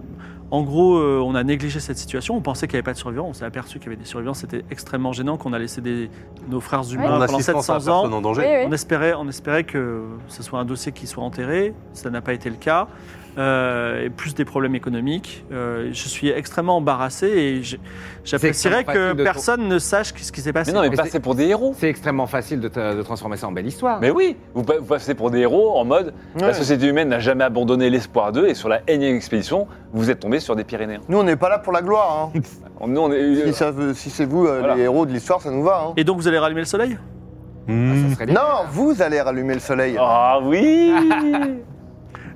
Speaker 1: En gros, euh, on a négligé cette situation. On pensait qu'il n'y avait pas de survivants. On s'est aperçu qu'il y avait des survivants. C'était extrêmement gênant qu'on a laissé des- nos frères humains
Speaker 5: Mon
Speaker 1: pendant
Speaker 5: assistance à
Speaker 1: 700 ans.
Speaker 5: personne en danger.
Speaker 3: Oui,
Speaker 1: On
Speaker 3: oui.
Speaker 1: espérait, on espérait que ce soit un dossier qui soit enterré. Ça n'a pas été le cas. Euh, et plus des problèmes économiques. Euh, je suis extrêmement embarrassé et j'- j'apprécierais
Speaker 4: extrêmement
Speaker 1: que
Speaker 4: facile de-
Speaker 1: personne ne sache ce qui s'est passé.
Speaker 6: Mais non, mais
Speaker 4: Mais
Speaker 6: passez
Speaker 4: c'est-
Speaker 6: pour des héros.
Speaker 4: C'est extrêmement facile de, te- de transformer ça en belle histoire.
Speaker 6: Mais oui, vous, pa- vous passez pour des héros en mode la
Speaker 4: Bah,
Speaker 2: ouais.
Speaker 6: société humaine n'a jamais abandonné l'espoir d'eux et sur la énième expédition, vous êtes tombé sur des Pyrénéens.
Speaker 2: Nous, on n'est pas là pour la gloire. Hein.
Speaker 6: Nous, on est- euh,
Speaker 2: si ça veut- si c'est vous, euh,
Speaker 6: Voilà.
Speaker 2: les héros de l'histoire, ça nous va. hein.
Speaker 1: Et donc, vous allez rallumer le soleil
Speaker 4: Ah,
Speaker 5: Mmh.
Speaker 4: ça serait bien.
Speaker 2: Non, vous allez rallumer le soleil.
Speaker 4: Oh.
Speaker 6: Ah oui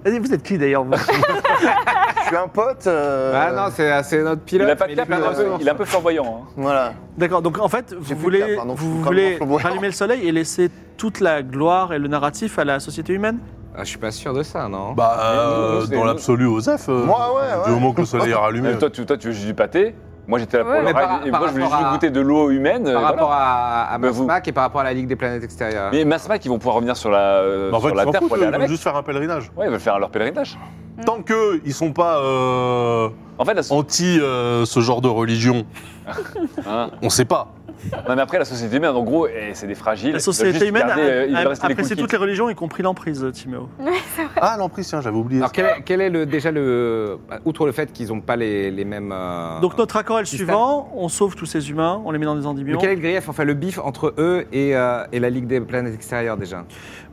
Speaker 1: Et Vous êtes qui d'ailleurs vous
Speaker 2: Je suis un pote. euh,
Speaker 4: Ah non, c'est c'est notre
Speaker 6: Il
Speaker 4: pilote.
Speaker 6: a pas
Speaker 4: mais
Speaker 6: de
Speaker 4: il est
Speaker 6: cap, il est un
Speaker 4: plus-
Speaker 6: peu- il est un peu flamboyant. hein.
Speaker 2: Voilà.
Speaker 1: D'accord, donc en fait, vous
Speaker 2: J'ai plus
Speaker 1: voulez,
Speaker 2: de cap, pardon, je
Speaker 1: vous
Speaker 2: suis comme
Speaker 1: voulez
Speaker 2: un flamboyant.
Speaker 1: rallumer le soleil et laisser toute la gloire et le narratif à la société humaine
Speaker 4: Ah, je suis pas sûr de ça, non
Speaker 5: Bah,
Speaker 6: Mais nous,
Speaker 5: euh,
Speaker 6: c'est
Speaker 5: dans
Speaker 6: nous.
Speaker 5: l'absolu, Osef. euh,
Speaker 2: Moi, ouais,
Speaker 5: Du
Speaker 2: ouais.
Speaker 5: moment que le soleil est rallumé.
Speaker 6: Même Euh, toi, tu, toi, tu veux juste du pâté. Moi, j'étais là pour
Speaker 3: Ouais.
Speaker 6: le
Speaker 4: Mais
Speaker 6: ride,
Speaker 4: par-
Speaker 6: et
Speaker 4: par
Speaker 6: moi, je voulais juste
Speaker 4: rapport à-
Speaker 6: goûter de l'eau humaine. euh,
Speaker 4: Par
Speaker 6: voilà.
Speaker 4: rapport à, à
Speaker 6: Mais vous-
Speaker 4: Masmac et par rapport à la Ligue des planètes extérieures.
Speaker 6: Mais Masma, qui vont pouvoir revenir sur la, euh,
Speaker 5: Bah, En fait,
Speaker 6: sur
Speaker 5: ils
Speaker 6: la
Speaker 5: s'en
Speaker 6: Terre
Speaker 5: foutent,
Speaker 6: pour aller à
Speaker 5: eux,
Speaker 6: la
Speaker 5: ils veulent
Speaker 6: Mecque.
Speaker 5: juste faire un pèlerinage.
Speaker 6: Ouais, ils veulent faire leur pèlerinage.
Speaker 5: Tant qu'eux, ils sont pas euh,
Speaker 6: En fait, la so-
Speaker 5: anti euh, ce genre de religion,
Speaker 6: hein.
Speaker 5: on sait pas.
Speaker 6: Non, mais après, la société humaine, en gros, eh, c'est des fragiles.
Speaker 1: La
Speaker 6: Ils veulent
Speaker 1: société
Speaker 6: juste
Speaker 1: humaine
Speaker 6: garder, euh, ils
Speaker 1: a,
Speaker 6: veulent
Speaker 1: a
Speaker 6: rester les cool
Speaker 1: apprécié
Speaker 6: kids.
Speaker 1: toutes les religions, y compris l'emprise, Timéo.
Speaker 5: Ah, l'emprise, tiens, j'avais oublié.
Speaker 4: Alors, quel est, quel est le, déjà le. bah, Outre le fait qu'ils n'ont pas les, les mêmes. euh,
Speaker 1: Donc notre accord est le
Speaker 4: Système.
Speaker 1: suivant, on sauve tous ces humains, on les met dans des
Speaker 4: Mais
Speaker 1: endymions.
Speaker 4: quel est le grief, enfin le bif entre eux et, euh, et la Ligue des planètes extérieures déjà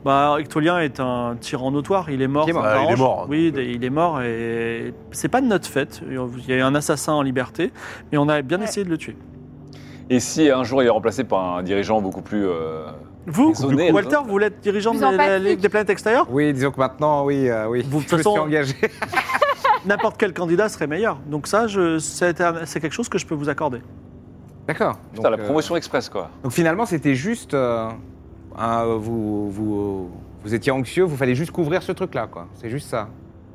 Speaker 1: Bah, Ectolien est un tyran notoire, il est mort.
Speaker 4: Qui est
Speaker 1: ça
Speaker 4: mort.
Speaker 1: m'arrange.
Speaker 5: Ah, il est mort.
Speaker 1: Oui, d- il est mort et c'est pas de notre fait. Il y a eu un assassin en liberté, mais on a bien
Speaker 3: Ouais.
Speaker 1: essayé de le tuer.
Speaker 6: Et si un jour il est remplacé par un dirigeant beaucoup plus. euh,
Speaker 1: Vous,
Speaker 6: Raisonner,
Speaker 1: Walter,
Speaker 5: hein.
Speaker 6: raisonner.
Speaker 1: vous voulez être dirigeant de
Speaker 3: Plus
Speaker 1: la, la
Speaker 3: empathique.
Speaker 1: Ligue des planètes extérieures
Speaker 4: Oui, disons que maintenant, oui, euh, oui.
Speaker 1: Vous, de
Speaker 4: je
Speaker 1: toute
Speaker 4: me
Speaker 1: façon-
Speaker 4: suis engagé.
Speaker 1: N'importe quel candidat serait meilleur. Donc ça, je- c'est un- c'est quelque chose que je peux vous accorder.
Speaker 4: D'accord.
Speaker 6: Putain,
Speaker 4: Donc,
Speaker 6: la
Speaker 4: euh,
Speaker 6: promotion express, quoi.
Speaker 4: donc finalement, c'était juste. euh, un- vous, vous, vous étiez anxieux, vous fallait juste couvrir ce truc-là, quoi. C'est juste ça.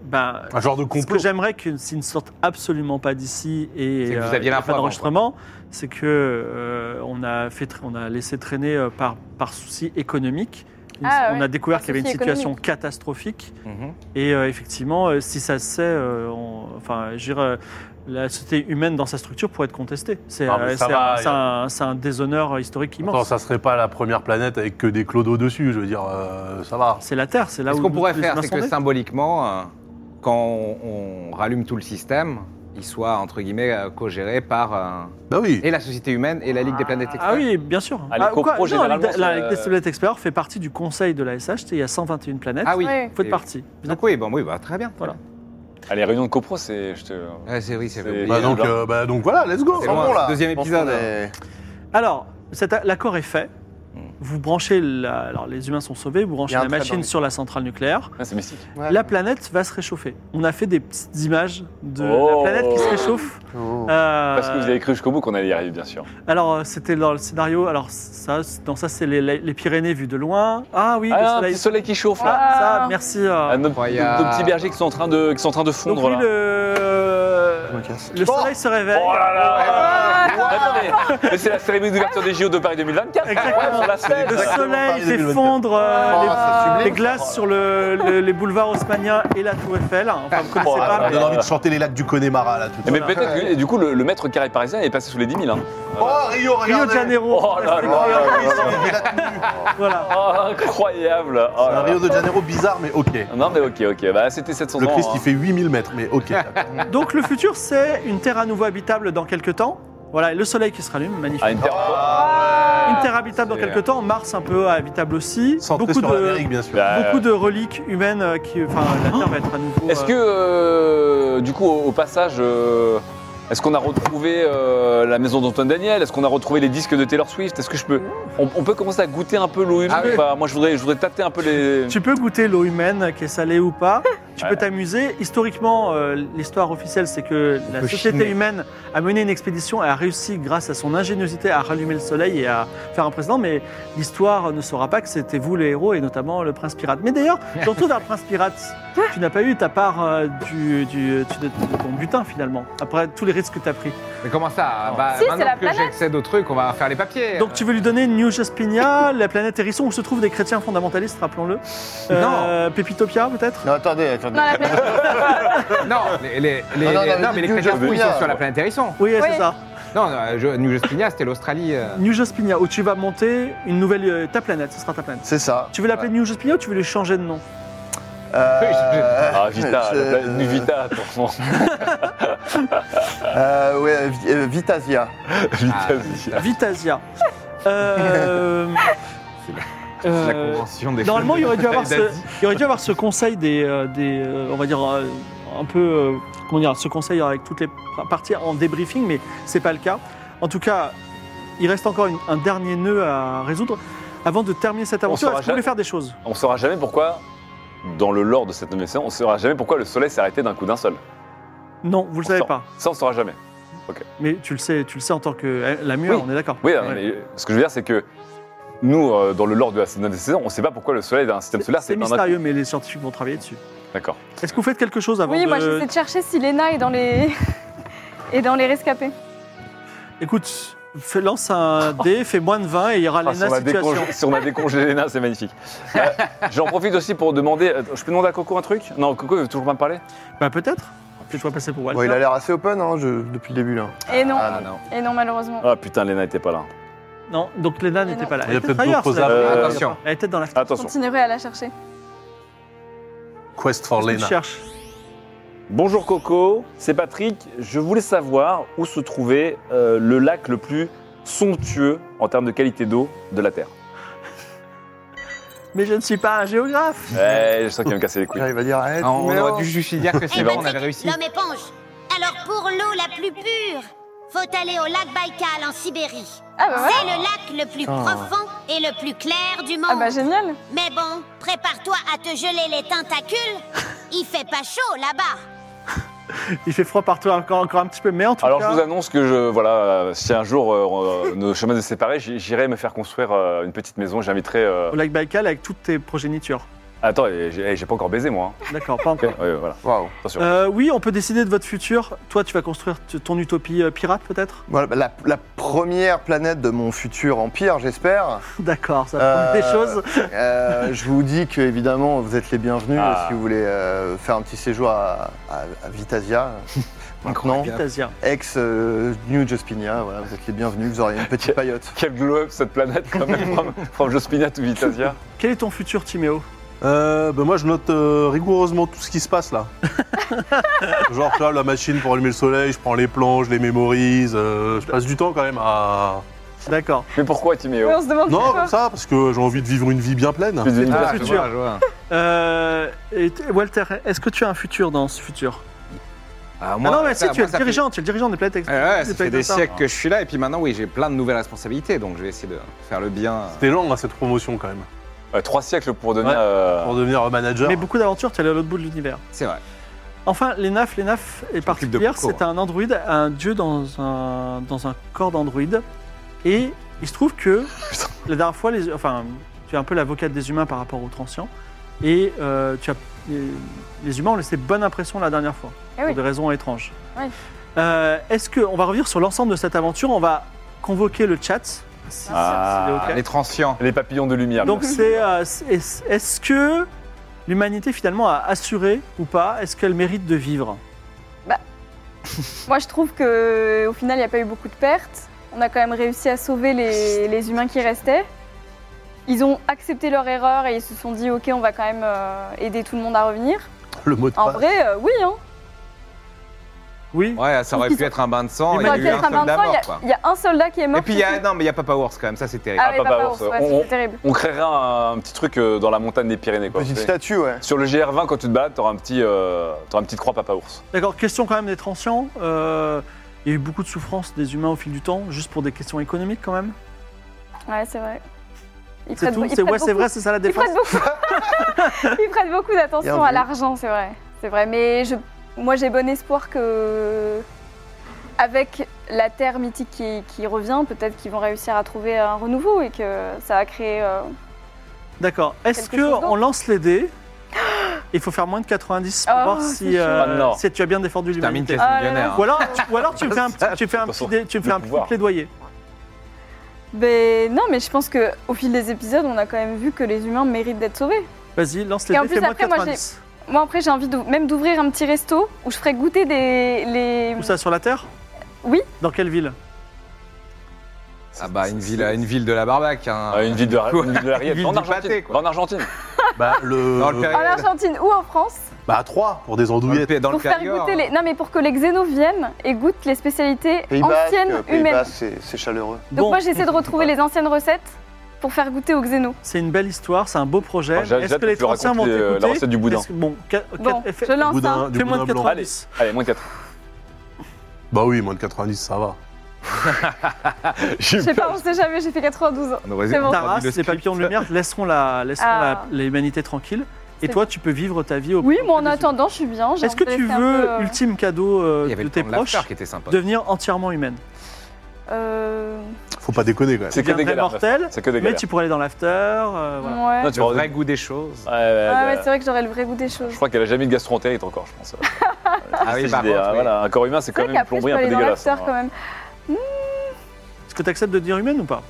Speaker 1: Bah,
Speaker 5: Un genre de
Speaker 1: Ce que
Speaker 5: complot.
Speaker 1: j'aimerais que s'ils ne sortent absolument pas d'ici
Speaker 4: C'est
Speaker 1: et
Speaker 4: que
Speaker 1: euh,
Speaker 4: vous aviez
Speaker 1: il y a
Speaker 4: l'info
Speaker 1: pas
Speaker 4: avant,
Speaker 1: d'enregistrement, c'est que euh, on a fait, tra- on a laissé traîner euh, par par souci économique. Une-
Speaker 3: Ah,
Speaker 1: on
Speaker 3: ouais,
Speaker 1: a découvert
Speaker 3: par
Speaker 1: qu'il y avait une
Speaker 3: souci
Speaker 1: situation
Speaker 3: économique.
Speaker 1: catastrophique
Speaker 4: Mhm.
Speaker 1: et euh, effectivement, euh, si ça se sait, euh, on- enfin, je veux dire, euh, la société humaine dans sa structure pourrait être contestée. C'est
Speaker 5: Ah,
Speaker 1: euh,
Speaker 5: mais ça
Speaker 1: c'est
Speaker 5: va,
Speaker 1: un,
Speaker 5: il y
Speaker 1: c'est un- c'est un déshonneur historique
Speaker 5: Attends,
Speaker 1: immense.
Speaker 5: ça serait pas la première planète avec que des clodos dessus, je veux dire, euh, ça va.
Speaker 1: C'est la Terre, c'est là
Speaker 4: Et
Speaker 1: où
Speaker 4: ce qu'on pourrait
Speaker 1: les
Speaker 4: faire,
Speaker 1: humains
Speaker 4: c'est
Speaker 1: sont
Speaker 4: que
Speaker 1: nés.
Speaker 4: symboliquement, euh, quand on, on rallume tout le système, il soit entre guillemets euh, co-géré par euh,
Speaker 5: Bah oui.
Speaker 4: et la société humaine et la Ligue des planètes
Speaker 1: Ah
Speaker 4: extérieures.
Speaker 1: oui, bien sûr.
Speaker 6: Ah, les
Speaker 1: Ah, quoi
Speaker 6: copros,
Speaker 1: Non, la Ligue
Speaker 6: généralement,
Speaker 1: des- la
Speaker 6: c'est,
Speaker 1: Ligue des
Speaker 6: euh,
Speaker 1: Planètes Explorers fait partie du conseil de la SHT. Il y a 121 planètes.
Speaker 4: Ah oui.
Speaker 3: Oui.
Speaker 6: Eh
Speaker 1: Vous faites partie. Vous êtes-
Speaker 4: Donc oui, bon, oui, bah, très bien.
Speaker 1: Voilà.
Speaker 6: Ah, les réunions de copro, c'est. je te-
Speaker 4: Ouais, c'est oui, c'est
Speaker 6: C'est-
Speaker 4: vrai.
Speaker 5: Bah
Speaker 6: Et
Speaker 5: donc,
Speaker 6: alors
Speaker 5: euh, bah donc voilà, let's go.
Speaker 4: C'est
Speaker 2: Sans
Speaker 4: loin,
Speaker 2: bon, là.
Speaker 4: deuxième
Speaker 2: Je pense
Speaker 4: épisode. hein.
Speaker 2: qu'on est-
Speaker 1: Alors, cet a- l'accord est fait.
Speaker 6: Hmm.
Speaker 4: Mm.
Speaker 1: Vous branchez, la- alors les humains sont sauvés, vous branchez
Speaker 2: Il y a un
Speaker 1: la
Speaker 2: trait dans
Speaker 1: machine
Speaker 2: les-
Speaker 1: sur la centrale nucléaire.
Speaker 6: Ah, c'est mystique.
Speaker 2: Ouais.
Speaker 1: La planète va se réchauffer. On a fait des petites images de
Speaker 6: Oh.
Speaker 1: la planète qui se réchauffe.
Speaker 2: Oh.
Speaker 1: Euh,
Speaker 6: Parce que vous avez cru jusqu'au bout qu'on allait y arriver, bien sûr.
Speaker 1: Alors, euh, c'était dans le scénario. Alors, ça, c'est- dans ça, c'est les, les- les Pyrénées vues de loin. Ah oui, le
Speaker 6: Ah, un
Speaker 1: soleil.
Speaker 6: petit soleil qui chauffe, là.
Speaker 1: Ah,
Speaker 3: Ah.
Speaker 1: ça, merci. euh.
Speaker 6: Ah, nos, nos-
Speaker 4: Incroyable.
Speaker 6: nos petits bergers qui sont en train de, qui sont en train de
Speaker 1: Donc,
Speaker 6: fondre,
Speaker 1: lui,
Speaker 6: là.
Speaker 1: le...
Speaker 2: Je me casse.
Speaker 1: le soleil se réveille.
Speaker 6: Oh là là
Speaker 3: Ouais.
Speaker 6: Attendez, mais c'est la cérémonie d'ouverture des JO de Paris 2024.
Speaker 1: Exactement.
Speaker 6: Ouais, on la fête.
Speaker 1: Le
Speaker 2: Exactement,
Speaker 1: soleil
Speaker 2: Paris
Speaker 1: fait
Speaker 2: 2024.
Speaker 1: fondre euh,
Speaker 2: Oh,
Speaker 1: les-
Speaker 2: c'est sublime.
Speaker 1: les glaces sur le- le- les boulevards haussmanniens et la Tour Eiffel. Enfin, vous connaissez
Speaker 6: Oh,
Speaker 1: pas.
Speaker 5: Ça me
Speaker 1: mais-
Speaker 5: donne envie de chanter les lacs du Connemara là tout
Speaker 6: Et
Speaker 5: de
Speaker 6: mais
Speaker 5: suite.
Speaker 6: peut-être que et du coup le, le mètre carré parisien est passé sous les 10 000. Hein.
Speaker 5: Oh Rio,
Speaker 1: euh, Rio
Speaker 5: regardez.
Speaker 1: de Janeiro.
Speaker 6: Oh là là là
Speaker 5: Il a tenu.
Speaker 1: Voilà.
Speaker 6: Ah, incroyable Oh
Speaker 5: C'est un
Speaker 6: là là.
Speaker 5: Rio de Janeiro bizarre, mais ok.
Speaker 6: Non mais ok ok, bah c'était 700
Speaker 5: Le
Speaker 6: ans.
Speaker 5: Christ,
Speaker 6: hein.
Speaker 5: il fait 8000 mètres, mais ok.
Speaker 1: Donc le futur, c'est une Terre à nouveau habitable dans quelques temps. Voilà, et le Soleil qui se rallume, magnifique.
Speaker 6: Ah, une terre- Ah,
Speaker 1: Une Terre habitable dans
Speaker 4: C'est-
Speaker 1: quelques temps, Mars un peu habitable aussi.
Speaker 5: Centré
Speaker 1: Beaucoup
Speaker 5: sur
Speaker 1: de,
Speaker 5: l'Amérique, bien sûr.
Speaker 6: Bah,
Speaker 1: beaucoup de reliques humaines euh, qui, enfin, la Terre va être à nouveau.
Speaker 6: Est-ce
Speaker 1: euh,
Speaker 6: que euh, du coup au, au passage euh, Est-ce qu'on a retrouvé euh, la maison d'Antoine Daniel Est-ce qu'on a retrouvé les disques de Taylor Swift Est-ce que je peux. On, on peut commencer à goûter un peu l'eau humaine
Speaker 4: Ah oui.
Speaker 6: ou pas Moi, je voudrais, je voudrais tâter un peu les.
Speaker 1: Tu peux goûter l'eau humaine, qui est salée ou pas. Tu peux
Speaker 6: Ouais.
Speaker 1: t'amuser. Historiquement, euh, l'histoire officielle, c'est que la
Speaker 4: peut
Speaker 1: société
Speaker 4: chiner.
Speaker 1: humaine a mené une expédition et a réussi, grâce à son ingéniosité, à rallumer le soleil et à faire un président. Mais l'histoire ne saura pas que c'était vous les héros et notamment le prince pirate. Mais d'ailleurs, tu retournes vers le prince pirate. Tu n'as pas eu ta part euh, du, du- tu- de ton butin, finalement, après tous les risques que tu as pris.
Speaker 4: Mais comment ça bah,
Speaker 3: Si, c'est
Speaker 4: Maintenant
Speaker 3: la
Speaker 4: que
Speaker 3: planète.
Speaker 4: j'accède au truc, on va faire les papiers.
Speaker 1: Donc tu veux lui donner New Jaspinia, la planète Hérisson, où se trouvent des chrétiens fondamentalistes, rappelons-le. Euh, Pépitopia, peut-être
Speaker 2: Non, attendez, attendez.
Speaker 3: Non, la planète.
Speaker 4: Non, les, les, les-
Speaker 2: Non, non,
Speaker 4: les-
Speaker 2: non,
Speaker 4: non, mais les
Speaker 2: New
Speaker 4: chrétiens fous, ils sont
Speaker 2: Jospinia.
Speaker 4: sur la planète Hérisson.
Speaker 1: Oui,
Speaker 3: Oui.
Speaker 1: c'est ça.
Speaker 4: Non, non, je- New Jospinia, c'était l'Australie. euh.
Speaker 1: New Jospinia, où tu vas monter une nouvelle. euh, ta planète, ce sera ta planète.
Speaker 2: C'est ça.
Speaker 1: Tu veux l'appeler New Jospinia ou tu veux lui changer de nom
Speaker 2: Euh,
Speaker 6: Ah, Vita,
Speaker 2: je-
Speaker 6: la planète du Vita,
Speaker 1: Ah,
Speaker 6: attends.
Speaker 2: Euh, ouais, Vi- euh, Vitasia.
Speaker 4: Ah,
Speaker 1: Vitasia. Euh,
Speaker 4: c'est la
Speaker 1: euh,
Speaker 4: convention des
Speaker 1: Normalement, il y aurait dû avoir ce,
Speaker 4: d'Asie.
Speaker 1: il y aurait dû avoir ce conseil des, euh, des euh, on va dire euh, un peu, euh, comment dire, ce conseil avec toutes les par- parties en débriefing, mais c'est pas le cas. En tout cas, il reste encore une- un dernier nœud à résoudre avant de terminer cette aventure.
Speaker 6: saura
Speaker 1: Est-ce que vous voulez
Speaker 6: jamais.
Speaker 1: faire des choses
Speaker 6: On saura jamais pourquoi, dans le lore de cette nomination, on saura jamais pourquoi le soleil s'est arrêté d'un coup d'un seul.
Speaker 1: Non, vous le savez pas.
Speaker 6: Ça, on saura jamais.
Speaker 1: Mais tu le sais, tu le sais en tant que euh, la mûre,
Speaker 6: Oui.
Speaker 1: on est d'accord.
Speaker 6: Oui,
Speaker 1: Ouais.
Speaker 6: mais ce que je veux dire, c'est que nous, euh, dans le lore de la de la saison, on ne sait pas pourquoi le soleil d'un système solaire
Speaker 1: C'est
Speaker 6: s'est
Speaker 1: mystérieux, mais les scientifiques vont travailler dessus.
Speaker 6: D'accord.
Speaker 1: Est-ce que vous faites quelque chose avant
Speaker 3: Oui,
Speaker 1: de...
Speaker 3: moi j'essaie de chercher si Lena est dans les. est dans les rescapés.
Speaker 1: Écoute, fais- lance un dé, fais moins de 20 et il y aura
Speaker 6: Ah, si,
Speaker 1: l'ENA
Speaker 6: on a
Speaker 1: situation.
Speaker 6: décongé- si on a décongé Léna, c'est magnifique. Euh, J'en profite aussi pour demander. euh, Je peux demander à Coco un truc Non, Coco ne veut toujours pas me parler
Speaker 1: Bah peut-être. Tu vois passer pour Walter.
Speaker 2: Bon, il a l'air assez open hein, je- depuis le début là.
Speaker 3: Et non,
Speaker 4: Ah non.
Speaker 3: et non malheureusement.
Speaker 6: Ah putain, Léna n'était pas là.
Speaker 1: Non, donc l'ENA n'était
Speaker 3: non.
Speaker 1: pas là.
Speaker 5: Il y a
Speaker 1: était
Speaker 5: peut-être
Speaker 1: ailleurs,
Speaker 5: d'autres
Speaker 1: cela.
Speaker 6: affaires.
Speaker 1: Euh,
Speaker 4: Ah, Attention.
Speaker 1: Elle était dans la
Speaker 3: Je
Speaker 6: Attention.
Speaker 3: continuerai à la chercher.
Speaker 5: Quest for
Speaker 1: Qu'est-ce que tu
Speaker 5: Lena.
Speaker 1: cherches.
Speaker 6: Bonjour Coco, c'est Patrick. Je voulais savoir où se trouvait euh, le lac le plus somptueux en termes de qualité d'eau de la Terre.
Speaker 1: Mais je ne suis pas un géographe.
Speaker 6: Eh, je sens qu'il va me casser les
Speaker 2: Il
Speaker 6: couilles.
Speaker 2: va dire arrête.
Speaker 4: Ah, on
Speaker 2: Euh, mais
Speaker 4: aurait
Speaker 2: non.
Speaker 4: dû juste lui dire que c'est
Speaker 8: Eh,
Speaker 4: bon,
Speaker 3: ben,
Speaker 4: on
Speaker 8: Patrick,
Speaker 4: avait réussi. Ah,
Speaker 8: L'homme éponge. Alors pour l'eau la plus pure, faut aller au lac Baïkal en Sibérie.
Speaker 3: Ah bah voilà.
Speaker 8: C'est le lac le plus profond et le plus clair du monde.
Speaker 3: Ah bah génial.
Speaker 8: Mais bon, prépare-toi à te geler les tentacules. Il fait pas chaud là-bas.
Speaker 1: Il fait froid partout encore, encore un petit peu, mais en tout
Speaker 6: Alors
Speaker 1: cas...
Speaker 6: je vous annonce que je, voilà, euh, si un jour euh, euh, nos chemins se séparés, j'y- j'irai me faire construire euh, une petite maison. J'inviterai. euh,
Speaker 1: Au lac Baïkal avec toutes tes progénitures.
Speaker 6: Attends, eh, j'ai eh, j'ai pas encore baisé moi. hein.
Speaker 1: D'accord, pas encore.
Speaker 6: Ok, ouais, voilà.
Speaker 4: Waouh.
Speaker 6: Attention.
Speaker 1: Euh, oui, on peut décider de votre futur. Toi, tu vas construire t- ton utopie euh, pirate, peut-être
Speaker 2: Voilà, bah, la, la première planète de mon futur empire, j'espère.
Speaker 1: D'accord, ça prend des
Speaker 2: Euh,
Speaker 1: choses.
Speaker 2: Euh, je vous dis que évidemment vous êtes les bienvenus
Speaker 6: Ah.
Speaker 2: si vous voulez euh, faire un petit séjour à, à- à Vitasia. Maintenant,
Speaker 1: Vitasia.
Speaker 2: ex euh, New Jospinia, voilà, vous êtes les bienvenus, vous aurez une petite paillote.
Speaker 6: Quel glow-up cette planète quand même, from, from Jospinat to Vitasia.
Speaker 1: Quel est ton futur, Timéo
Speaker 5: Euh, ben moi, je note euh, rigoureusement tout ce qui se passe là. Genre, tu vois, la machine pour allumer le soleil, je prends les plans, je les mémorise. euh, je passe du temps quand même à.
Speaker 1: D'accord.
Speaker 6: Mais pourquoi Timéo
Speaker 3: Oui, on se demande
Speaker 5: Non,
Speaker 3: pourquoi.
Speaker 5: comme ça, parce que j'ai envie de vivre une vie bien pleine.
Speaker 6: Plus de vie.
Speaker 4: Ah, je
Speaker 1: futur.
Speaker 4: vois, je vois.
Speaker 1: Euh, et t- Walter, est-ce que tu as un futur dans ce futur
Speaker 4: Ah,
Speaker 1: Ah
Speaker 4: moi,
Speaker 1: non, mais
Speaker 4: ça-
Speaker 1: si, tu es le
Speaker 4: moi, ça fait- Euh,
Speaker 1: dirigeant, tu es le dirigeant des planètes ex-
Speaker 4: Ouais, ouais, ça
Speaker 1: des
Speaker 4: fait
Speaker 1: planètes
Speaker 4: des
Speaker 1: stars.
Speaker 4: siècles que je suis là, et puis maintenant, oui, j'ai plein de nouvelles responsabilités, donc je vais essayer de faire le bien. euh,
Speaker 5: C'était long, hein, cette promotion quand même.
Speaker 6: Euh, Trois siècles pour devenir.
Speaker 5: Ouais.
Speaker 6: euh,
Speaker 5: Pour devenir manager.
Speaker 1: Mais beaucoup d'aventures, tu es allé à l'autre bout de l'univers.
Speaker 4: C'est vrai.
Speaker 1: Enfin, l'ENAF, l'ENAF est particulière,
Speaker 4: Coco,
Speaker 1: c'est un androïde, un dieu dans un, dans un corps d'androïde. Et il se trouve que la dernière fois, les, enfin, tu es un peu l'avocate des humains par rapport aux transients. Et euh, tu as, les, les humains ont laissé bonne impression la dernière fois,
Speaker 3: Eh
Speaker 1: pour
Speaker 3: oui.
Speaker 1: des raisons étranges.
Speaker 3: Oui.
Speaker 1: Euh, Est-ce qu'on va revenir sur l'ensemble de cette aventure On va convoquer le chat. si-
Speaker 6: Ah,
Speaker 1: si c'est ok.
Speaker 4: Les transients.
Speaker 6: Les papillons de lumière.
Speaker 1: Donc
Speaker 6: bien sûr.
Speaker 1: c'est euh, c'est- est-ce est-ce que l'humanité finalement a assuré ou pas Est-ce qu'elle mérite de vivre
Speaker 3: Moi je trouve que au final il n'y a pas eu beaucoup de pertes. On a quand même réussi à sauver les, les humains qui restaient. Ils ont accepté leur erreur et ils se sont dit ok on va quand même euh, aider tout le monde à revenir.
Speaker 5: Le mot de
Speaker 3: En
Speaker 4: Bah,
Speaker 5: passe.
Speaker 3: vrai euh, oui hein.
Speaker 1: Oui.
Speaker 4: Ouais, ça aurait pu être un bain de sang,
Speaker 1: Il
Speaker 4: il y a
Speaker 3: Enfin,
Speaker 4: eu
Speaker 3: peut-être
Speaker 4: un
Speaker 3: un 23, il y
Speaker 4: seul d'abord,
Speaker 3: a-
Speaker 4: quoi.
Speaker 3: il y a un soldat qui est mort.
Speaker 4: Et puis, il y a, bah,
Speaker 3: c'est tout.
Speaker 4: non, mais il n'y a Papa Wars quand même, ça c'est terrible.
Speaker 3: Ah oui,
Speaker 6: Papa
Speaker 3: Papa Ours,
Speaker 6: Ours,
Speaker 3: ouais,
Speaker 6: on-
Speaker 3: c'était
Speaker 6: on-
Speaker 3: terrible.
Speaker 6: On créera un petit truc euh, dans la montagne des Pyrénées. Quoi.
Speaker 2: Petite
Speaker 6: C'est-
Speaker 2: statue, ouais.
Speaker 6: Sur le GR20, quand tu te bats, t'auras un petit, euh, t'auras une petite croix Papa Ours.
Speaker 1: D'accord, question quand même des transients. Euh, Il y a eu beaucoup de souffrance des humains au fil du temps, juste pour des questions économiques quand même.
Speaker 3: Ouais, c'est vrai. Ils
Speaker 1: C'est
Speaker 3: prêtent
Speaker 1: tout
Speaker 3: be- ils
Speaker 1: C'est
Speaker 3: prêtent
Speaker 1: ouais, c'est
Speaker 3: beaucoup-
Speaker 1: vrai, c'est ça la
Speaker 3: Ils
Speaker 1: défense
Speaker 3: prêtent beaucoup, Ils prêtent beaucoup d'attention
Speaker 2: Bien
Speaker 3: à
Speaker 2: vu.
Speaker 3: l'argent, c'est vrai. C'est vrai, mais je- moi j'ai bon espoir que, avec la terre mythique qui, qui revient, peut-être qu'ils vont réussir à trouver un renouveau et que ça va créer. euh,
Speaker 1: D'accord. Est-ce
Speaker 3: Quelque chose
Speaker 1: que
Speaker 3: d'autre
Speaker 1: on lance les dés Il faut faire moins de 90 pour
Speaker 3: Oh,
Speaker 1: voir
Speaker 3: c'est
Speaker 1: si,
Speaker 3: chaud.
Speaker 1: euh,
Speaker 6: Ah non.
Speaker 1: si tu as bien défendu
Speaker 4: Termine
Speaker 1: l'humanité.
Speaker 4: caisse
Speaker 3: Ah,
Speaker 4: millionnaire.
Speaker 1: Ou alors, tu, ou alors tu me fais un petit, tu me fais un petit,
Speaker 6: façon,
Speaker 1: dé- tu me fais
Speaker 6: le
Speaker 1: un petit
Speaker 6: pouvoir.
Speaker 1: plaidoyer.
Speaker 3: Ben non, mais je pense que au fil des épisodes, on a quand même vu que les humains méritent d'être sauvés.
Speaker 1: Vas-y, lance les
Speaker 3: Et en
Speaker 1: dés,
Speaker 3: plus,
Speaker 1: fais moins de
Speaker 3: après, moi, j'ai-
Speaker 1: 90.
Speaker 3: Moi après, j'ai envie de- même d'ouvrir un petit resto où je ferais goûter des les.
Speaker 1: Où ça, sur la Terre
Speaker 3: Euh, Oui.
Speaker 1: Dans quelle ville
Speaker 4: Ah bah une ville, une ville de la barbaque. Hein.
Speaker 6: Ah, une ville de, la- une ville de la
Speaker 4: Une ville
Speaker 6: en
Speaker 4: du
Speaker 6: Argentine.
Speaker 4: pâté, quoi.
Speaker 6: En Argentine.
Speaker 5: Bah, le.
Speaker 4: Dans le
Speaker 3: En
Speaker 4: Périgord.
Speaker 3: Argentine ou en France
Speaker 5: Bah, à 3 pour des
Speaker 4: Dans le
Speaker 5: andouillettes.
Speaker 4: Pé- Dans le
Speaker 3: pour faire
Speaker 4: Périgord.
Speaker 3: goûter les... Non, mais pour que les xénos viennent et goûtent les spécialités
Speaker 2: Pays
Speaker 3: anciennes
Speaker 2: Basque, Pays
Speaker 3: humaines.
Speaker 2: Basque, c'est c'est chaleureux.
Speaker 3: Donc
Speaker 1: Bon,
Speaker 3: moi, j'essaie de retrouver les anciennes recettes pour faire goûter aux xénos.
Speaker 1: c'est une belle histoire, c'est un beau projet.
Speaker 6: Ah, j'ai-
Speaker 1: Est-ce
Speaker 6: j'ai
Speaker 1: que les
Speaker 6: hâte que tu me
Speaker 1: transferts vont
Speaker 6: racontes les- euh, la
Speaker 1: t'écouter
Speaker 6: recette du boudin.
Speaker 1: Est-ce que- Bon, qua-
Speaker 3: Bon,
Speaker 1: quatre- fais-
Speaker 3: je lance hein.
Speaker 5: boudin,
Speaker 3: un.
Speaker 5: du
Speaker 1: fais moins de
Speaker 5: boudin blanc.
Speaker 1: 90.
Speaker 6: Allez, moins de 4.
Speaker 5: Bah oui, moins de 90, ça va.
Speaker 3: Je sais pas, on sait jamais, j'ai fait 92 ans.
Speaker 4: On aurait-
Speaker 3: C'est bon.
Speaker 4: on aurait
Speaker 1: Taras,
Speaker 4: dit le
Speaker 1: les
Speaker 4: script.
Speaker 1: papillons de lumière laisseront la laisseront
Speaker 3: Ah.
Speaker 1: la- l'humanité tranquille. Et
Speaker 3: C'est
Speaker 1: toi, tu peux vivre ta vie au
Speaker 3: Oui,
Speaker 1: au
Speaker 3: moi, en
Speaker 1: des-
Speaker 3: attendant, je suis bien. j'ai
Speaker 1: Est-ce que
Speaker 3: envie de
Speaker 1: tu
Speaker 3: rester un
Speaker 1: veux,
Speaker 3: peu, euh,
Speaker 1: ultime cadeau euh,
Speaker 4: Il y avait
Speaker 1: de
Speaker 4: le
Speaker 1: tes
Speaker 4: temps de l'after
Speaker 1: proches,
Speaker 4: qui était sympa.
Speaker 1: devenir entièrement humaine
Speaker 3: euh,
Speaker 5: Faut pas déconner quand même.
Speaker 6: C'est
Speaker 1: Tu
Speaker 6: que des
Speaker 1: deviendrais
Speaker 6: galères.
Speaker 1: mortel,
Speaker 6: C'est que des
Speaker 1: mais
Speaker 6: galères.
Speaker 1: tu pourrais aller dans l'after. euh, voilà.
Speaker 3: Ouais.
Speaker 6: Non,
Speaker 4: Le
Speaker 6: tu vas-
Speaker 4: vrai goût des choses.
Speaker 6: Ouais,
Speaker 3: Ah,
Speaker 6: ouais,
Speaker 3: Ouais,
Speaker 6: ouais.
Speaker 3: ouais, c'est vrai que j'aurais le vrai goût des
Speaker 6: Je
Speaker 3: choses.
Speaker 6: crois qu'elle a jamais eu de gastroentérite encore, je pense.
Speaker 4: Ah oui,
Speaker 6: C'est
Speaker 4: par
Speaker 6: l'idée,
Speaker 4: contre,
Speaker 6: hein.
Speaker 4: oui.
Speaker 6: Voilà, un corps humain, c'est
Speaker 3: C'est
Speaker 6: quand
Speaker 3: vrai
Speaker 6: même une
Speaker 3: qu'après, je peux
Speaker 6: plomberie un peu
Speaker 3: aller dans
Speaker 6: dégueulasse.
Speaker 3: l'after
Speaker 6: hein.
Speaker 3: quand même.
Speaker 1: Est-ce que tu acceptes de devenir humaine ou pas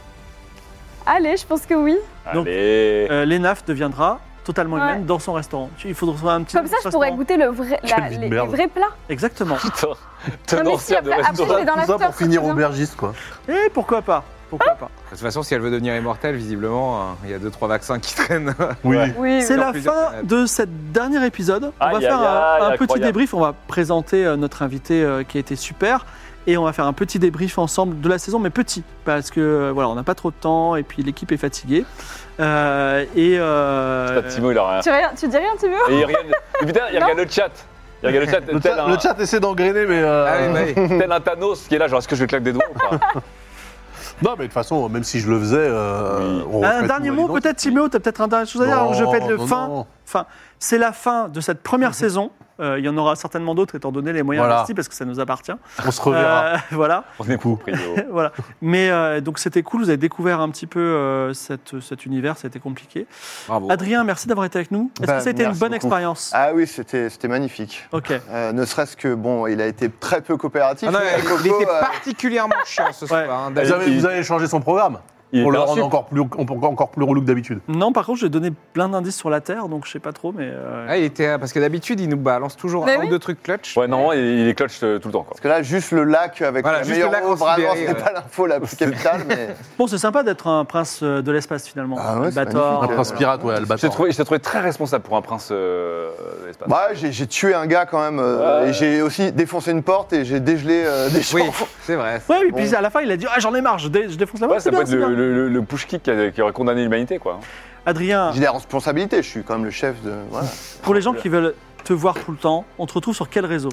Speaker 3: Allez, je pense que oui.
Speaker 1: Donc,
Speaker 6: Allez.
Speaker 1: Euh, Lénaf deviendra totalement
Speaker 3: Ouais.
Speaker 1: humaine dans son restaurant. Tu- Il faudra trouver un petit
Speaker 3: Comme ça, je pourrais
Speaker 1: restaurant.
Speaker 3: goûter le vrai, la-
Speaker 5: Quelle vie de
Speaker 3: les, les
Speaker 5: merde.
Speaker 3: vrais plats.
Speaker 1: Exactement.
Speaker 6: Putain,
Speaker 3: Non, mais si,
Speaker 6: tenancière de
Speaker 3: après- après, je
Speaker 6: restaurant.
Speaker 3: vais dans
Speaker 5: Tout ça
Speaker 3: l'after.
Speaker 5: pour finir
Speaker 3: c'est bien.
Speaker 5: aubergiste, quoi.
Speaker 1: Et pourquoi pas
Speaker 3: Ah.
Speaker 1: Pourquoi pas
Speaker 4: De toute façon, si elle veut devenir immortelle, visiblement, hein, il y a deux trois vaccins qui traînent.
Speaker 3: Oui,
Speaker 5: Oui.
Speaker 1: C'est
Speaker 3: oui.
Speaker 4: Sur
Speaker 1: la
Speaker 4: plusieurs
Speaker 1: fin
Speaker 4: planètes.
Speaker 1: de ce dernier épisode. On va
Speaker 6: Aïe,
Speaker 1: faire
Speaker 6: aïe,
Speaker 1: un-
Speaker 6: aïe,
Speaker 1: un, petit
Speaker 6: incroyable.
Speaker 1: débrief. On va présenter euh, notre invité euh, qui a été super. Et on va faire un petit débrief ensemble de la saison, mais petit. Parce que euh, voilà, on n'a pas trop de temps et puis l'équipe est fatiguée. Euh, et. euh,
Speaker 6: Putain, Timo, Ah, il a rien.
Speaker 3: Tu, rien- tu dis rien, tu veux
Speaker 6: Et il regarde, Et putain, il
Speaker 3: Non.
Speaker 6: regarde le chat. Il regarde le chat.
Speaker 5: Le,
Speaker 6: tel
Speaker 5: chat, le
Speaker 6: un-
Speaker 5: chat essaie d'engrainer, mais. euh,
Speaker 4: Ah oui, bah oui.
Speaker 6: Tel un Thanos qui est là, genre, est-ce que je claque des doigts ou pas
Speaker 5: Non, mais de toute façon, même si je le faisais. euh,
Speaker 6: Oui.
Speaker 5: on referait
Speaker 1: Un
Speaker 5: tout
Speaker 1: dernier
Speaker 5: à
Speaker 1: mot,
Speaker 5: l'identique.
Speaker 1: peut-être, Timéo, tu as peut-être un dernier chose à dire avant que je
Speaker 5: Non,
Speaker 1: fais le
Speaker 5: non,
Speaker 1: fin.
Speaker 5: non.
Speaker 1: C'est la fin de cette première saison. Euh, Il y en aura certainement d'autres, étant donné les moyens
Speaker 5: Voilà.
Speaker 1: investis, parce que ça nous appartient.
Speaker 5: On se reverra.
Speaker 1: Euh, voilà.
Speaker 6: On est compris. oh.
Speaker 1: voilà. Mais euh, donc c'était cool, vous avez découvert un petit peu euh, cette- cet univers, c'était compliqué.
Speaker 4: Bravo.
Speaker 1: Adrien, merci d'avoir été avec nous. Est-ce
Speaker 2: Bah,
Speaker 1: que ça a été une
Speaker 2: merci
Speaker 1: bonne
Speaker 2: beaucoup.
Speaker 1: expérience
Speaker 2: Ah oui, c'était c'était magnifique.
Speaker 1: Ok.
Speaker 2: Euh, ne serait-ce que, bon, il a été très peu coopératif.
Speaker 4: Ah non,
Speaker 2: mais
Speaker 4: il,
Speaker 2: Coco,
Speaker 4: il était
Speaker 2: euh,
Speaker 4: particulièrement chiant ce soir.
Speaker 1: Ouais.
Speaker 4: hein,
Speaker 5: Vous
Speaker 4: David.
Speaker 5: avez, vous avez changé son programme
Speaker 6: Il
Speaker 5: pour
Speaker 6: était
Speaker 5: le rendre
Speaker 6: insup.
Speaker 5: encore plus, encore plus relou que d'habitude.
Speaker 1: Non, par contre, j'ai donné plein d'indices sur la Terre, donc je sais pas trop, mais. euh,
Speaker 4: Ah, il était parce que d'habitude il nous balance toujours
Speaker 3: Mais
Speaker 4: un
Speaker 3: oui.
Speaker 4: ou deux trucs clutch.
Speaker 6: Ouais, non, il il est clutch euh, tout le temps. Quoi.
Speaker 2: Parce que là, juste le lac avec
Speaker 4: Voilà,
Speaker 2: la
Speaker 4: juste
Speaker 2: meilleure
Speaker 4: le lac en
Speaker 2: eau, vraiment,
Speaker 4: Sibérie,
Speaker 2: c'était
Speaker 4: ouais.
Speaker 2: pas l'info la plus capitale, mais
Speaker 1: Bon, c'est sympa d'être un prince euh, de l'espace finalement.
Speaker 2: Ah ouais, c'est
Speaker 1: Bator,
Speaker 5: Un
Speaker 2: magnifique.
Speaker 1: euh,
Speaker 5: prince pirate, ouais, le
Speaker 6: Je t'ai
Speaker 5: bâtard.
Speaker 6: trouvé, je t'ai trouvé très responsable pour un prince euh, de l'espace.
Speaker 2: bah, j'ai j'ai tué un gars quand même. euh,
Speaker 6: Ouais.
Speaker 2: et J'ai aussi défoncé une porte et j'ai dégelé euh, des gens.
Speaker 4: Oui, c'est vrai.
Speaker 1: Ouais, et puis à la fin, il a dit Ah, j'en ai marre, je, dé- je défonce la voie.
Speaker 6: Ouais, ça peut être le, le, le- le push kick qui, a- qui aurait condamné l'humanité, quoi.
Speaker 4: Ah.
Speaker 1: Adrien,
Speaker 2: J'ai des responsabilités, je suis quand même le chef de. Voilà.
Speaker 1: pour les gens qui veulent te voir tout le temps, on te retrouve sur quel réseau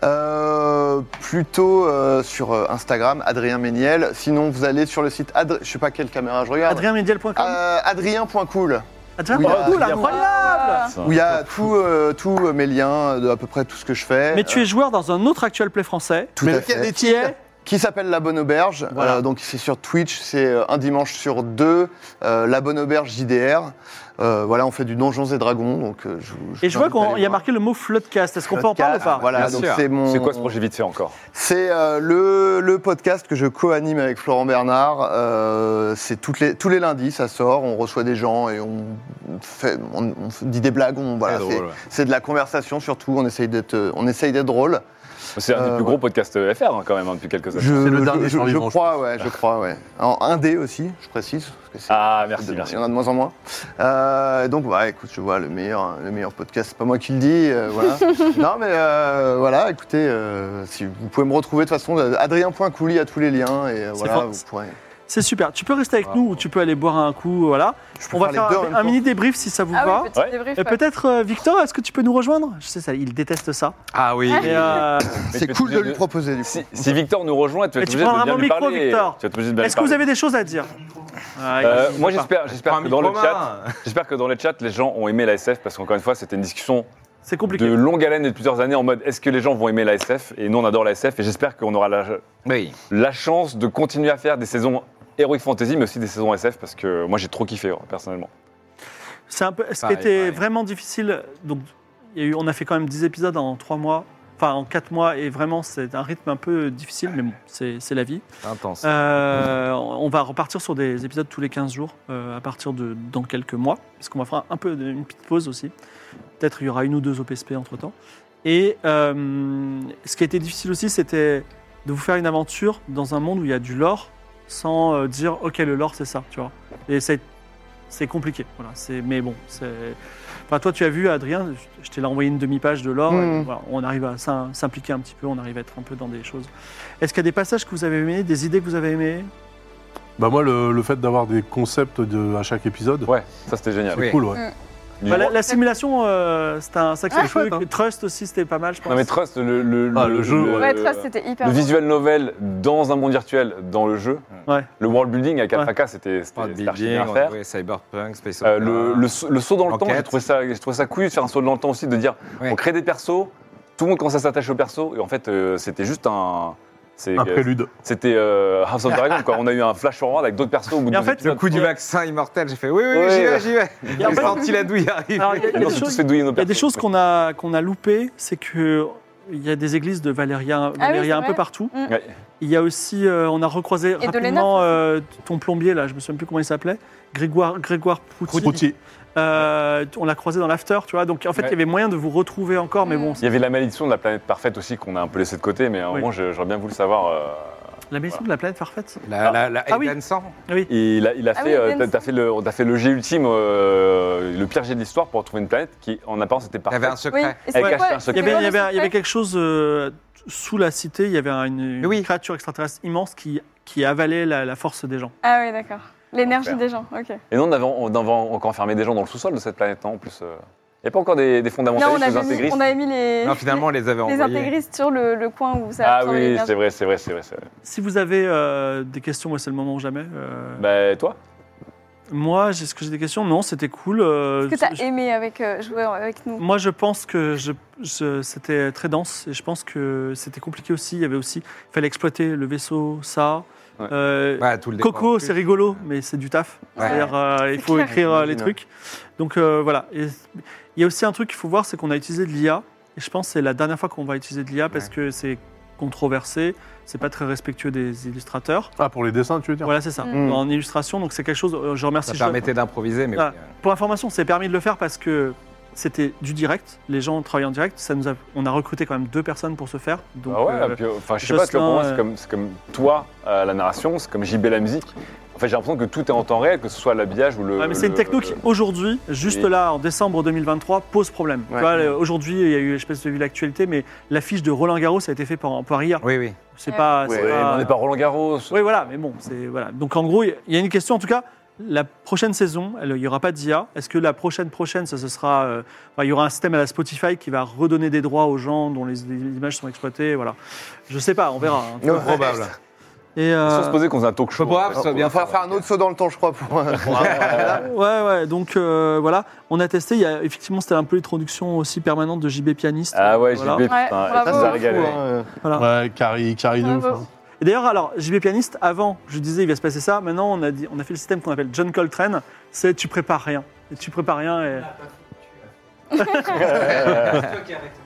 Speaker 2: Ah Euh, plutôt euh, sur euh, Instagram, Adrien Méniel. Sinon, vous allez sur le site. Adr- Je sais pas quelle caméra je regarde.
Speaker 1: AdrienMediel.com
Speaker 2: Euh, Adrien.cool,
Speaker 1: Adrien,
Speaker 2: oui, Ah,
Speaker 1: oh, cool,
Speaker 2: Adrien.
Speaker 1: incroyable
Speaker 2: où il y a tout, euh, tout, euh, mes liens de à peu près tout ce que je fais.
Speaker 1: Ah,
Speaker 2: Euh,
Speaker 1: Mais tu es joueur dans un autre actuel play français.
Speaker 2: Tout à fait.
Speaker 1: Qui est
Speaker 2: qui s'appelle La Bonne Auberge.
Speaker 1: Voilà.
Speaker 2: Euh, donc c'est sur Twitch, c'est euh, un dimanche sur deux, euh, La Bonne Auberge JDR. Euh, voilà, on fait du Donjons et Dragons. Donc, euh, je, vous- je
Speaker 1: Et je vois
Speaker 2: vous invite à
Speaker 1: qu'il
Speaker 2: aller
Speaker 1: y a
Speaker 2: voir.
Speaker 1: marqué le mot floodcast. Est-ce qu'on peut en parler ou pas
Speaker 2: Voilà,
Speaker 4: Bien
Speaker 2: donc
Speaker 4: sûr.
Speaker 2: c'est mon.
Speaker 6: C'est quoi ce projet vite fait encore
Speaker 2: C'est euh, le, le podcast que je co-anime avec Florent Bernard. Euh, c'est toutes les, tous les lundis, ça sort. On reçoit des gens et on, fait, on, on dit des blagues. On, voilà,
Speaker 4: Très
Speaker 2: c'est-
Speaker 4: drôle, ouais.
Speaker 2: Ah, c'est de la conversation surtout. On essaye d'être, euh, on essaye d'être drôle.
Speaker 6: C'est un des
Speaker 2: Euh,
Speaker 6: plus gros podcasts euh, FR hein, quand même hein, depuis quelques années.
Speaker 2: Je,
Speaker 5: le dernier
Speaker 2: je- je,
Speaker 5: survivant, je
Speaker 2: crois, ouais, je crois, ouais. En 1D aussi, je précise. parce que c'est-
Speaker 6: Ah, merci,
Speaker 2: de-
Speaker 6: merci.
Speaker 2: Il y en a de moins en moins. Euh, donc, ouais, écoute, je vois le meilleur, le meilleur podcast, c'est pas moi qui le dis. euh, voilà. non, mais euh, voilà, écoutez, euh, si vous pouvez me retrouver de toute façon, adrien.couli à tous les liens et euh, voilà,
Speaker 1: fort.
Speaker 2: vous pourrez.
Speaker 1: C'est super. Tu peux rester avec nous ou tu peux aller boire un coup, voilà.
Speaker 2: Je peux
Speaker 1: On va
Speaker 2: les
Speaker 1: faire
Speaker 2: deux en même
Speaker 1: un, un
Speaker 2: temps.
Speaker 1: mini débrief si ça vous
Speaker 3: Ah
Speaker 1: va.
Speaker 3: oui, petit
Speaker 7: Ouais.
Speaker 3: débrief.
Speaker 1: Et
Speaker 3: ouais.
Speaker 1: peut-être euh, Victor, est-ce que tu peux nous rejoindre Je sais ça, il déteste ça.
Speaker 4: Ah oui.
Speaker 1: Et, euh,
Speaker 6: Mais
Speaker 2: C'est
Speaker 6: tu vas
Speaker 2: cool
Speaker 6: te
Speaker 2: de
Speaker 6: dire
Speaker 2: lui
Speaker 6: de-
Speaker 2: proposer du coup.
Speaker 6: Si, si Victor nous rejoint, tu vas
Speaker 1: Et
Speaker 6: être
Speaker 1: tu
Speaker 6: obligé
Speaker 1: prends
Speaker 6: de bien
Speaker 1: mon
Speaker 6: lui
Speaker 1: micro,
Speaker 6: parler.
Speaker 1: Victor.
Speaker 6: Tu vas être obligé de bien lui
Speaker 1: est-ce que vous
Speaker 6: parler.
Speaker 1: avez des choses à dire Ah, il-
Speaker 6: Euh,
Speaker 1: il
Speaker 6: moi,
Speaker 1: veut pas.
Speaker 6: j'espère, j'espère que dans le chat,
Speaker 4: chat.
Speaker 6: j'espère que dans le chat, les gens ont aimé la SF parce qu'encore une fois, c'était une discussion
Speaker 1: C'est
Speaker 6: de
Speaker 1: compliqué.
Speaker 6: longue haleine et de plusieurs années en mode est-ce que les gens vont aimer la SF Et nous, on adore la SF et j'espère qu'on aura la,
Speaker 4: Oui.
Speaker 6: la chance de continuer à faire des saisons Heroic Fantasy, mais aussi des saisons SF parce que moi, j'ai trop kiffé hein, personnellement.
Speaker 1: C'est un peu, ce qui
Speaker 4: Pareil,
Speaker 1: était
Speaker 4: pareil.
Speaker 1: vraiment difficile, donc il y a eu, on a fait quand même 10 épisodes en 3 mois, enfin en 4 mois, et vraiment c'est un rythme un peu difficile, mais bon, c'est c'est la vie.
Speaker 4: Intense.
Speaker 1: Euh, on va repartir sur des épisodes tous les 15 jours, euh, à partir de dans quelques mois, parce qu'on va faire un peu de- une petite pause aussi. Peut-être il y aura une ou deux OPSP entre temps. Et euh, ce qui a été difficile aussi, c'était de vous faire une aventure dans un monde où il y a du lore, sans euh, dire ok le lore c'est ça, tu vois. Et c'est c'est compliqué, voilà. C'est mais bon, c'est. Enfin, toi, tu as vu, Adrien, je- je t'ai envoyé une demi-page de lore.
Speaker 2: Mhm.
Speaker 1: et voilà, on arrive à s'im- s'impliquer un petit peu, on arrive à être un peu dans des choses. Est-ce qu'il y a des passages que vous avez aimés, des idées que vous avez aimées
Speaker 5: Bah moi, le, le fait d'avoir des concepts de- à chaque épisode,
Speaker 6: Ouais, ça c'était génial.
Speaker 5: c'est
Speaker 4: Oui.
Speaker 5: cool, ouais.
Speaker 6: Du-
Speaker 1: Bah, la, la simulation, euh, c'était un
Speaker 3: Ah,
Speaker 1: sacré truc.
Speaker 5: chouette, hein.
Speaker 1: Trust aussi, c'était pas mal, je pense.
Speaker 6: Non mais Trust, le, le,
Speaker 5: Ah, le jeu,
Speaker 3: Ouais,
Speaker 1: euh,
Speaker 3: Trust, c'était hyper.
Speaker 6: le
Speaker 3: bon.
Speaker 6: visual novel dans un monde virtuel, dans le jeu.
Speaker 1: Ouais.
Speaker 6: Le world building à 4
Speaker 1: Ouais.
Speaker 6: à 4, c'était c'était-
Speaker 4: Pas de
Speaker 6: c'était archi
Speaker 4: building,
Speaker 6: bien à
Speaker 4: on
Speaker 6: faire.
Speaker 4: jouait Cyberpunk, Space
Speaker 6: Euh,
Speaker 4: Opera.
Speaker 6: le, le saut- le saut dans le temps, j'ai
Speaker 4: Enquête.
Speaker 6: trouvé ça, j'ai trouvé ça couillu de faire un saut dans le temps aussi, de dire
Speaker 4: Ouais.
Speaker 6: on crée des persos, tout le monde commence à s'attacher aux persos, et en fait euh, c'était juste un. c'est-
Speaker 4: Mmh.
Speaker 5: Un prélude.
Speaker 6: C'était euh, House of Dragon, quoi. On a eu un flash forward avec d'autres persos au bout
Speaker 1: Et
Speaker 6: de
Speaker 1: en
Speaker 6: deux
Speaker 1: fait,
Speaker 4: Le
Speaker 6: épisodes.
Speaker 4: coup du vaccin immortel, j'ai fait oui, oui, oui,
Speaker 6: Ouais,
Speaker 4: j'y
Speaker 6: ouais.
Speaker 4: vais, j'y vais.
Speaker 1: Et en
Speaker 4: J'ai
Speaker 1: fait-
Speaker 4: senti la douille arriver.
Speaker 1: Alors, il y a- il y a
Speaker 6: Et on
Speaker 1: des
Speaker 6: s'est tous
Speaker 1: choses-
Speaker 6: fait douiller nos
Speaker 1: Il y a des
Speaker 6: persos.
Speaker 1: choses qu'on a, qu'on a loupées, c'est que il y a des églises de Valéria, Valéria un
Speaker 3: Ah vrai.
Speaker 1: peu partout.
Speaker 3: Mm.
Speaker 6: Ouais.
Speaker 1: Il y a aussi, euh, on a recroisé
Speaker 3: de
Speaker 1: rapidement
Speaker 3: Lénard.
Speaker 1: euh, ton plombier, là, je me souviens plus comment il s'appelait, Grégoire, Grégoire Prouty.
Speaker 5: Routier.
Speaker 1: Euh, on l'a croisé dans l'after, tu vois. Donc en fait,
Speaker 6: Ouais.
Speaker 1: il y avait moyen de vous retrouver encore, mais
Speaker 3: Mm.
Speaker 1: bon,
Speaker 6: Il y avait la malédiction de la planète parfaite aussi qu'on a un peu laissé de côté, mais à un
Speaker 1: Oui.
Speaker 6: moment je- j'aurais bien voulu savoir. euh,
Speaker 1: la maison de la planète parfaite.
Speaker 4: La, la, la
Speaker 1: Ah oui.
Speaker 4: Hayden sang.
Speaker 6: Il a, il a
Speaker 3: Ah
Speaker 6: fait,
Speaker 3: oui,
Speaker 6: euh,
Speaker 3: Ben
Speaker 6: t'as-
Speaker 3: Song.
Speaker 6: t'as fait le, t'as fait le jet ultime, euh, le pire jet de l'histoire pour trouver une planète qui, en apparence, était
Speaker 4: Il y avait
Speaker 6: parfaite.
Speaker 4: un
Speaker 3: Oui,
Speaker 4: secret.
Speaker 3: et c'était
Speaker 6: Avec
Speaker 3: quoi-
Speaker 6: Ashton
Speaker 3: c'était
Speaker 1: Il y avait,
Speaker 3: quoi
Speaker 1: il y
Speaker 3: le
Speaker 1: avait, il y avait
Speaker 3: secret
Speaker 1: quelque chose euh, sous la cité, il y avait une, une
Speaker 4: Oui.
Speaker 1: créature extraterrestre immense qui, qui avalait la, la force des gens.
Speaker 3: Ah oui, d'accord. L'énergie
Speaker 6: Enfer.
Speaker 3: des gens, ok.
Speaker 6: Et non, on avait, on avait encore enfermé des gens dans le sous-sol de cette planète, non En plus, euh. il n'y a pas encore des, des
Speaker 3: Non, on
Speaker 6: fondamentalistes, des
Speaker 3: avait, mis,
Speaker 6: intégristes
Speaker 3: on avait mis les,
Speaker 4: Non, finalement, on les avait
Speaker 3: les
Speaker 4: envoyés.
Speaker 3: intégristes sur le, le coin où ça
Speaker 6: Ah
Speaker 3: absorbe
Speaker 6: oui,
Speaker 3: l'énergie.
Speaker 6: c'est vrai, c'est vrai, c'est vrai. c'est vrai.
Speaker 1: Si vous avez euh, des questions, moi c'est le moment ou jamais. euh,
Speaker 6: Bah, toi
Speaker 1: Moi, j'ai- est-ce que j'ai des questions Non, c'était cool. euh,
Speaker 3: Est-ce que t'as
Speaker 1: je-
Speaker 3: aimé avec, euh, jouer avec nous
Speaker 1: Moi, je pense que je, je- c'était très dense et je pense que c'était compliqué aussi. Il y avait aussi, il fallait exploiter le vaisseau, ça.
Speaker 6: Ouais.
Speaker 1: Euh,
Speaker 4: Ouais, tout le
Speaker 1: Coco, c'est
Speaker 4: dépend.
Speaker 1: rigolo, mais c'est du taf.
Speaker 4: Ouais.
Speaker 1: C'est-à-dire, euh, il
Speaker 3: C'est
Speaker 1: faut
Speaker 3: clair.
Speaker 1: écrire euh, les
Speaker 6: J'imagine,
Speaker 1: trucs. Donc euh, voilà. Et il y a aussi un truc qu'il faut voir, c'est qu'on a utilisé de l'IA. Et je pense que c'est la dernière fois qu'on va utiliser de l'IA parce
Speaker 4: Ouais.
Speaker 1: que c'est controversé, c'est pas très respectueux des illustrateurs.
Speaker 5: Ah, pour les dessins, tu veux dire
Speaker 1: Voilà, c'est ça.
Speaker 2: Mm.
Speaker 1: En illustration, donc c'est quelque chose. euh, Je remercie.
Speaker 4: Ça
Speaker 1: Jo-
Speaker 4: permettait d'improviser, mais
Speaker 1: Ah.
Speaker 4: oui, euh,
Speaker 1: pour information, c'est permis de le faire parce que c'était du direct. Les gens travaillent en direct. Ça nous a, on a recruté quand même deux personnes pour ce faire. Donc,
Speaker 6: Ah ouais,
Speaker 1: euh,
Speaker 6: puis, euh, enfin, je sais pas, tu vois, pour moi,
Speaker 1: Jocelyn,
Speaker 6: c'est comme, c'est comme toi, euh, la narration, c'est comme JB la musique. En fait, j'ai l'impression que tout est en temps réel, que ce soit l'habillage ou le.
Speaker 1: ouais, Ah, mais c'est une
Speaker 6: le-
Speaker 1: techno qui,
Speaker 6: le- aujourd'hui,
Speaker 1: aujourd'hui, juste
Speaker 6: oui.
Speaker 1: là, en décembre 2023, pose problème. Tu
Speaker 6: Ouais.
Speaker 1: vois, le- Aujourd'hui, il y a eu, je sais pas si tu as vu l'actualité, mais l'affiche de Roland Garros ça a été fait par, par hier.
Speaker 4: oui, oui.
Speaker 1: C'est
Speaker 3: Ouais.
Speaker 1: pas.
Speaker 6: Ouais,
Speaker 1: c'est
Speaker 6: mais
Speaker 1: pas-
Speaker 6: on n'est pas Roland Garros.
Speaker 1: Oui, voilà, mais bon, c'est voilà. Donc en gros, il y a une question. En tout cas, la prochaine saison, elle- il n'y aura pas d'IA. Est-ce que la prochaine prochaine, ça ce sera, euh, enfin, il y aura un système à la Spotify qui va redonner des droits aux gens dont les, les images sont exploitées. Voilà, je sais pas, on verra. hein.
Speaker 2: Non,
Speaker 4: Probable.
Speaker 1: Et euh,
Speaker 6: Sans se poser qu'on faisait un talk show.
Speaker 4: Faut pas,
Speaker 6: en fait.
Speaker 4: ça-
Speaker 2: On va
Speaker 4: bien
Speaker 2: faire
Speaker 4: fait,
Speaker 2: faire un autre saut dans le temps, je crois. Pour... Voilà.
Speaker 1: Ah, ouais, ouais. Donc euh, voilà, on a testé. Il y a, effectivement, c'était un peu l'introduction aussi permanente de JB pianiste.
Speaker 6: Ah ouais,
Speaker 1: Voilà.
Speaker 6: JB, putain,
Speaker 3: Ouais,
Speaker 6: ça,
Speaker 3: bravo.
Speaker 6: ça a régalé.
Speaker 2: Fou, hein.
Speaker 1: Voilà.
Speaker 5: Ouais, Carrie, Carrie de ouf.
Speaker 3: Bravo.
Speaker 5: hein.
Speaker 1: Et d'ailleurs, alors, JB Pianiste, avant, je disais, il va se passer ça. Maintenant, on a, dit, on a fait le système qu'on appelle John Coltrane. C'est tu prépares rien. Et tu prépares rien et...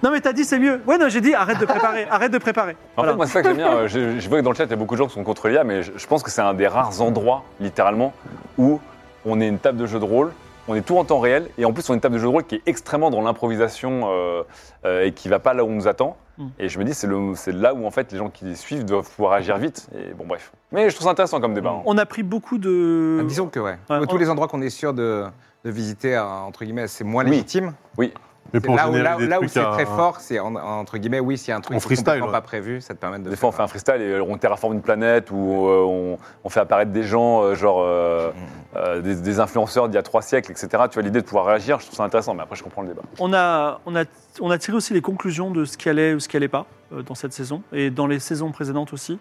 Speaker 1: non, mais t'as dit c'est mieux. Ouais, non, j'ai dit arrête de préparer, arrête de préparer.
Speaker 6: En
Speaker 1: Voilà.
Speaker 6: fait, moi, c'est ça que j'aime bien. euh, Je, je vois que dans le chat, il y a beaucoup de gens qui sont contre l'IA, mais je, je pense que c'est un des rares endroits, littéralement, où on est une table de jeu de rôle, on est tout en temps réel, et en plus, on est une table de jeu de rôle qui est extrêmement dans l'improvisation euh, euh, et qui va pas là où on nous attend.
Speaker 1: Mm.
Speaker 6: Et je me dis, c'est le- c'est là où, en fait, les gens qui suivent doivent pouvoir agir vite. Et bon, bref. Mais je trouve ça intéressant comme débat. hein.
Speaker 1: On a pris beaucoup de.
Speaker 4: Ah, Disons que ouais.
Speaker 1: Euh, Ouais,
Speaker 4: Tous
Speaker 1: on-
Speaker 4: les endroits qu'on est sûr de, de visiter, euh, entre guillemets, c'est moins
Speaker 6: Oui.
Speaker 4: légitime.
Speaker 6: Oui.
Speaker 5: Mais
Speaker 4: C'est
Speaker 5: pour
Speaker 4: là où,
Speaker 5: générer
Speaker 4: là où-
Speaker 5: des
Speaker 4: là où
Speaker 5: trucs
Speaker 4: c'est
Speaker 5: à-
Speaker 4: très fort, c'est en- entre guillemets, oui, s'il y a un truc
Speaker 5: En
Speaker 4: qui est
Speaker 5: freestyle,
Speaker 4: complètement
Speaker 5: ouais.
Speaker 4: pas prévu, ça te permet de.
Speaker 6: Des fois, on fait un freestyle et on terraforme une planète ou euh, on, on fait apparaître des gens, euh, genre euh, euh, des, des influenceurs d'il y a trois siècles, etc. Tu vois, l'idée de pouvoir réagir, je trouve ça intéressant, mais après, je comprends le débat.
Speaker 1: On a, on, a, on a tiré aussi les conclusions de ce qui allait ou ce qui allait pas euh, dans cette saison et dans les saisons précédentes aussi.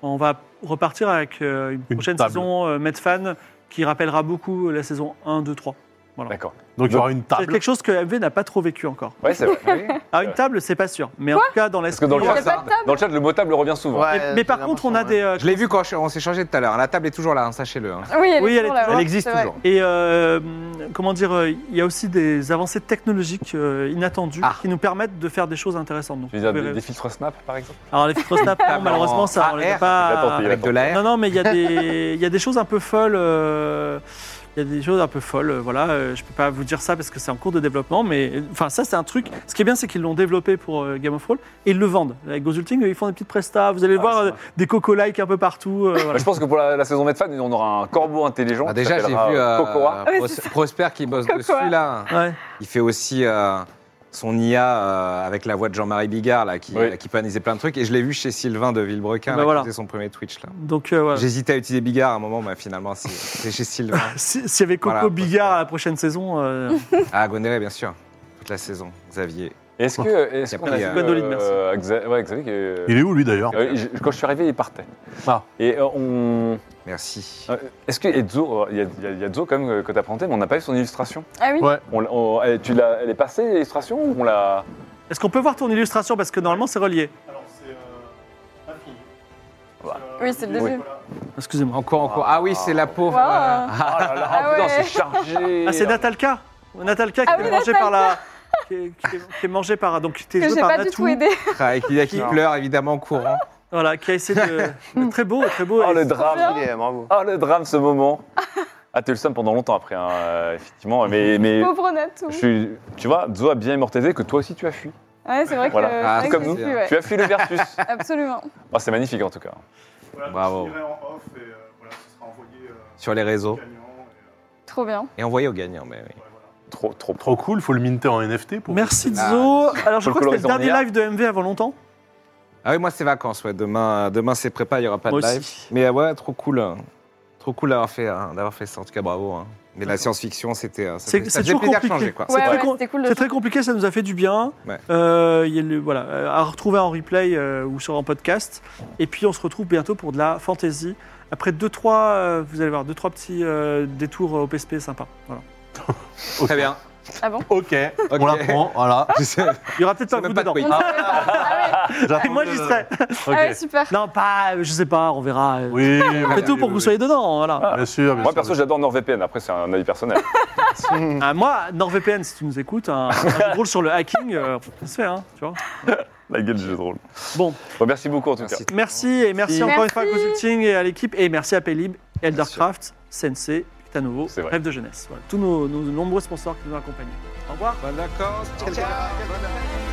Speaker 1: On va repartir avec euh, une,
Speaker 5: Une
Speaker 1: prochaine
Speaker 5: table.
Speaker 1: saison euh, Medfan qui rappellera beaucoup la saison 1, 2, 3.
Speaker 6: D'accord.
Speaker 5: Donc il y aura une
Speaker 1: C'est
Speaker 5: table.
Speaker 1: quelque chose que MV n'a pas trop vécu encore.
Speaker 6: Ouais, c'est vrai.
Speaker 1: À une table, c'est pas sûr. Mais en tout cas, dans
Speaker 6: que
Speaker 1: l'esprit.
Speaker 6: dans le
Speaker 3: Il y
Speaker 6: chat,
Speaker 3: a pas de table
Speaker 6: Dans le chat, le mot table revient souvent.
Speaker 1: Mais- mais par contre, on a des. euh,
Speaker 4: Je l'ai vu quand je- on s'est changé tout à l'heure. La table est toujours là, hein, sachez-le. hein.
Speaker 3: Oui, elle,
Speaker 1: Oui,
Speaker 3: est
Speaker 1: elle est
Speaker 3: toujours là,
Speaker 1: toujours-
Speaker 3: ouais,
Speaker 4: Elle existe
Speaker 3: Ah, c'est vrai.
Speaker 4: toujours.
Speaker 1: Et euh, comment dire, euh, il y a aussi des avancées technologiques euh, inattendues
Speaker 4: Ah.
Speaker 1: qui nous permettent de faire des choses intéressantes. Donc,
Speaker 6: Tu veux dire
Speaker 1: vous verrez.
Speaker 6: des, des filtres snap, par exemple
Speaker 1: Alors les filtres snap, non, malheureusement, ça on les a
Speaker 4: AR.
Speaker 1: pas.
Speaker 6: Attends,
Speaker 4: Avec de l'air.
Speaker 1: Non, non, mais il y, a des- il y a des choses un peu folles. euh, Il y a des choses un peu folles. euh, Voilà, Euh, je peux pas vous dire ça parce que c'est en cours de développement. Mais euh, enfin, ça, c'est un truc. Ce qui est bien, c'est qu'ils l'ont développé pour euh, Game of Thrones et ils le vendent. Avec Gozulting, ils font des petites prestas. Vous allez
Speaker 6: Ah,
Speaker 1: voir
Speaker 6: c'est
Speaker 1: euh,
Speaker 6: vrai.
Speaker 1: des coco like un peu partout. euh, voilà.
Speaker 6: Bah, Je pense que pour la, la saison Medfan, on aura un corbeau intelligent.
Speaker 4: Ah,
Speaker 6: qui
Speaker 4: déjà, j'ai vu
Speaker 6: s'appellera
Speaker 4: euh,
Speaker 6: Kokora.
Speaker 3: Ouais,
Speaker 4: Pros-
Speaker 3: c'est
Speaker 4: Prosper qui bosse
Speaker 3: Kokora.
Speaker 4: dessus là.
Speaker 1: Ouais.
Speaker 4: Il fait aussi euh, son IA euh, avec la voix de Jean-Marie Bigard là, qui, euh,
Speaker 6: Oui.
Speaker 4: qui panisait plein de trucs. Et je l'ai vu chez Sylvain de Villebrequin.
Speaker 1: Bah
Speaker 4: là, qui
Speaker 1: voilà.
Speaker 4: faisait son premier Twitch là.
Speaker 1: Donc euh, voilà.
Speaker 4: J'hésitais à utiliser Bigard à un moment, mais finalement, c'est- c'est chez Sylvain.
Speaker 1: Si- S'il y avait Coco
Speaker 4: Voilà,
Speaker 1: Bigard
Speaker 4: Prosper.
Speaker 1: à la prochaine saison, euh,
Speaker 4: Ah, Gonéret, bien sûr. Toute la saison. Xavier.
Speaker 6: Est-ce que.
Speaker 4: Il
Speaker 6: Est-ce
Speaker 4: a
Speaker 6: qu'on
Speaker 4: pris,
Speaker 6: a vu,
Speaker 4: euh,
Speaker 1: Gwendoline, merci.
Speaker 6: euh, Xa- Ouais, Xavier. qui est-
Speaker 5: Il est où lui d'ailleurs
Speaker 6: Euh, je- Quand je suis arrivé, il partait.
Speaker 5: Ah.
Speaker 6: Et euh, on.
Speaker 4: Merci.
Speaker 6: Euh, Est-ce que Edzo, il y a, il y a- il y a Zo quand même euh, que t'as présenté, mais on n'a pas eu son illustration.
Speaker 3: Ah oui,
Speaker 5: Ouais.
Speaker 6: On, l'a- on- elle, tu l'as- elle est passée l'illustration ou on l'a
Speaker 1: est-ce qu'on peut voir ton illustration parce que normalement c'est relié.
Speaker 5: Alors c'est euh, la fille.
Speaker 6: Bah.
Speaker 3: oui c'est le deuxième.
Speaker 1: Excusez-moi.
Speaker 4: Encore, encore. Ah oui, c'est la pauvre.
Speaker 3: Waouh.
Speaker 4: euh,
Speaker 6: Oh là là,
Speaker 3: Ah
Speaker 6: putain,
Speaker 3: ouais.
Speaker 6: c'est chargé.
Speaker 1: Ah, c'est Natalka Natalka qui
Speaker 3: Ah
Speaker 1: est
Speaker 3: oui,
Speaker 1: mangée par la. Qui est, qui est- qui est mangée par. Donc, qui est
Speaker 3: Que
Speaker 1: jouée
Speaker 3: j'ai
Speaker 1: par
Speaker 3: pas du
Speaker 1: Natou,
Speaker 3: tout aidé.
Speaker 4: Avec Lydia qui
Speaker 6: Non.
Speaker 4: pleure évidemment en courant.
Speaker 1: Voilà, qui a essayé de. très beau, très beau.
Speaker 6: Oh
Speaker 1: et-
Speaker 6: le drame.
Speaker 2: Il est- bravo.
Speaker 6: Oh le drame ce moment. Ah t'as eu le seum pendant longtemps après, hein, euh, effectivement. Mais, mais
Speaker 3: Pauvre Natou.
Speaker 6: je suis, tu vois, Zo a bien immortalisé que toi aussi tu as fui.
Speaker 3: Ouais, c'est vrai que
Speaker 6: Voilà.
Speaker 3: c'est
Speaker 4: Ah,
Speaker 3: vrai que
Speaker 6: comme
Speaker 3: j'ai
Speaker 6: nous.
Speaker 3: vu, ouais.
Speaker 6: Tu as fui le versus.
Speaker 3: Absolument.
Speaker 6: Ah, c'est magnifique en tout cas.
Speaker 4: Bravo. je
Speaker 5: en off et euh, voilà, ce sera envoyé euh,
Speaker 4: Sur les réseaux.
Speaker 3: Trop bien.
Speaker 4: Et envoyé au gagnant, mais oui.
Speaker 6: Trop, trop, trop.
Speaker 5: Trop cool, faut le minter en NFT pour.
Speaker 1: Merci
Speaker 4: Ah,
Speaker 1: Zo. Alors, je crois que
Speaker 6: Faut le
Speaker 1: c'était le
Speaker 6: coloriser en
Speaker 1: dernier
Speaker 6: IA.
Speaker 1: live de MV avant longtemps.
Speaker 4: Ah oui, moi c'est vacances, ouais. Demain, euh, demain c'est prépa, il n'y aura pas
Speaker 1: Moi
Speaker 4: de live.
Speaker 1: aussi.
Speaker 4: Mais euh, ouais, trop cool. hein. Trop cool d'avoir fait, hein, d'avoir fait ça. En tout cas, bravo. hein. Mais la science-fiction, c'était. euh, ça
Speaker 1: C'est-
Speaker 4: fait-
Speaker 1: c'est
Speaker 4: ça faisait
Speaker 1: toujours
Speaker 4: plaisir de
Speaker 1: compliqué.
Speaker 4: changer, quoi.
Speaker 1: C'est
Speaker 3: Ouais,
Speaker 1: très
Speaker 3: ouais,
Speaker 1: con-
Speaker 3: c'était cool
Speaker 1: C'est
Speaker 3: de
Speaker 1: très compliqué, ça nous a fait du bien.
Speaker 4: Ouais.
Speaker 1: Euh, il y a le- voilà, euh, à retrouver en replay euh, ou sur un podcast. Et puis on se retrouve bientôt pour de la fantasy. Après deux trois, euh, vous allez voir deux trois petits euh, détours au PSP sympas. Voilà.
Speaker 4: Très bien.
Speaker 5: Ok,
Speaker 4: Ok.
Speaker 5: on la prend, voilà.
Speaker 4: Je sais-
Speaker 1: Il y aura peut-être pas
Speaker 4: C'est
Speaker 1: vous
Speaker 4: même pas de
Speaker 1: dedans.
Speaker 4: quoi il
Speaker 3: Ah,
Speaker 1: Et
Speaker 5: J'attends
Speaker 1: moi
Speaker 5: que-
Speaker 1: j'y serai.
Speaker 5: Ok.
Speaker 3: ouais, super.
Speaker 1: Non pas, euh, je sais pas, on verra. euh.
Speaker 5: Oui,
Speaker 1: On fait
Speaker 5: oui,
Speaker 1: tout pour que
Speaker 5: oui,
Speaker 1: vous
Speaker 5: oui.
Speaker 1: soyez dedans, hein, voilà.
Speaker 5: Bien sûr, bien
Speaker 6: Moi
Speaker 5: sûr.
Speaker 6: perso j'adore NordVPN, après c'est un avis personnel.
Speaker 1: Ah, moi, NordVPN, si tu nous écoutes, un, un jeu de rôle sur le hacking, euh, ça se fait, hein, tu vois.
Speaker 6: La gueule du jeu de rôle.
Speaker 1: Bon.
Speaker 6: Bon, merci beaucoup en tout
Speaker 4: Merci.
Speaker 6: cas.
Speaker 1: Merci, et merci, encore une
Speaker 3: Merci.
Speaker 1: fois à Consulting et à l'équipe, et merci à Paylib, Eldercraft, Sensei, à nouveau,
Speaker 6: C'est vrai.
Speaker 1: Rêve
Speaker 4: Bah,
Speaker 1: de Jeunesse. Voilà, tous nos, nos nombreux sponsors qui nous accompagnent. Au revoir.
Speaker 4: Bonnes vacances. Ciao, ciao.